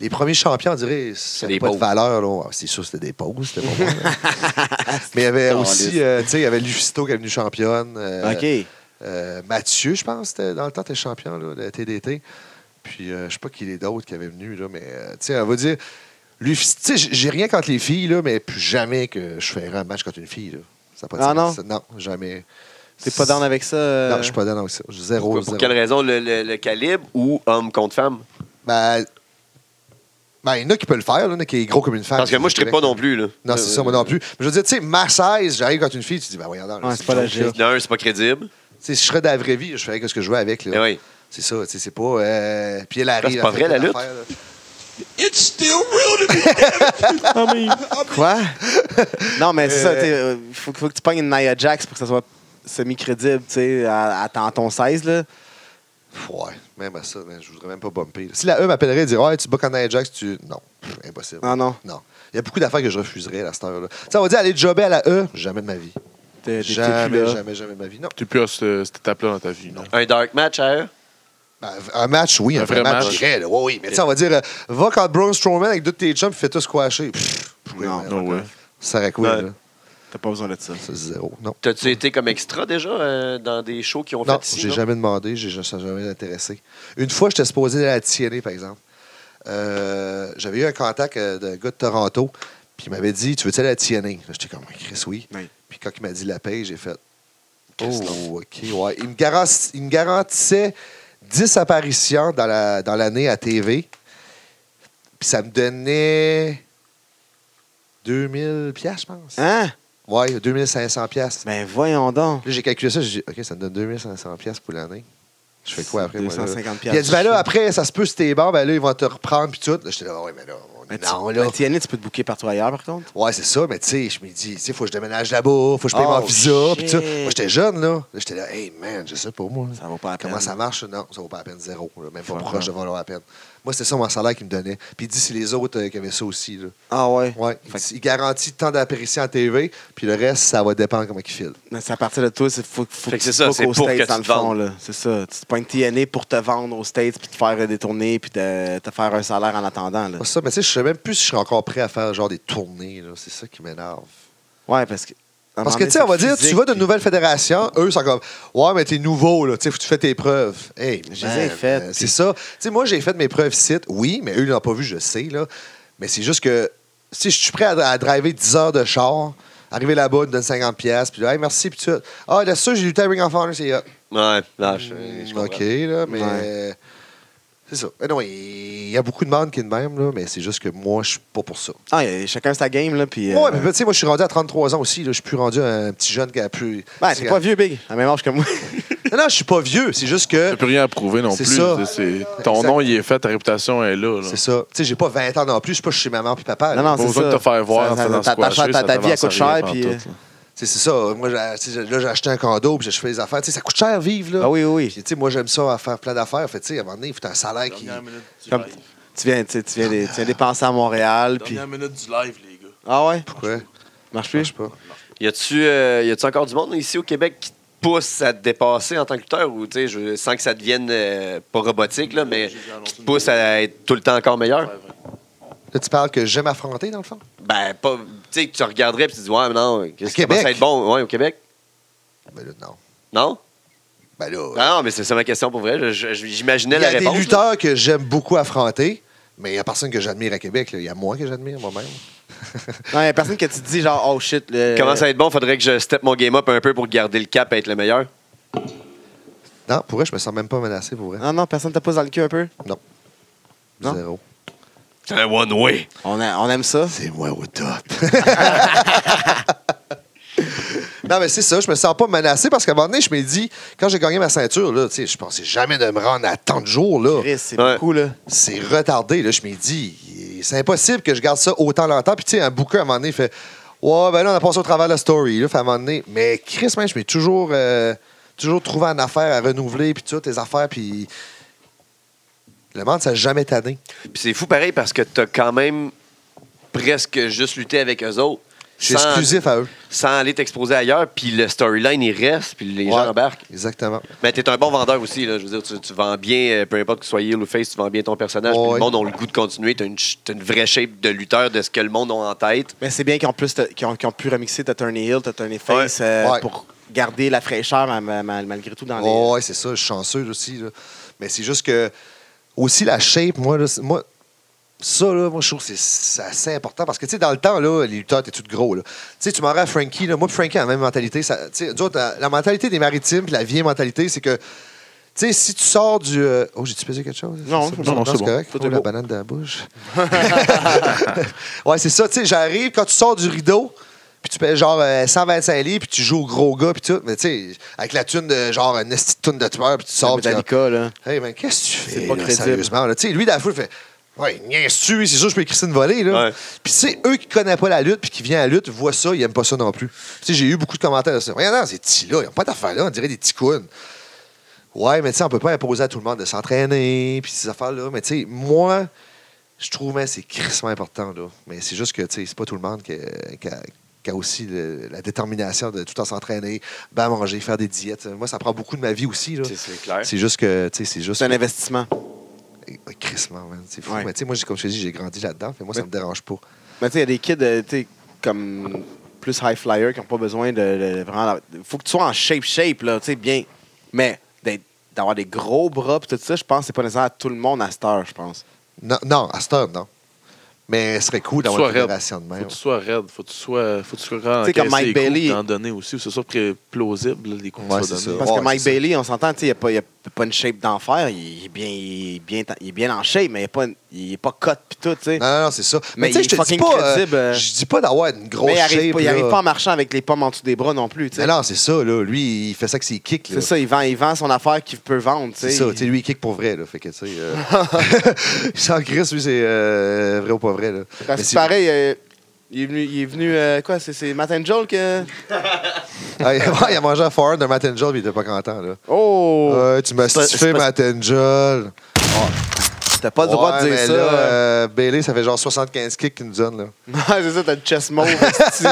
les premiers champions, on dirait, ça des n'avait pas pauses. de valeur. Là. C'est sûr, c'était des pauses. C'était pas bon, là. Mais il y avait Non, aussi, les- euh, tu sais, il y avait Lufisto qui est venue championne. euh, OK. euh, Mathieu, je pense, c'était- dans le temps, t'es champion là, de TDT. Puis euh, je sais pas qui est d'autres qui avaient venu, là, mais euh, tu sais, elle va dire. Lui, tu sais, j'ai j'ai rien contre les filles, là, mais plus jamais que je ferai un match contre une fille. Là. Ça a pas de Ah, sens. Non, jamais. T'es pas down avec ça? euh? Non, je suis pas dans ça. Zéro, Pourquoi- zéro. pour quelle raison le, le- le calibre ou homme contre femme? Ben, ben, il y en a qui peut le faire, là, il y en a qui est gros comme une femme. Parce que moi, je ne ne pas non plus. Là. Ah, Non, c'est ça, moi non plus. Mais je veux dire, tu sais, ma 16, j'arrive contre une fille, tu dis, ben, voyons, donc, là, Ouais, c'est pas une logique. joke, là. D'un, c'est pas crédible. Tu sais, si je serais dans la vraie vie, je ferais que ce que je veux avec. Là. Mais Ben oui. C'est ça, tu sais, c'est pas. euh, Puis elle arrive. c'est pas elle fait vrai, la plein lutte? d'affaires, là. Quoi? non, mais c'est ça. t'sais, euh, faut, faut que tu pognes une Nia Jax pour que ça soit semi-crédible, tu sais, à, à ton- ton 16, là. Ouais, même à ça, man, je voudrais même pas bumper. là. Si la E m'appellerait et dirait Ouais, tu bats en Ajax, tu. Non, pff, impossible. Ah Non, non. Non. Il y a beaucoup d'affaires que je refuserais à cette heure-là. Tu sais, on va dire aller jobber à la E, jamais de ma vie. T'es- t'es- t'es plus Jamais, là. jamais, jamais de ma vie. Non. T'es plus à ce- cette étape-là dans ta vie, non? Un dark match à eux. Ben, un match, oui, un, vrai, match. j'irais, là. Ouais, oui, mais tu sais, on va dire euh, Va contre Braun Strowman avec deux de tes chums, fais tout squasher. Pff, pourquoi, Non. man? Non, ouais. Ça serait quoi, Ouais. là T'as pas besoin de ça. C'est zéro. Non. T'as-tu été comme extra déjà euh, dans des shows qui ont Non, fait ici? j'ai non? jamais demandé, j'ai- je ne suis jamais intéressé. Une fois, j'étais supposé aller à la TNA, par exemple. Euh, J'avais eu un contact euh, d'un gars de Toronto, puis il m'avait dit Tu veux-tu aller à la TNA Là, J'étais comme Chris, oui. Oui. Puis quand il m'a dit la paye, j'ai fait Chris, non, OK, ouais. Il me, garanti- il me garantissait 10 apparitions dans l'année la, dans l'année à TV, puis ça me donnait 2000 piastres, je pense. Hein? Ouais, 2500 piastres. Ben voyons donc. Là, j'ai calculé ça, j'ai dit, OK, ça me donne 2500 pièces pour l'année. Je fais quoi après, moi, là? 250 Puis il a dit, ben piastres. là, après, ça se peut, si t'es bon, ben là, ils vont te reprendre, puis tout. Là, J'étais là, ouais, mais là, on Mais est Ben, tu- non, là. mais TNA, tu peux te booker partout ailleurs, par contre. Ouais, c'est ça, mais tu sais, je me dis, tu sais, faut que je déménage là-bas, faut que je paye Oh, mon visa, puis tout. shit. Moi, j'étais jeune, là. Là, j'étais là, hey, man, je sais pas, moi. Ça vaut pas la Comment peine. ça marche? Non, ça vaut pas la peine, zéro. là. Même pas comprends. proche de valoir la peine. Moi, c'était ça mon salaire qu'il me donnait. Puis il dit, c'est les autres euh, qui avaient ça aussi, là. Ah ouais. Ouais, il Fait dit, il garantit tant d'apparitions à TV, puis le reste, ça va dépendre comment il file. Mais c'est à partir de toi, c'est faut, faut Fait que que tu c'est ça, te bookes c'est aux pour que States, tu dans le te vendes. fond. là. C'est ça. Tu te pognes TNA pour te vendre aux States, puis te faire euh, détourner, puis te, te faire un salaire en attendant. Là. Pas ça, mais tu sais, je sais même plus si je serais encore prêt à faire genre des tournées. là. C'est ça qui m'énerve. Ouais, parce que. à un Parce moment que, tu sais, on va donné, dire, c'est tu vas de physique, nouvelles fédérations, eux sont comme, ouais, mais t'es nouveau, là, tu sais, faut que tu fais tes preuves. Hey, Je man, les ai faites, euh, puis- C'est ça. Tu sais, moi, j'ai fait mes preuves ici, oui, mais eux, ils l'ont pas vu, je sais, là. Mais c'est juste que, si je suis prêt à, à driver 10 heures de char, arriver là-bas, ils me donne 50$, piastres, puis, hey, merci, puis tu Ah, là, ça, j'ai du Ring of Honor, c'est hot. Ouais, non, je, je Mm, comprends. OK, là, mais. euh, Ouais. C'est ça. Mais non, il y a beaucoup de monde qui est de même, là, mais c'est juste que moi, je suis pas pour ça. Ah, y a- chacun sa game, là, puis. Ouais, euh, mais tu sais, moi, je suis rendu à 33 ans aussi. là. Je suis plus rendu un petit jeune qui a plus. Ben, t'es pas vieux, Big. À même âge que moi. Non, non, je suis pas vieux. C'est juste que. T'as plus rien à prouver non C'est plus. ça. C'est- c'est- Ton Exact. nom, il est fait, ta réputation est là. là. C'est ça. Tu sais, j'ai pas 20 ans non plus. Je suis pas chez maman puis papa. là. Non, non, Pas c'est besoin ça. de te faire voir. en Ça- ça- faisant ta- ta- squasher, ta- ça ta vie, elle coûte t'avance à rien cher, puis, pantoute, là. euh, Tu sais, C'est ça. Moi, j'ai- tu sais, là, j'ai acheté un condo puis j'ai fait des affaires. Tu sais, ça coûte cher à vivre, là. Ah oui, oui, Puis, Tu sais, moi, j'aime ça à faire plein d'affaires. Fait, que, tu sais, à un moment donné, il faut un salaire qui. Dernière minute du oui. Comme, live. tu viens, tu sais, tu viens, des- tu viens dépenser à Montréal, puis. Dernière minute du live, les gars. Ah ouais? Pourquoi? Marche Je plus? sais pas. Y a-tu euh, y a-tu encore du monde ici au Québec qui te pousse à te dépasser en tant que lutteur ou tu sais, je- sans que ça devienne euh, pas robotique, là, mais qui te pousse à être tout le temps encore meilleur? Là, tu parles que j'aime affronter, dans le fond. Ben, pas. Tu sais, que tu regarderais et tu te dis, ouais, mais non, qu'est-ce qui Québec? commence à être bon ouais, au Québec? Ben là, non. Non? Ben là. Ah non, mais c'est ça ma question pour vrai. Je- je- je- J'imaginais Il y la a réponse. là. des lutteurs que j'aime beaucoup affronter, mais il n'y a personne que j'admire à Québec. là. Il y a moi que j'admire moi-même. Non, y a personne que tu te dis, genre, oh shit. le- Euh, Comment ça va être bon? Faudrait que je step mon game up un peu pour garder le cap et être le meilleur. Non, pour vrai, je me sens même pas menacé, pour vrai. Non, non, personne te pousse dans le cul un peu? Non. Non? Zéro. C'est un one way. On, a- on aime ça. C'est moi au top. non, mais c'est ça, je me sens pas menacé parce qu'à un moment donné, je me dis, quand j'ai gagné ma ceinture, là, tu sais, je pensais jamais de me rendre à tant de jours. Là. Chris, c'est Ouais. beaucoup, là. C'est retardé, là, je me dis, c'est impossible que je garde ça autant longtemps. Puis, tu sais, un bouquin, à un moment donné, il fait, ouais, ben là, on a passé au travers de la story. Là, fait, à un moment donné, mais Chris, man, je m'ai toujours, euh, toujours trouvé une affaire à renouveler, puis tout, tes affaires, puis. Le monde, ça a jamais tanné. Puis c'est fou pareil parce que t'as quand même presque juste lutté avec eux autres. Je suis Sans- exclusif à eux. Sans aller t'exposer ailleurs, puis le storyline, il reste, puis les Ouais, gens embarquent. Exactement. Mais t'es un bon vendeur aussi, là. Je veux dire, tu, tu vends bien, euh, peu importe que tu sois heel ou face, tu vends bien ton personnage, puis Ouais. le monde a le goût de continuer. T'as une, ch- t'as une vraie shape de lutteur de ce que le monde a en tête. Mais c'est bien qu'ils ont, plus te- qu'ils ont, qu'ils ont pu remixer T'as Turn Hill, T'as Turn Face euh, Ouais. pour garder la fraîcheur ma- ma- ma- malgré tout dans les. Oh, ouais, c'est ça, je suis chanceux aussi. là. Mais c'est juste que. Aussi, la shape, moi, là, c'est- moi ça, là, moi, je trouve que c'est- c'est assez important parce que, tu sais, dans le temps, là, les lutteurs étaient tout gros. là. Tu sais, tu m'en rends à Frankie, là, moi, puis Frankie a la même mentalité. Ça, tu sais, nous autres, la, la mentalité des maritimes puis la vieille mentalité, c'est que. Tu sais, si tu sors du. euh, Oh, j'ai-tu pesé quelque chose? Non, Ça, non, non, c'est bon. correct. Tout Oh, est la beau. banane dans la bouche. ouais, c'est ça. Tu sais, j'arrive, quand tu sors du rideau, puis tu payes genre euh, 125 livres, puis tu joues au gros gars, puis tout. Mais tu sais, avec la thune de genre une esti de thune de tueur, puis tu T'as sors, puis tu Metallica, là. Hey, mais qu'est-ce que tu fais? C'est pas là, crédible. Sérieusement, là? Tu sais, lui, dans la foule, il fait. Ouais, niaise-tu, c'est sûr, je peux écrire une volée. Là. Ouais. Puis c'est eux qui connaissent pas la lutte puis qui viennent à la lutte, voient ça, ils aiment pas ça non plus. Tu sais, j'ai eu beaucoup de commentaires de ça. Regarde, ces petits-là, ils n'ont pas d'affaires là, on dirait des ticounes. Ouais, mais tu sais, on peut pas imposer à tout le monde de s'entraîner, puis ces affaires-là. Mais tu sais, moi, je trouve que c'est crissement important, là. Mais c'est juste que, tu sais, c'est pas tout le monde qui a, qui a- qui a aussi le- la détermination de tout en s'entraîner, bien manger, faire des diètes. Moi, ça prend beaucoup de ma vie aussi, là. C'est- C'est clair. C'est juste que, tu sais, c'est juste... C'est un investissement. Ouais, crissement, man. C'est fou. Ouais. Mais tu sais, moi, j'ai- comme je te dis, j'ai grandi là-dedans. Fait moi, ça Mais- me dérange pas. Mais tu sais, il y a des kids, euh, tu sais, comme plus high flyer qui n'ont pas besoin de, de- vraiment. la- Faut que tu sois en shape, shape, là, tu sais, bien. Mais d'être- d'avoir des gros bras pis tout ça, je pense que c'est pas nécessaire à tout le monde à cette heure, je pense. Non, non à cette heure, non. Mais ce serait cool d'avoir une sois raide. fédération de Faut même. que tu sois raide, faut que tu sois, faut que tu sois grand. Tu sais, comme encaisser Mike les coups, Bailey- puis en donner aussi, faut que ce soit pré- plausible, les coups Ouais, que tu vas c'est donner. ça. Parce Ouais, que Mike c'est ça. Bailey, on s'entend, tu sais, il n'y a, pas- il a pas une shape d'enfer, il est bien, il est bien, il est bien en shape, mais il est pas, une- il est pas cut pis tout, tu sais. Non, non, non, c'est ça. Mais Mais tu sais, il je te est dis fucking pas. euh, crédible, euh. je dis pas d'avoir une grosse Mais il arrive, shape, pas, il arrive là. pas en marchant avec les pommes en dessous des bras non plus, tu sais. Mais non, c'est ça, là. Lui, il fait ça avec ses kicks, là. C'est ça, il vend, il vend son affaire qu'il peut vendre, tu sais. C'est ça, Il- tu sais, lui, il kick pour vrai, là. Fait que, tu sais. euh, Il s'en crisse, lui, c'est euh, vrai ou pas vrai, là. Parce Mais que c'est- pareil, euh, il est venu, il est venu euh, quoi, c'est- c'est Matt Angel que... Ah, il ouais, il a mangé un foreign d'un Matt Angel, puis il était pas content, là. Oh! Ouais, tu m'as C'est pas- stiffé, c'est pas- Matt Angel. T'as pas le droit de Ouais, dire mais ça. Là, euh. euh, Bailey, ça fait genre 75 kicks qu'il nous donne, là. Ouais, c'est ça, t'as le chest mauve. esti. tu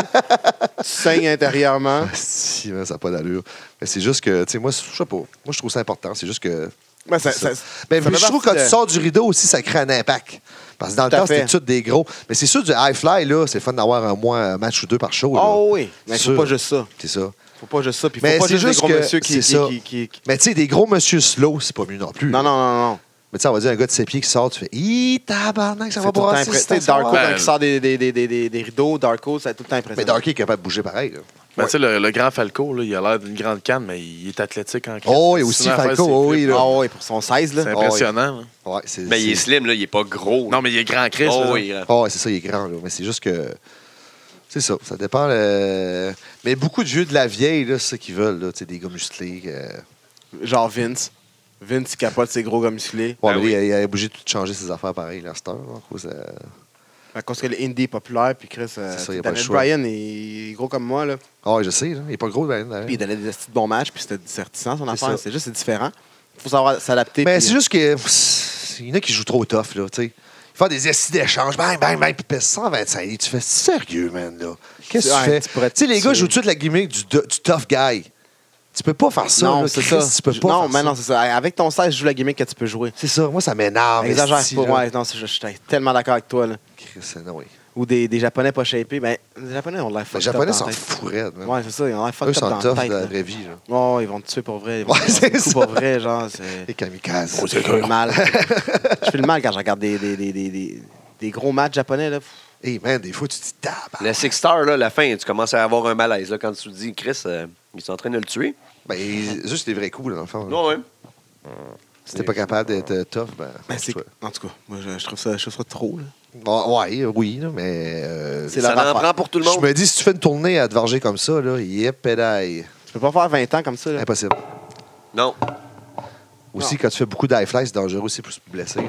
saignes intérieurement. Si, man, ça n'a pas d'allure. Mais c'est juste que, tu sais, moi, je sais pas. Moi, je trouve ça important. C'est juste que. Mais ça, Ça- ça, Mais ça fait je trouve que quand partie tu de- sors du rideau aussi, ça crée un impact. Parce que dans le Tout à temps, c'était fait. tout des gros. Mais c'est sûr, du high fly, là, c'est le fun d'avoir un mois, un match ou deux par show. là. Oh oui, mais C'est faut sûr. pas juste ça. C'est ça. Faut pas juste ça. Puis faut Mais pas c'est juste, des juste gros que monsieur qui, c'est qui- ça. qui- qui- qui- Mais tu sais, des gros monsieur slow, c'est pas mieux non plus. Non, non, non, non. Mais tu sais, on va dire un gars de ses pieds qui sort, tu fais Hi, tabarnak, ça C'est va tout le temps brasser. impré- c'est t'sais, Darko, Ben- quand il sort des, des, des, des, des, des rideaux, Darko, ça a tout le temps Mais impressionnant. Darky est capable de bouger pareil. là. Ben, tu sais, le, le grand Falco, là, il a l'air d'une grande canne, mais il est athlétique en canne. Oh, et aussi Sinon, à faire Falco, ses oh oui, flips, là. Ah ouais, pour son 16, là. C'est impressionnant. là. Ouais, c'est. Mais il est c'est- slim, là. Il est pas gros. Non, mais il est grand Chris. Oh, là. oui, grand. Ah ouais, c'est ça, il est grand, là. Mais c'est juste que. C'est ça, ça dépend. euh, Mais beaucoup de vieux de la vieille, là, c'est ça qu'ils veulent, là. Tu sais, des gars musclés. euh. Ah Genre Vince. Vince, il capote ses gros gars musclés. Ouais, Ben mais oui. il, a, il a bougé de tout changer ses affaires pareil, là, à cette heure, là, à cause, euh, À cause que le indie est populaire, puis Chris, euh, ça, y a pas le Daniel choix. Bryan il est gros comme moi, là. Ah, ouais, je sais, là. Il est pas gros, ben, là. Puis il donnait des petits bons matchs, puis c'était divertissant son ça. affaire. C'est juste, c'est différent. Faut savoir s'adapter. Mais puis- c'est juste que. pff, Il y en a qui jouent trop tough, là, tu sais. Ils font des essais d'échange, bang, bang, bang, puis pèse 125 livres. Tu fais sérieux, man, là. Qu'est-ce que Ouais, tu fais? tu Tu pourrais sais, les te gars tuer. jouent tout de la gimmick du, du tough guy. Tu peux pas faire ça, non, là, c'est Chris, ça. Tu peux Je- pas non, faire mais ça. non, c'est ça. Avec ton 16, je joue la gimmick que tu peux jouer. C'est ça, moi, ça m'énerve. Exagère esti, pas. Ah, là. Ouais, non, c'est- je je suis tellement d'accord avec toi, là. Chris, non, oui. Ou des, des Japonais pas shapés. Ben, les Japonais ont l'air Les fucked up Japonais dans s'en la tête. foutent, raide, man. Ouais, c'est ça. Ils ont l'air Eux fucked up sont dans tough la tête. dans la là. vraie vie, là. Oh, ils vont te tuer pour vrai. Ils vont Ouais, te c'est tuer ça. pour vrai, genre. c'est- Les kamikazes. Je fais le mal. Je fais le mal quand je regarde des, des, des, des, des, des gros matchs japonais, là. Hey, man, des fois, tu te dis tabac. Le Six Star, là, la fin, tu commences à avoir un malaise, là, quand tu te dis, Chris, euh, ils sont en train de le tuer. Ben, juste des vrais coups, là, dans le fond. là. Non, ouais. Si t'es pas capable d'être tough, ben. Mais c'est- tu vois. en tout cas, moi, je, je trouve ça, je trouve ça trop. là. Bon, ouais, oui, là, mais. euh, C'est ça leur en affaire. prend pour tout le je monde. me dis, si tu fais une tournée à te venger comme ça, là, yep, pédaille. Tu peux pas faire 20 ans comme ça. là. Impossible. Non. Aussi, quand tu fais beaucoup d'high fly, c'est dangereux aussi pour se blesser. là.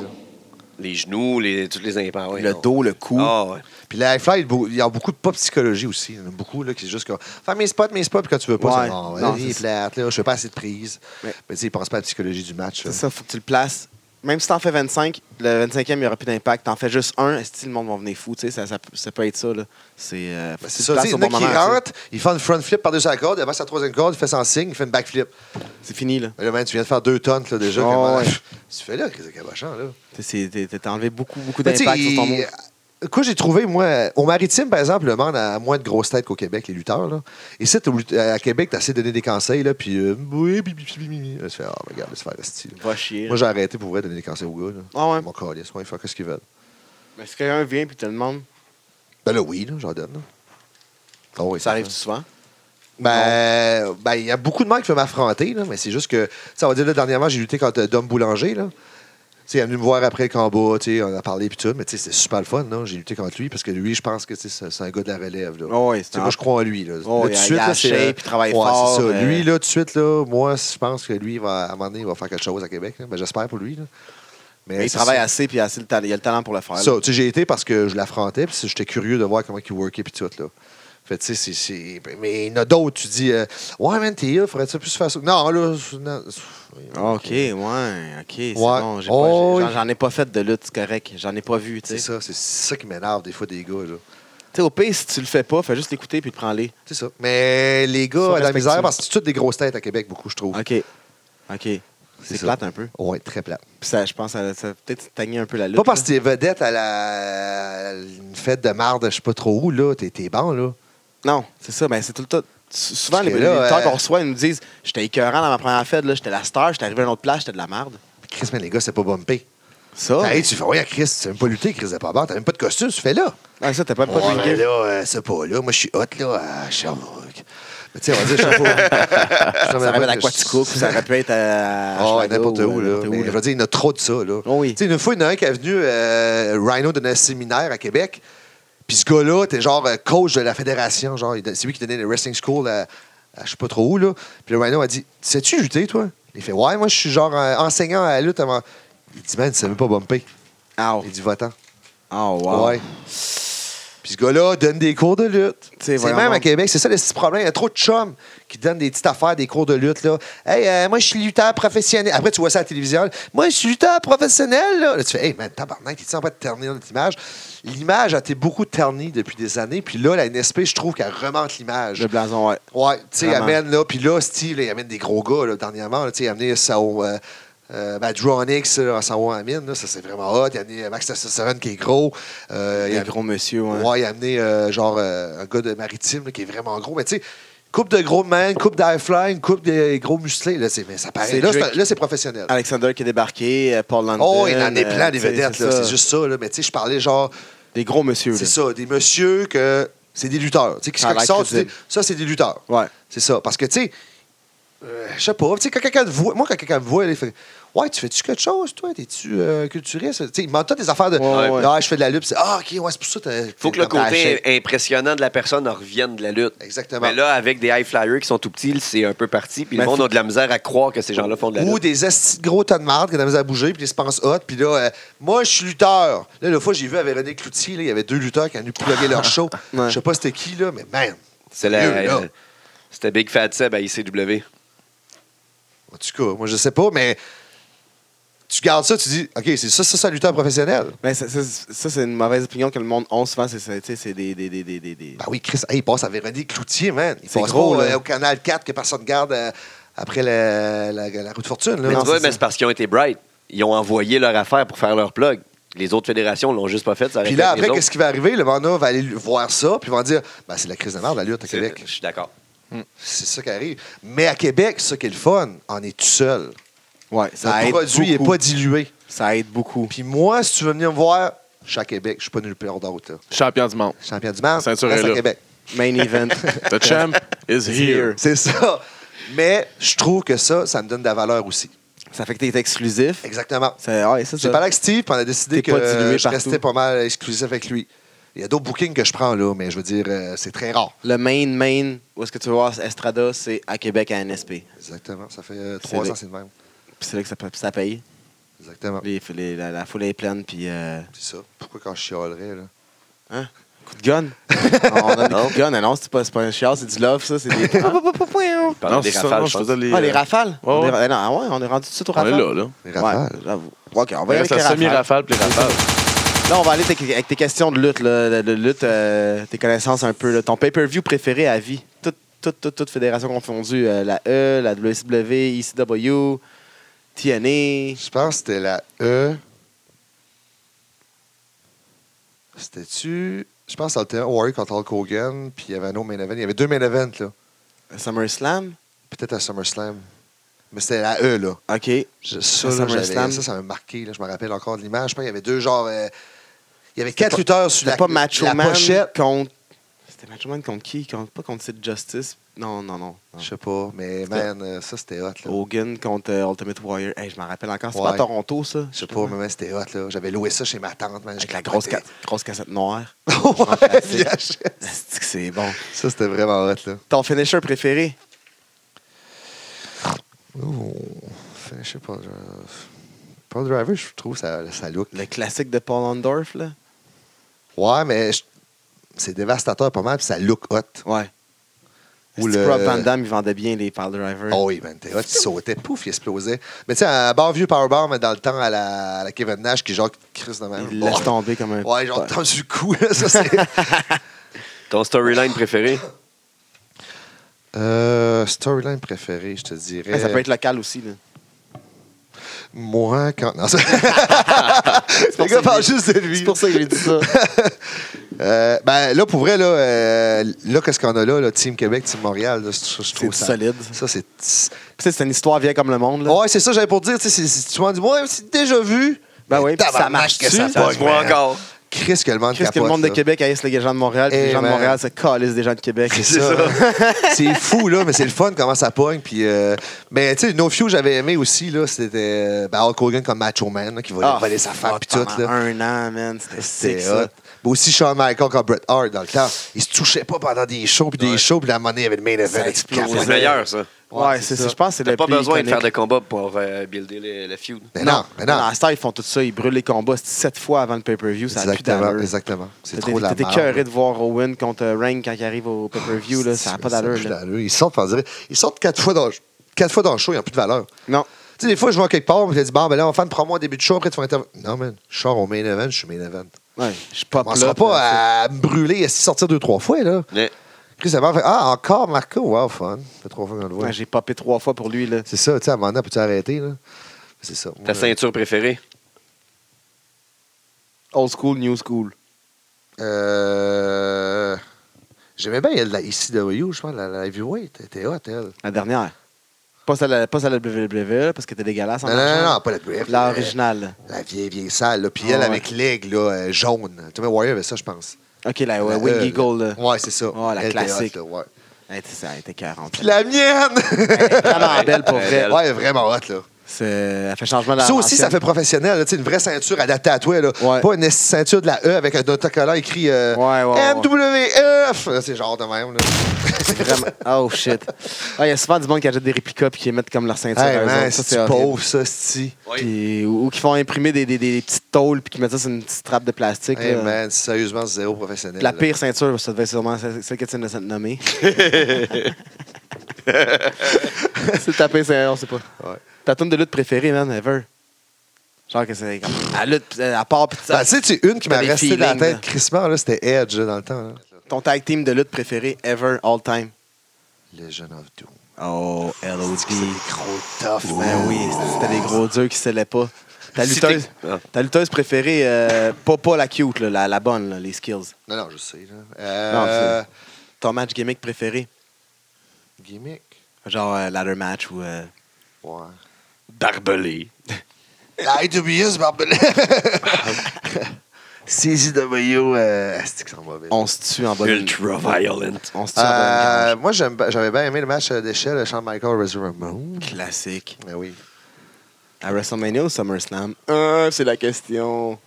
Les genoux, les, toutes les impacts. le dos, le cou. Ah, ouais. Puis les high fly, il y a beaucoup de pas psychologie aussi. Il y en a beaucoup là, qui c'est juste comme Fais mes spots, mes spots, puis quand tu veux pas, Ouais. c'est non, Non, il est c'est plate, là, je fais pas assez de prises. Mais- Mais tu sais, ils pensent pas à la psychologie du match. C'est là. ça, faut que tu le places. Même si t'en fais 25, le 25e, il n'y aura plus d'impact. T'en fais juste un, est-ce que le monde va venir fou? Tu sais, ça, ça, ça peut être ça. Là. C'est, euh, faut Ben, que c'est tu ça, le tu places sais, il y au en a bon qui moment, tu sais. rentrent, il fait une front flip par-dessus la corde, il passe sa troisième corde, il fait son signe, il fait une back flip. C'est fini. Là. Mais Là, man, tu viens de faire deux tonnes là, déjà. Oh, comment- ouais. Tu fais là, Chris de Cabachan, là. T'es- c'est- t'es- T'as enlevé beaucoup, beaucoup Mais Ben, tu sais, d'impact sur ton il- monde. Quoi, j'ai trouvé, moi, au maritime, par exemple, le monde a moins de grosses têtes qu'au Québec, les lutteurs. Là. Ici, t'es au lut- à Québec, t'as essayé de donner des conseils, là, puis. euh, oui, bi, bi, bi, bi, bi. Là, Tu fais, ah, mais regarde, laisse faire le style. Va chier. Moi, j'ai arrêté pour vrai de donner des conseils aux gars. Là. Ah ouais? Mon calice, ouais, ils font ce qu'ils veulent. Mais si quelqu'un vient et te le demande, Ben là, oui, là, j'en donne. là. Ah oui, ça arrive certain. souvent. Ben, ben, il y a beaucoup de monde qui veut m'affronter, là, mais c'est juste que, tu sais, on va dire, là, dernièrement, j'ai lutté contre euh, Dom Boulanger, là. Tu sais, il est venu me voir après le combat, tu sais, on a parlé puis tout, mais tu sais, c'était super le fun, là. J'ai lutté contre lui parce que lui, je pense que, tu sais, c'est- c'est un gars de la relève, là. Ah ouais, Tu sais, moi, je crois en lui, là. Oh, Là, il a- il a la c'est, shape, euh, il travaille ouais, fort, c'est ça. euh, Lui, là, tout de suite, là, moi, je pense que lui, il va, à un moment donné, il va faire quelque chose à Québec, là. Ben, j'espère pour lui, là. Mais il c'est travaille ça. assez puis assez le talent- il a le talent pour le faire. là. Ça, tu sais, j'ai été parce que je l'affrontais, puis j'étais curieux de voir comment il workait, puis tout, là. Fait, tu sais, c'est- c'est. Mais il y en a d'autres, tu dis, euh, ouais, man, t'es il faudrait-tu plus faire ça. Non, là. c'est- non, c'est- OK, ouais, OK, c'est Ouais. bon. j'ai pas- Oh, j'ai- oui. j'en, j'en ai pas fait de lutte, c'est correct. J'en ai pas vu, tu C'est sais. ça, c'est ça qui m'énerve des fois des gars, là. Tu sais, au pire, si tu le fais pas, fais juste l'écouter puis prends-les. C'est ça. Mais les gars, Sont à la misère, respectueux. parce que c'est toutes des grosses têtes à Québec, beaucoup, je trouve. OK, OK. C'est, ça. plate un peu. Ouais, très plat. Puis ça, je pense, ça, ça a peut-être tagné un peu la lutte. Pas parce là. que t'es vedette à la. à une fête de marde, je sais pas trop où, là. T'es t'es bon, là. Non, c'est ça, mais c'est tout le temps. sou- Souvent, Parce les que là, les lutteurs euh, qu'on reçoit, ils nous disent J'étais écœurant dans ma première fête, là, j'étais la star, j'étais arrivé à une autre place, j'étais de la merde. Chris, mais les gars, c'est pas bumpé. Ça, T'arrives, tu fais, ouais, Chris, tu sais même pas lutter, Chris, de pas barre, t'as même pas de costume, tu fais là. ah, ça t'as pas, pas Ouais, drinké. mais là, euh, c'est pas là. Moi, je suis hot, là, à Sherbrooke. Mais tu sais, on va dire Sherbrooke. Ça aurait pu être à Quaticook, ça aurait pu être à. euh, Ah, ouais, Chicago n'importe ou où, là. Mais je veux dire, il y en a trop de ça, là. Oh oui. Tu sais, une fois, il y en a un qui est venu, euh, Rhino, donner un séminaire à Québec. Puis ce gars-là, t'es genre euh, coach de la fédération. Genre, il don- c'est lui qui donnait le wrestling school à, à je sais pas trop où, là. Puis le Rhino a dit Sais-tu lutter, toi Il fait Ouais, moi, je suis genre euh, enseignant à la lutte. avant. Il dit Man, tu sais même pas bumper. Ah, Il dit Va-t'en. ah, wow. Ouais. Puis ce gars-là donne des cours de lutte. T'sais, C'est voyons même à donc. Québec, c'est ça le petit problème. Il y a trop de chums qui donnent des petites affaires, des cours de lutte. Là. Hey, euh, moi, je suis lutteur professionnel. Après, tu vois ça à la télévision. Moi, je suis lutteur professionnel. Là. Là, tu fais, hey, man, tabarnak, t'es-tu en train de ternir notre image? L'image a été beaucoup ternie depuis des années. Puis là, la NSP, je trouve qu'elle remonte l'image. Le blason, ouais. Ouais, tu sais, il Vraiment. amène là, puis là, style, il amène des gros gars, là, dernièrement, là, tu sais, il a amené Sao, euh, euh, ben, Drew Onyx, là, à Sao Amin, là, ça c'est vraiment hot, il a amené Max Testosterone qui est gros, euh, il Les a gros monsieur, hein. ouais. Ouais, il a amené euh, genre euh, un gars de maritime là, qui est vraiment gros. Mais tu sais, coupe de gros man, coupe d'highflying, coupe des gros musclés. Là, c'est- mais ça paraît. C'est Là, Drake. c'est- là, c'est professionnel. Alexander qui est débarqué, euh, Paul London. Oh, il en est plein euh, des tu sais, vedettes. c'est là, ça. C'est juste ça. Là. Mais tu sais, je parlais genre, Des gros monsieur, c'est là. ça, des messieurs que c'est des lutteurs. Tu sais, qui Ça a qui l'air sortent, tu dis, crédible. ça, c'est des lutteurs. Ouais. C'est ça. Parce que, tu sais, euh, je sais pas. Tu sais, quand quelqu'un te voit, moi, quand quelqu'un me voit, il fait Ouais, tu fais-tu quelque chose, toi T'es-tu euh, culturiste Tu sais, il m'entend des affaires de Ouais, ouais. Ah, je fais de la lutte. Puis c'est, Ah, ok, ouais, c'est pour ça. t'as- faut que le t'as la côté shape. impressionnant de la personne revienne de la lutte. Exactement. Mais là, avec des high flyers qui sont tout petits, c'est un peu parti. Puis Mais le monde faut- a de la misère à croire que ces gens-là font de la Ou lutte. des estis de gros tas de marde qui ont de la misère à bouger, puis ils se pensent hot. Puis là, euh, moi, je suis lutteur. Là, la fois, j'ai vu à Véronique Cloutier, là, il y avait deux lutteurs qui ont venu plugger leur show. Ouais. Je sais pas c'était qui, là, mais man, C'est la- Mieux, là. euh, C'était Big Fat Seb à ICW. en tout cas, moi, je sais pas, mais tu gardes ça, tu dis, OK, c'est ça, ça, c'est un lutteur professionnel. Mais Ben, ça, ça, ça, c'est une mauvaise opinion que le monde a souvent. C'est, c'est, tu sais, c'est des, des, des, des, des, des- Ben oui, Chris, hey, il passe à Véronique Cloutier, man. Il C'est passe gros, pas, là. euh, au canal 4 que personne garde euh, après la, la, la route de fortune. Là. Mais Non, tu vois, c'est mais ça. c'est parce qu'ils ont été bright. Ils ont envoyé leur affaire pour faire leur plug. Les autres fédérations l'ont juste pas fait. Ça Puis aurait été là, avec après, les qu'est-ce qui va arriver? Le Vanda va aller voir ça, puis ils vont dire ben, c'est la crise de merde, la lutte à autres. C'est- Québec. Je suis d'accord. C'est ça qui arrive. Mais à Québec, c'est ça qui est le fun, on est tout seul. Ouais, ça le aide produit n'est beaucoup. pas dilué. Ça aide beaucoup. Puis moi, si tu veux venir me voir, je suis à Québec, je suis pas nulle part d'autre. là. Champion du monde. Champion du monde, Ceinture reste est à là. Québec. Main event. The champ is here. C'est ça. Mais je trouve que ça, ça me donne de la valeur aussi. Ça fait que t'es exclusif. Exactement. C'est ouais, c'est J'ai ça. parlé avec Steve, puis on a décidé T'es que pas dilué euh, je partout. restais pas mal exclusif avec lui. Il y a d'autres bookings que je prends là, mais je veux dire, euh, c'est très rare. Le main, main, où est-ce que tu vas voir Estrada, c'est à Québec à NSP. Puis Exactement. Ça fait euh, C'est trois vrai. ans, c'est le même. c'est là que ça, pa- ça paye. Exactement. Les- les- la, la foule est pleine, puis euh, C'est ça. Pourquoi quand je chialerais, là? coup de Ah, gun. on a des coups de gun. Ah Non, c'est pas, c'est pas un chiard, c'est du love, ça. C'est des... Parlant Non, des c'est ça, rafales, non, je je pense. faisais les. Ah, les euh, rafales? Ouais, on, est, ouais. ah, non, ah ouais, on est rendu tout de suite aux On est rafales. là, là. Les rafales. Ouais, j'avoue. OK, on Il va y aller reste avec les la rafales. semi-rafale puis les rafales. Là, Ah. on va aller avec avec tes questions de lutte, là, de, de lutte, euh, tes connaissances un peu. là. Ton pay-per-view préféré à vie. Toute, toute, toute, toute fédération confondue. euh, la E, la WCW, ECW, TNA. Je pense que c'était la E. C'était-tu. Je pense que c'était Warrior contre Hulk Hogan, puis il y avait un autre main event. Il y avait deux main events, là. SummerSlam. Peut-être à SummerSlam. Mais c'était la E, là. OK. Je- ça, À là, j'avais- SummerSlam. ça, ça m'a marqué. là. Je me rappelle encore de l'image. Je pense qu'il y avait deux genres. euh, il y avait quatre lutteurs sur C'était la, pas Macho la Man pochette. contre. C'était Macho Man contre qui contre, Pas contre Sid Justice. Non, non, non. non. Je sais pas, mais man, euh, ça c'était hot. Là. Hogan contre euh, Ultimate Warrior. Hey, je m'en rappelle encore. C'est Ouais. pas à Toronto, ça Je sais pas, mais man, c'était hot. là. J'avais loué ça chez ma tante. Man. Avec J'ai la grosse, capoté. ca- grosse cassette noire. ouais, classique. bien sûr. C'est que c'est bon. ça c'était vraiment hot. Là. Ton finisher préféré Oh. Ouh, je sais pas. Je... Paul Driver, je trouve ça, ça look. Le classique de Paul Ondorf, là Ouais, mais je- c'est dévastateur pas mal, puis ça look hot. Ouais. Ou Ou le- le Rob Van Damme, il vendait bien les Pile Driver. Oh oui, man, t'es hot, il sautait, pouf, il explosait. Mais tu sais, un bar vieux powerbomb, mais dans le temps, à la, à la Kevin Nash, qui genre crisse de même. Il laisse Ouais. tomber comme un. Ouais, genre, dans du coup, là, ça c'est. Ton storyline préféré? Euh, storyline préférée, je te dirais. Ouais, ça peut être local aussi. Là. Moi, quand. Non, ça... pour Les ça gars que parlent j'ai- juste de lui. C'est pour ça que j'ai dit ça. Euh, ben là, pour vrai, là, euh, là qu'est-ce qu'on a là, là, Team Québec, Team Montréal, là, je je trouve C'est ça. solide. Ça, c'est. Tu sais, c'est une histoire vieille comme le monde. Là. Ouais, c'est ça, j'avais pour dire, tu sais, c'est- c'est- tu m'en dis, ouais, c'est déjà vu. Ben Mais oui, puis ça tabarnak marche-tu? que ça Pas passe, moi man. encore. Chris, que le monde Qu'est-ce que le capote, monde de là. Québec haïsse les gens de Montréal, puis Eh les gens ben. de Montréal se calissent des gens de Québec. Ah. C'est ça. c'est fou, là, mais c'est le fun comment ça pogne. Puis, euh, mais tu sais, No Few, j'avais aimé aussi, là, c'était euh, ben, Hulk Hogan comme Macho Man, là, qui volait, Ah, voler sa femme, puis pendant tout, là. Un an, man. C'était sick, C'est ça. hot. Mais aussi Shawn Michaels comme Bret Hart dans le temps. Il se touchait pas pendant des shows, puis des shows, puis la monnaie avait le main event. explose. C'est le meilleur, ça. Ouais, c'est ça. Je pense que c'est T'as le pas plus besoin de faire iconique. de combat pour euh, builder le, le feud. Mais non, mais non. À Star, ils font tout ça. Ils brûlent les combats sept fois avant le pay-per-view. Ça a plus Exactement, d'allure. exactement. C'est T'es- trop de la T'es merde. écœuré de voir Owen contre Reign quand il arrive au pay-per-view. là. Ça n'a pas a d'allure. plus là. Ils sortent, on dirait- ils sortent quatre fois dans quatre fois dans le show, ils n'ont plus de valeur. Non. Tu sais, des fois, je vais quelque part, on me dit, bon, ben là, on va faire une promo au début de show, après, tu vas intervenir. Non, man, je sors au main event, je suis main event. Ouais, je pop On ne là, sera puis là, c'est- pas à me brûler et s'y sortir deux, trois fois, là. Mais Chris Amar fait Ah, encore Marco, wow, fun. Ça fait trois fois qu'on le voit. Ouais, j'ai popé trois fois pour lui. Là. c'est ça, tu sais, à un moment donné, peux-tu arrêter, là? C'est ça. ta ceinture préférée? Old school, new school. Euh. J'aimais bien la ICW, je pense, la, la heavyweight. T'es hot, elle. La dernière. Pas celle, à- pas celle à la WWE, parce que t'es dégueulasse. en Non, non, marchant. non, non, pas E. la WF. Ah, La originale. La vieille, vieille salle, là. Puis Ah, elle ouais. avec l'aigle, là, euh, jaune. Tu vois, Warrior avait ça, je pense. OK, la ouais, La- Wing euh, Eagle. Là. Ouais, c'est ça. Ouais, la Elle était hot, classique. là, ouais. Elle était- ça, elle était 40. Puis la mienne! vraiment belle pour vrai. Elle. ouais, vraiment hot, là. C'est- Elle fait changement de la Ça aussi, ça l'ancienne. fait professionnel. là, tu sais, une vraie ceinture adaptée à toi. Là. Ouais. Pas une ceinture de la E avec un autocollant écrit euh, Ouais, ouais, ouais. MWF. Là, Ah, C'est genre de même. Là. Vraiment- Oh shit. Ah, Il y a souvent du monde qui achète des réplicas puis qui mettent comme leur ceinture. à Hey, eux man, autres. ça, c'est c'est du horrible. pauvre, ça, sti. Oui. Puis- ou, ou qui font imprimer des, des- des petites tôles puis qui mettent ça sur une petite trappe de plastique. Hey, là. man, sérieusement, zéro professionnel. euh, La là. pire ceinture, ça devait être sûrement celle celle que tu viens de nommer. c'est ta pire ceinture, on sait pas. Ouais. Ta tune de lutte préférée, man, ever. Genre que c'est comme. À lutte, euh, à part. pis ça- Ben, tu sais, tu sais, une qui m'a T'as des resté dans la feelings, tête là. crissement, là, c'était Edge là, dans le temps. là. ton tag team de lutte préféré, ever, all time. Legend of Doom. Oh, C'est des gros tough, Ben oui, c'était des gros dieux qui se scellaient pas. Ta Si lutteuse, t'es- Ah. ta lutteuse préférée, euh, pas, pas la cute, là, la, la bonne, là, les skills. Non, non, je sais. Là. Euh, Non, Ton match gimmick préféré, gimmick. genre euh, ladder match ou. euh, Ouais. Barbelé. La IWS, barbelé. Ah CZW, euh, c'est que c'est mauvais. on se tue en bonne. Ultra violent. On se tue en Euh, bonne moi, j'aime- j'avais bien aimé le match euh, d'échelle de Shawn Michael Razor Ramon. grange. Classique. Mais oui. À WrestleMania ou SummerSlam? Euh, c'est la question.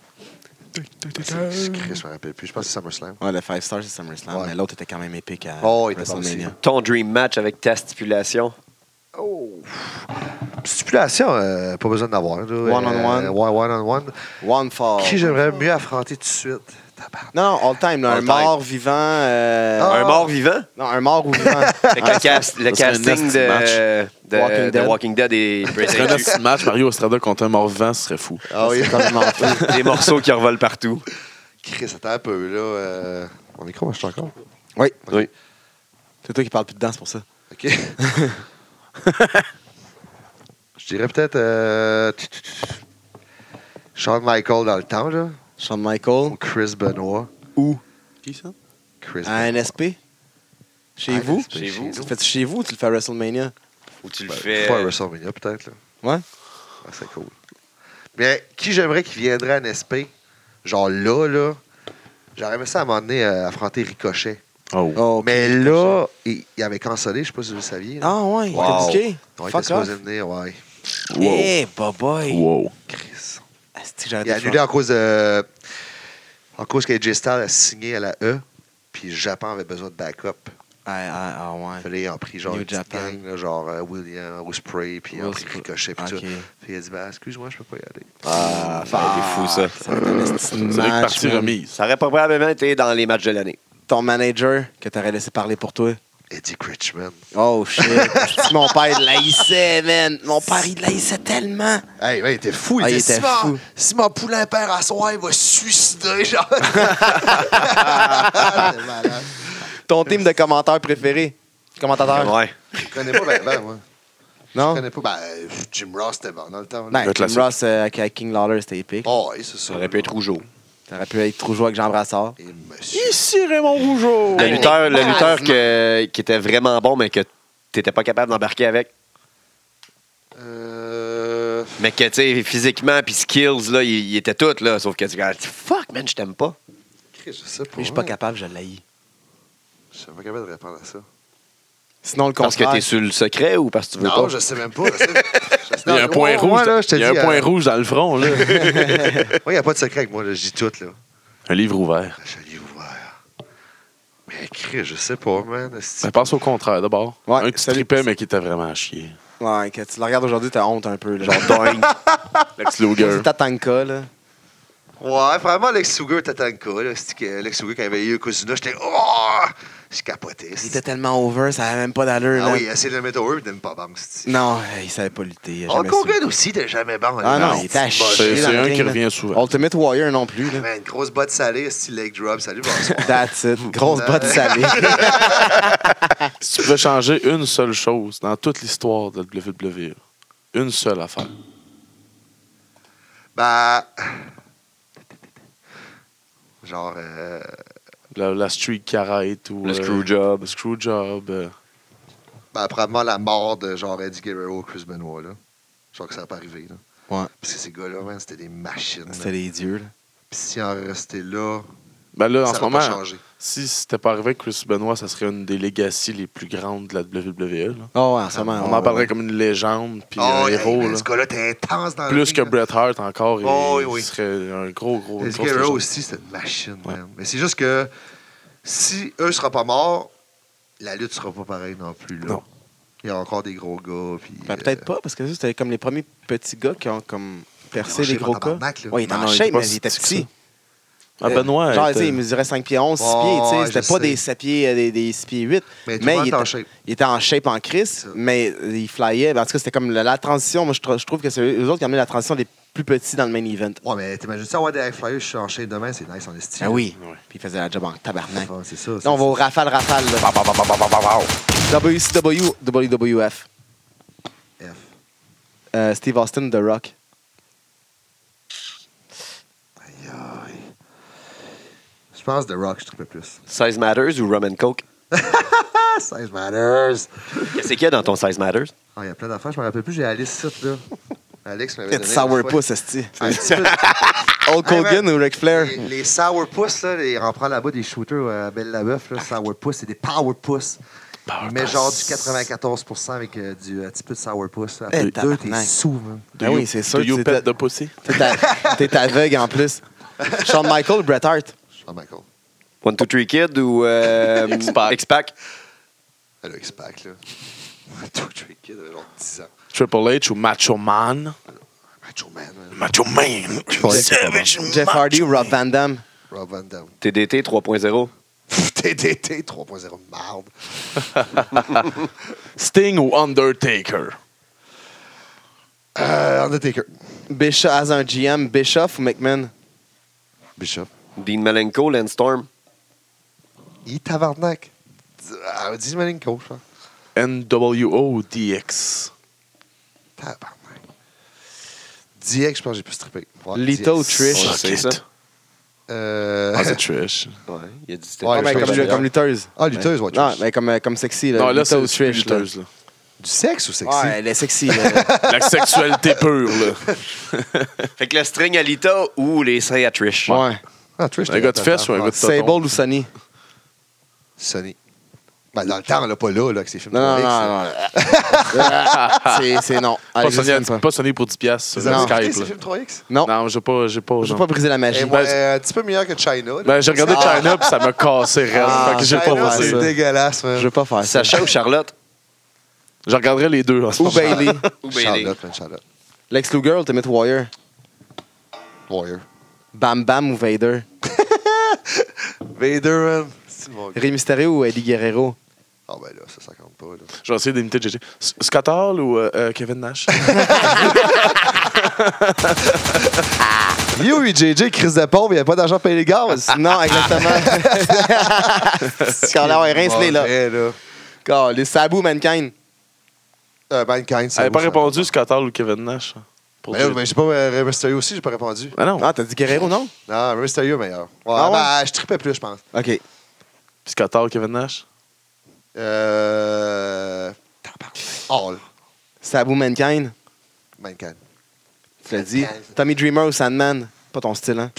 Je Chris, je me rappelle plus. Je pense que c'est SummerSlam. Ouais, le 5 star, c'est SummerSlam. Ouais. Mais l'autre était quand même épique à Oh, il était bon WrestleMania. Ton dream match avec ta stipulation. Stipulation, euh, pas besoin d'avoir. One One-on-one. Oh. One-on-one. One fall. Qui j'aimerais mieux affronter tout de suite? Tabarnak. Non, non, all time. là, All un time. mort vivant. euh, Ah. Un mort vivant? Non, un mort ou vivant. Avec le, cast- le Ça serait un casting nasty de, match. de- Walking de Dead. Walking Dead et Prison Un autre match, Mario Estrada contre un mort vivant, ce serait fou. Ah oui, C'est complètement fou. Des morceaux qui revolent partout. Chris, attends un peu, là. euh, Mon micro marche encore? Oui. Oui. C'est toi qui parles plus dedans, c'est pour ça. OK. Je dirais peut-être... euh, tu- tu- tu- Shawn Michael dans le temps, là. Shawn Michael, Ou Chris Benoit. Qui ça? Chris Ah, à NSP. Ah, Chez À vous? NSP, Chez vous. nous. Tu fais chez vous ou tu le fais à WrestleMania? Où tu le Ben, fais. Pas à WrestleMania, peut-être. là. Ouais. Ah, c'est cool. Bien, qui j'aimerais qui viendrait à NSP, genre là, là, j'aurais aimé ça à un moment donné euh, affronter Ricochet. Ah, Oh. Oh, ok. Mais là, il, il avait cancellé, je sais pas si vous le saviez. là. Ah, ouais, il Wow. était Ouais, bouqué. il était Fuck off. supposé venir, ouais. Wow. Eh, boy. Wow. Chris. Asti, j'aurais Il a dû annulé faire- en cause de. En cause que J Styles a signé à la E, puis le Japon avait besoin de backup. Ah, ah, ah, Il ouais. fallait en pris genre New une petite Japan. gang, là, genre euh, William, Osprey, puis en pris Osprey. Ricochet, puis Ok. tout. Puis il a dit, ben, excuse-moi, je peux pas y aller. Ah, ça aurait été fou, ça. Ça aurait été un esti de C'est vrai que match, partie man. remise. Ça aurait probablement été dans les matchs de l'année. Ton manager que t'aurais laissé parler pour toi. Eddie Critchman. Oh shit. Asti, Mon père il l'haïssait, man. Mon père il l'haïssait tellement. Hey, ouais, il était fou. Il Ah, il était était si, mon- fou. si mon poulain perd à soir, il va se suicider. Genre. C'est malade. Ton team de commentaires préféré? Commentateur? Ouais. Je connais pas ben, ben, moi. Je Non? connais pas. Ben, euh, Jim Ross, c'était bon dans le temps. là. Ben, Le Tim classique. Ross euh, avec avec King Lawler, c'était épique. Oh, oui, c'est Ça ça. aurait pu être Rougeau. T'aurais pu être trop joué avec Jean Brassard. Et monsieur. Ici Raymond Rougeau. Le lutteur, le lutteur que- qui était vraiment bon, mais que t'étais pas capable d'embarquer avec. Euh, Mais que, tu sais, physiquement, puis skills, là, il, il était tout, là. Sauf que tu dis, fuck, man, je t'aime pas. Chris, je sais pas. hein. Mais je suis pas capable, je l'haïs. Je suis pas capable de répondre à ça. Sinon, le Parce que contraire. t'es sur le secret ou parce que tu veux Non, pas? je sais même pas. je sais- je sais- Il y a un non, point Ah, moi, rouge. Moi, là, je te il y a dis, un point euh, rouge dans le front, là. Moi, il n'y a pas de secret avec moi. là, Je dis tout, là. un livre ouvert. Je l'ai ouvert. Mais Chris, je sais pas, man. esti. Ben, Ça passe au contraire, d'abord. Ouais, un qui salut. tripait, mais qui était vraiment à chier. Ouais, que tu le regardes aujourd'hui, t'as honte un peu. là. Genre, Doink. Lex Luger. c'est ta tanka, là. Ouais, vraiment, Lex Luger, Tatanka. Là, c'est que Lex Luger, quand il avait eu Kozuna, j'étais. Oh! Je capotais. Il esti. était tellement over, ça avait même pas d'allure, Ah man. oui, il a essayé de le mettre au eux, puis de me pas bang. esti. Non, euh, il savait pas lutter. il a Hulk jamais su. Hogan aussi, t'es jamais bon. Ah non, il esti, était à botte. chier. C'est dans le un ring, qui là. revient souvent. Ultimate Warrior non plus, là. Man, grosse botte salée, style leg drop. Salut, bonsoir. That's it. Grosse botte salée. Si tu pouvais changer une seule chose dans toute l'histoire de WWE, une seule affaire. bah. Genre. euh, La, la street qui arrête ou. Le euh, Screwjob. Le Screwjob. euh, Ben, probablement la mort de genre Eddie Guerrero ou Chris Benoit, là. Genre que ça n'a pas arrivé, là. Ouais. Parce que ces gars-là, man, c'était des machines. là. C'était les dieux, là. Puis si en restait là, Ben là, en ça ce va pas moment, changer. si c'était pas arrivé avec Chris Benoit, ça serait une des legacies les plus grandes de la WWE. là. Oh, ouais, en ce moment. On ouais, en parlerait ouais. comme une légende, puis Oh, un hey, héros. man, là. ce gars-là, t'es intense dans le Plus que ring, là. Bret Hart encore, il- Oh, oui, il oui. serait un gros, gros. Eddie grosse Guerrero légende. aussi, c'était une machine, Ouais. man. Mais c'est juste que si eux ne seront pas morts, la lutte sera pas pareille non plus, là. Non. Il y a encore des gros gars, puis... euh, Ben, peut-être pas, parce que ça, c'était comme les premiers petits gars qui ont comme percé les shape en gros cas. tabarnak, là. Ouais, il était Non, en il était shape, pas mais il était si petit. petit que Ah, Benoit. Genre, était- tu sais, il mesurait 5 pieds 11, 6 Ouais, pieds, tu ouais, sais, c'était je pas sais. des 7 pieds, euh, des, des 6 pieds 8. Mais tout le monde il, était en était, shape. il était en shape en crise, Ça. mais il flyait. Ben, En tout cas, c'était comme la, la transition. Moi, je, tr- je trouve que c'est eux autres qui ont mis la transition des plus petits dans le main event. Ouais, mais t'imagines ça, ouais, des High Flyers, je suis en shape demain, c'est nice, en estime. Ah oui. Puis il faisait la job en tabarnak. Ouais, Ah, c'est ça. c'est Là, on ça. va au rafale, rafale. là. WCW, WWF. F. Euh, Steve Austin, The Rock. Aïe, aïe. Je pense The Rock, je trouvais plus. 16 Matters ou Rum and Coke? Ah, 16 Matters! Qu'est-ce qu'il y a dans ton 16 Matters? Ah, il y a plein d'affaires, je me rappelle plus, j'ai Alice site, là. Alex m'avait donné. une fois. Sourpuss, esti. Un petit peu- Hulk Ah, Hey, Hogan man. ou Ric Flair? Les, les euh, Sourpuss, là, les- on prend là-bas des shooters à Belle Labeouf, là, Sourpuss, c'est des Powerpuss. Power Mais Pass. genre du 94% avec euh, du, un petit peu de sourpuss. là. Eh, Après deux, t'es tabarnak. sous, man. Do Ben you- oui, c'est sûr Do que you c'est pet de- the pussy? T'es à- T'es aveugle en plus. Shawn Michael ou Bret Hart? Shawn Michael. One, Two, Three Kid ou euh, X-Pac. X-Pac? Elle a X-Pac, là. Tout Drake Kid, avait genre 10 ans. Triple H ou Macho Man? Macho Man, man. Macho Man! Savage Jeff Macho Hardy ou Rob Van Damme? Rob Van Damme. TDT 3.0. TDT 3.0 de marde. Sting ou Undertaker? Euh, Undertaker. Bishop, as un GM, Bischoff ou McMahon? Bishop. Dean Malenko, Landstorm. Il tabarnak. D- Ah, Dis Malenko, je pense. NWO ou DX? Tabarnak. DX, je pense que j'ai plus trippé. Ouais, Lito DX. Oh, Trish. Ouais. c'est ça. Euh... Ah, c'est Trish. Ouais, il a dit c'était Ouais, Ah, mais ben, je comme, pense que- comme lutteuse. Ah, lutteuse, ouais, Non, Trish. mais comme, euh, comme sexy. Là. Non, là, Lutteuse, c'est Trish, Trish. là. là. Du sexe ou sexy? Ouais, elle est sexy. là. La sexualité pure, là. Fait que le string à Lita ou les seins à Trish. ouais. Ah, Trish, Un gars de fesses ou un gars de Sable tonton? ou Sonny? Sony. Ben, dans le temps, là, pas là, là, que ces films Non, non, 3X, là. non. non. c'est, c'est non. Pas Allez, sonné juste à- pas. Ah, Pas sonné pour 10$ piastres Vous sur avez Non. regardé Skype. ces là. films 3X? Non, Non, j'ai pas, j'ai pas. je non. vais pas briser la magie. Eh, moi, euh, un petit peu meilleur que China. là. Ben, j'ai regardé Ah, China, puis ça m'a cassé réel. Ah, fait que j'ai pas China, voir pensé. C'est ça. dégueulasse, man. Je vais pas faire ça. Sacha ou Charlotte? Je regarderai les deux en ce Ou moment. Bailey. Ou Bailey? Charlotte, man, Charlotte. Lex Luger ou Ultimate Warrior? Warrior. Bam Bam ou Vader? Vader, man. C'est mon gars. Rey Mysterio ou Eddie Guerrero? Ah, ben là, ça, ça compte pas, là. Je vais essayer d'imiter GG. S- Scott Hall ou euh, euh, Kevin Nash? Yo, oui, JJ, crise de pauvre, il n'y a pas d'argent pour payer les gars. Non, exactement. Quand Ah, là, on est rincelé, là. Quand les Sabu Mankind. Euh, Mankind, c'est Elle n'a pas où, ça? répondu, Scott Hall ou Kevin Nash. hein, Pour Mais là, Jay- mais j'ai pas euh, Rey Mysterio aussi, j'ai pas répondu. Ah non, Ah, t'as dit Guerrero, non? Non, Rey Mysterio est meilleur. Ouais, Ah ouais? ben, je tripais plus, je pense. OK. Scott Hall, Kevin Nash. Euh. tabarnak. Hall, Sabu Mankind. Mankind. Tu l'as dit. Tommy Dreamer ou Sandman. Pas ton style, hein?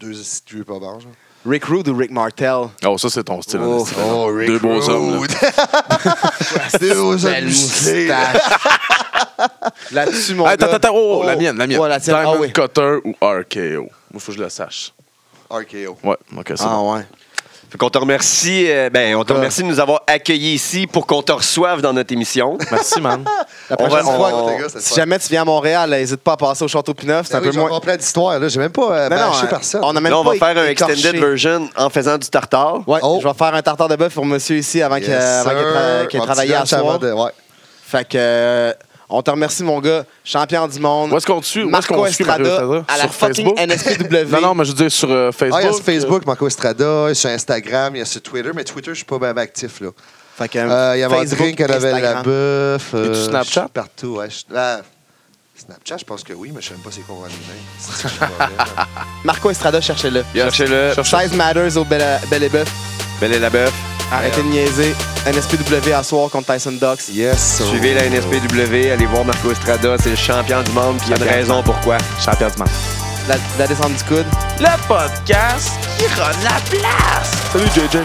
Deux instituts pas bons, genre. Rick Rude ou Rick Martel. Oh, ça, c'est ton style. Oh, honnêtement. Oh, Rick Deux beaux hommes, là. Rude. Deux beaux hommes Belle musclés. moustache. Là-dessus, mon Hey, gars. attends, attends, oh, oh, la mienne, la mienne. Ouais, la tienne. Diamond ah, oui. Cutter ou RKO? Moi, faut que je le sache. RKO. Ouais, ok, c'est Ah, bon. ouais. Fait qu'on te remercie, euh, ben, on te remercie de nous avoir accueillis ici pour qu'on te reçoive dans notre émission. Merci, man. La On va- prochaine on- fois, on- gars, c'est si fun. jamais tu viens à Montréal, n'hésite pas à passer au Château Pineuf. C'est Ben un oui, peu j'ai moins. encore plein d'histoires, là. J'ai même pas euh, Non, bâché euh, personne. on a même Là, on va pas faire un écorché. extended version en faisant du tartare. Ouais, Oh. je vais faire un tartare de bœuf pour monsieur ici avant Yes, qu'il avant qu'il sir. tra- qu'il Un travaille petit à lunch soir. avant de- Ouais. Ah, Fait que euh, on te remercie mon gars, champion du monde. Où est-ce qu'on te suit? Où est-ce Marco qu'on suit, Mario Estrada Estrada? à la Sur fucking E Facebook? NSPW. Non, non, mais je veux dire sur euh, Facebook. Ah, il y a sur Facebook, Marco Estrada, il y a sur Instagram, il y a sur Twitter, mais Twitter, je suis pas même actif, là. Fait que Euh, Il y avait un Facebook, drink à la Belle Instagram. la Bœuf. euh, Et tu Snapchat? je suis Partout, ouais. je- ah, Snapchat, je pense que oui, mais je sais même pas c'est quoi on va donner. Marco Estrada, cherchez-le. Yes. Cherchez-le. Cherchez- Size Matters au Belle Belle et Bœuf. Belle et la bœuf. Arrêtez de niaiser. NSPW à soir contre Tyson Ducks. Yes. so- Suivez la NSPW, allez voir Marco Estrada, c'est le champion du monde, puis il y a une Champion. raison pourquoi. Champion du monde. La, la descente du coude. Le podcast qui rend la place. Salut, JJ.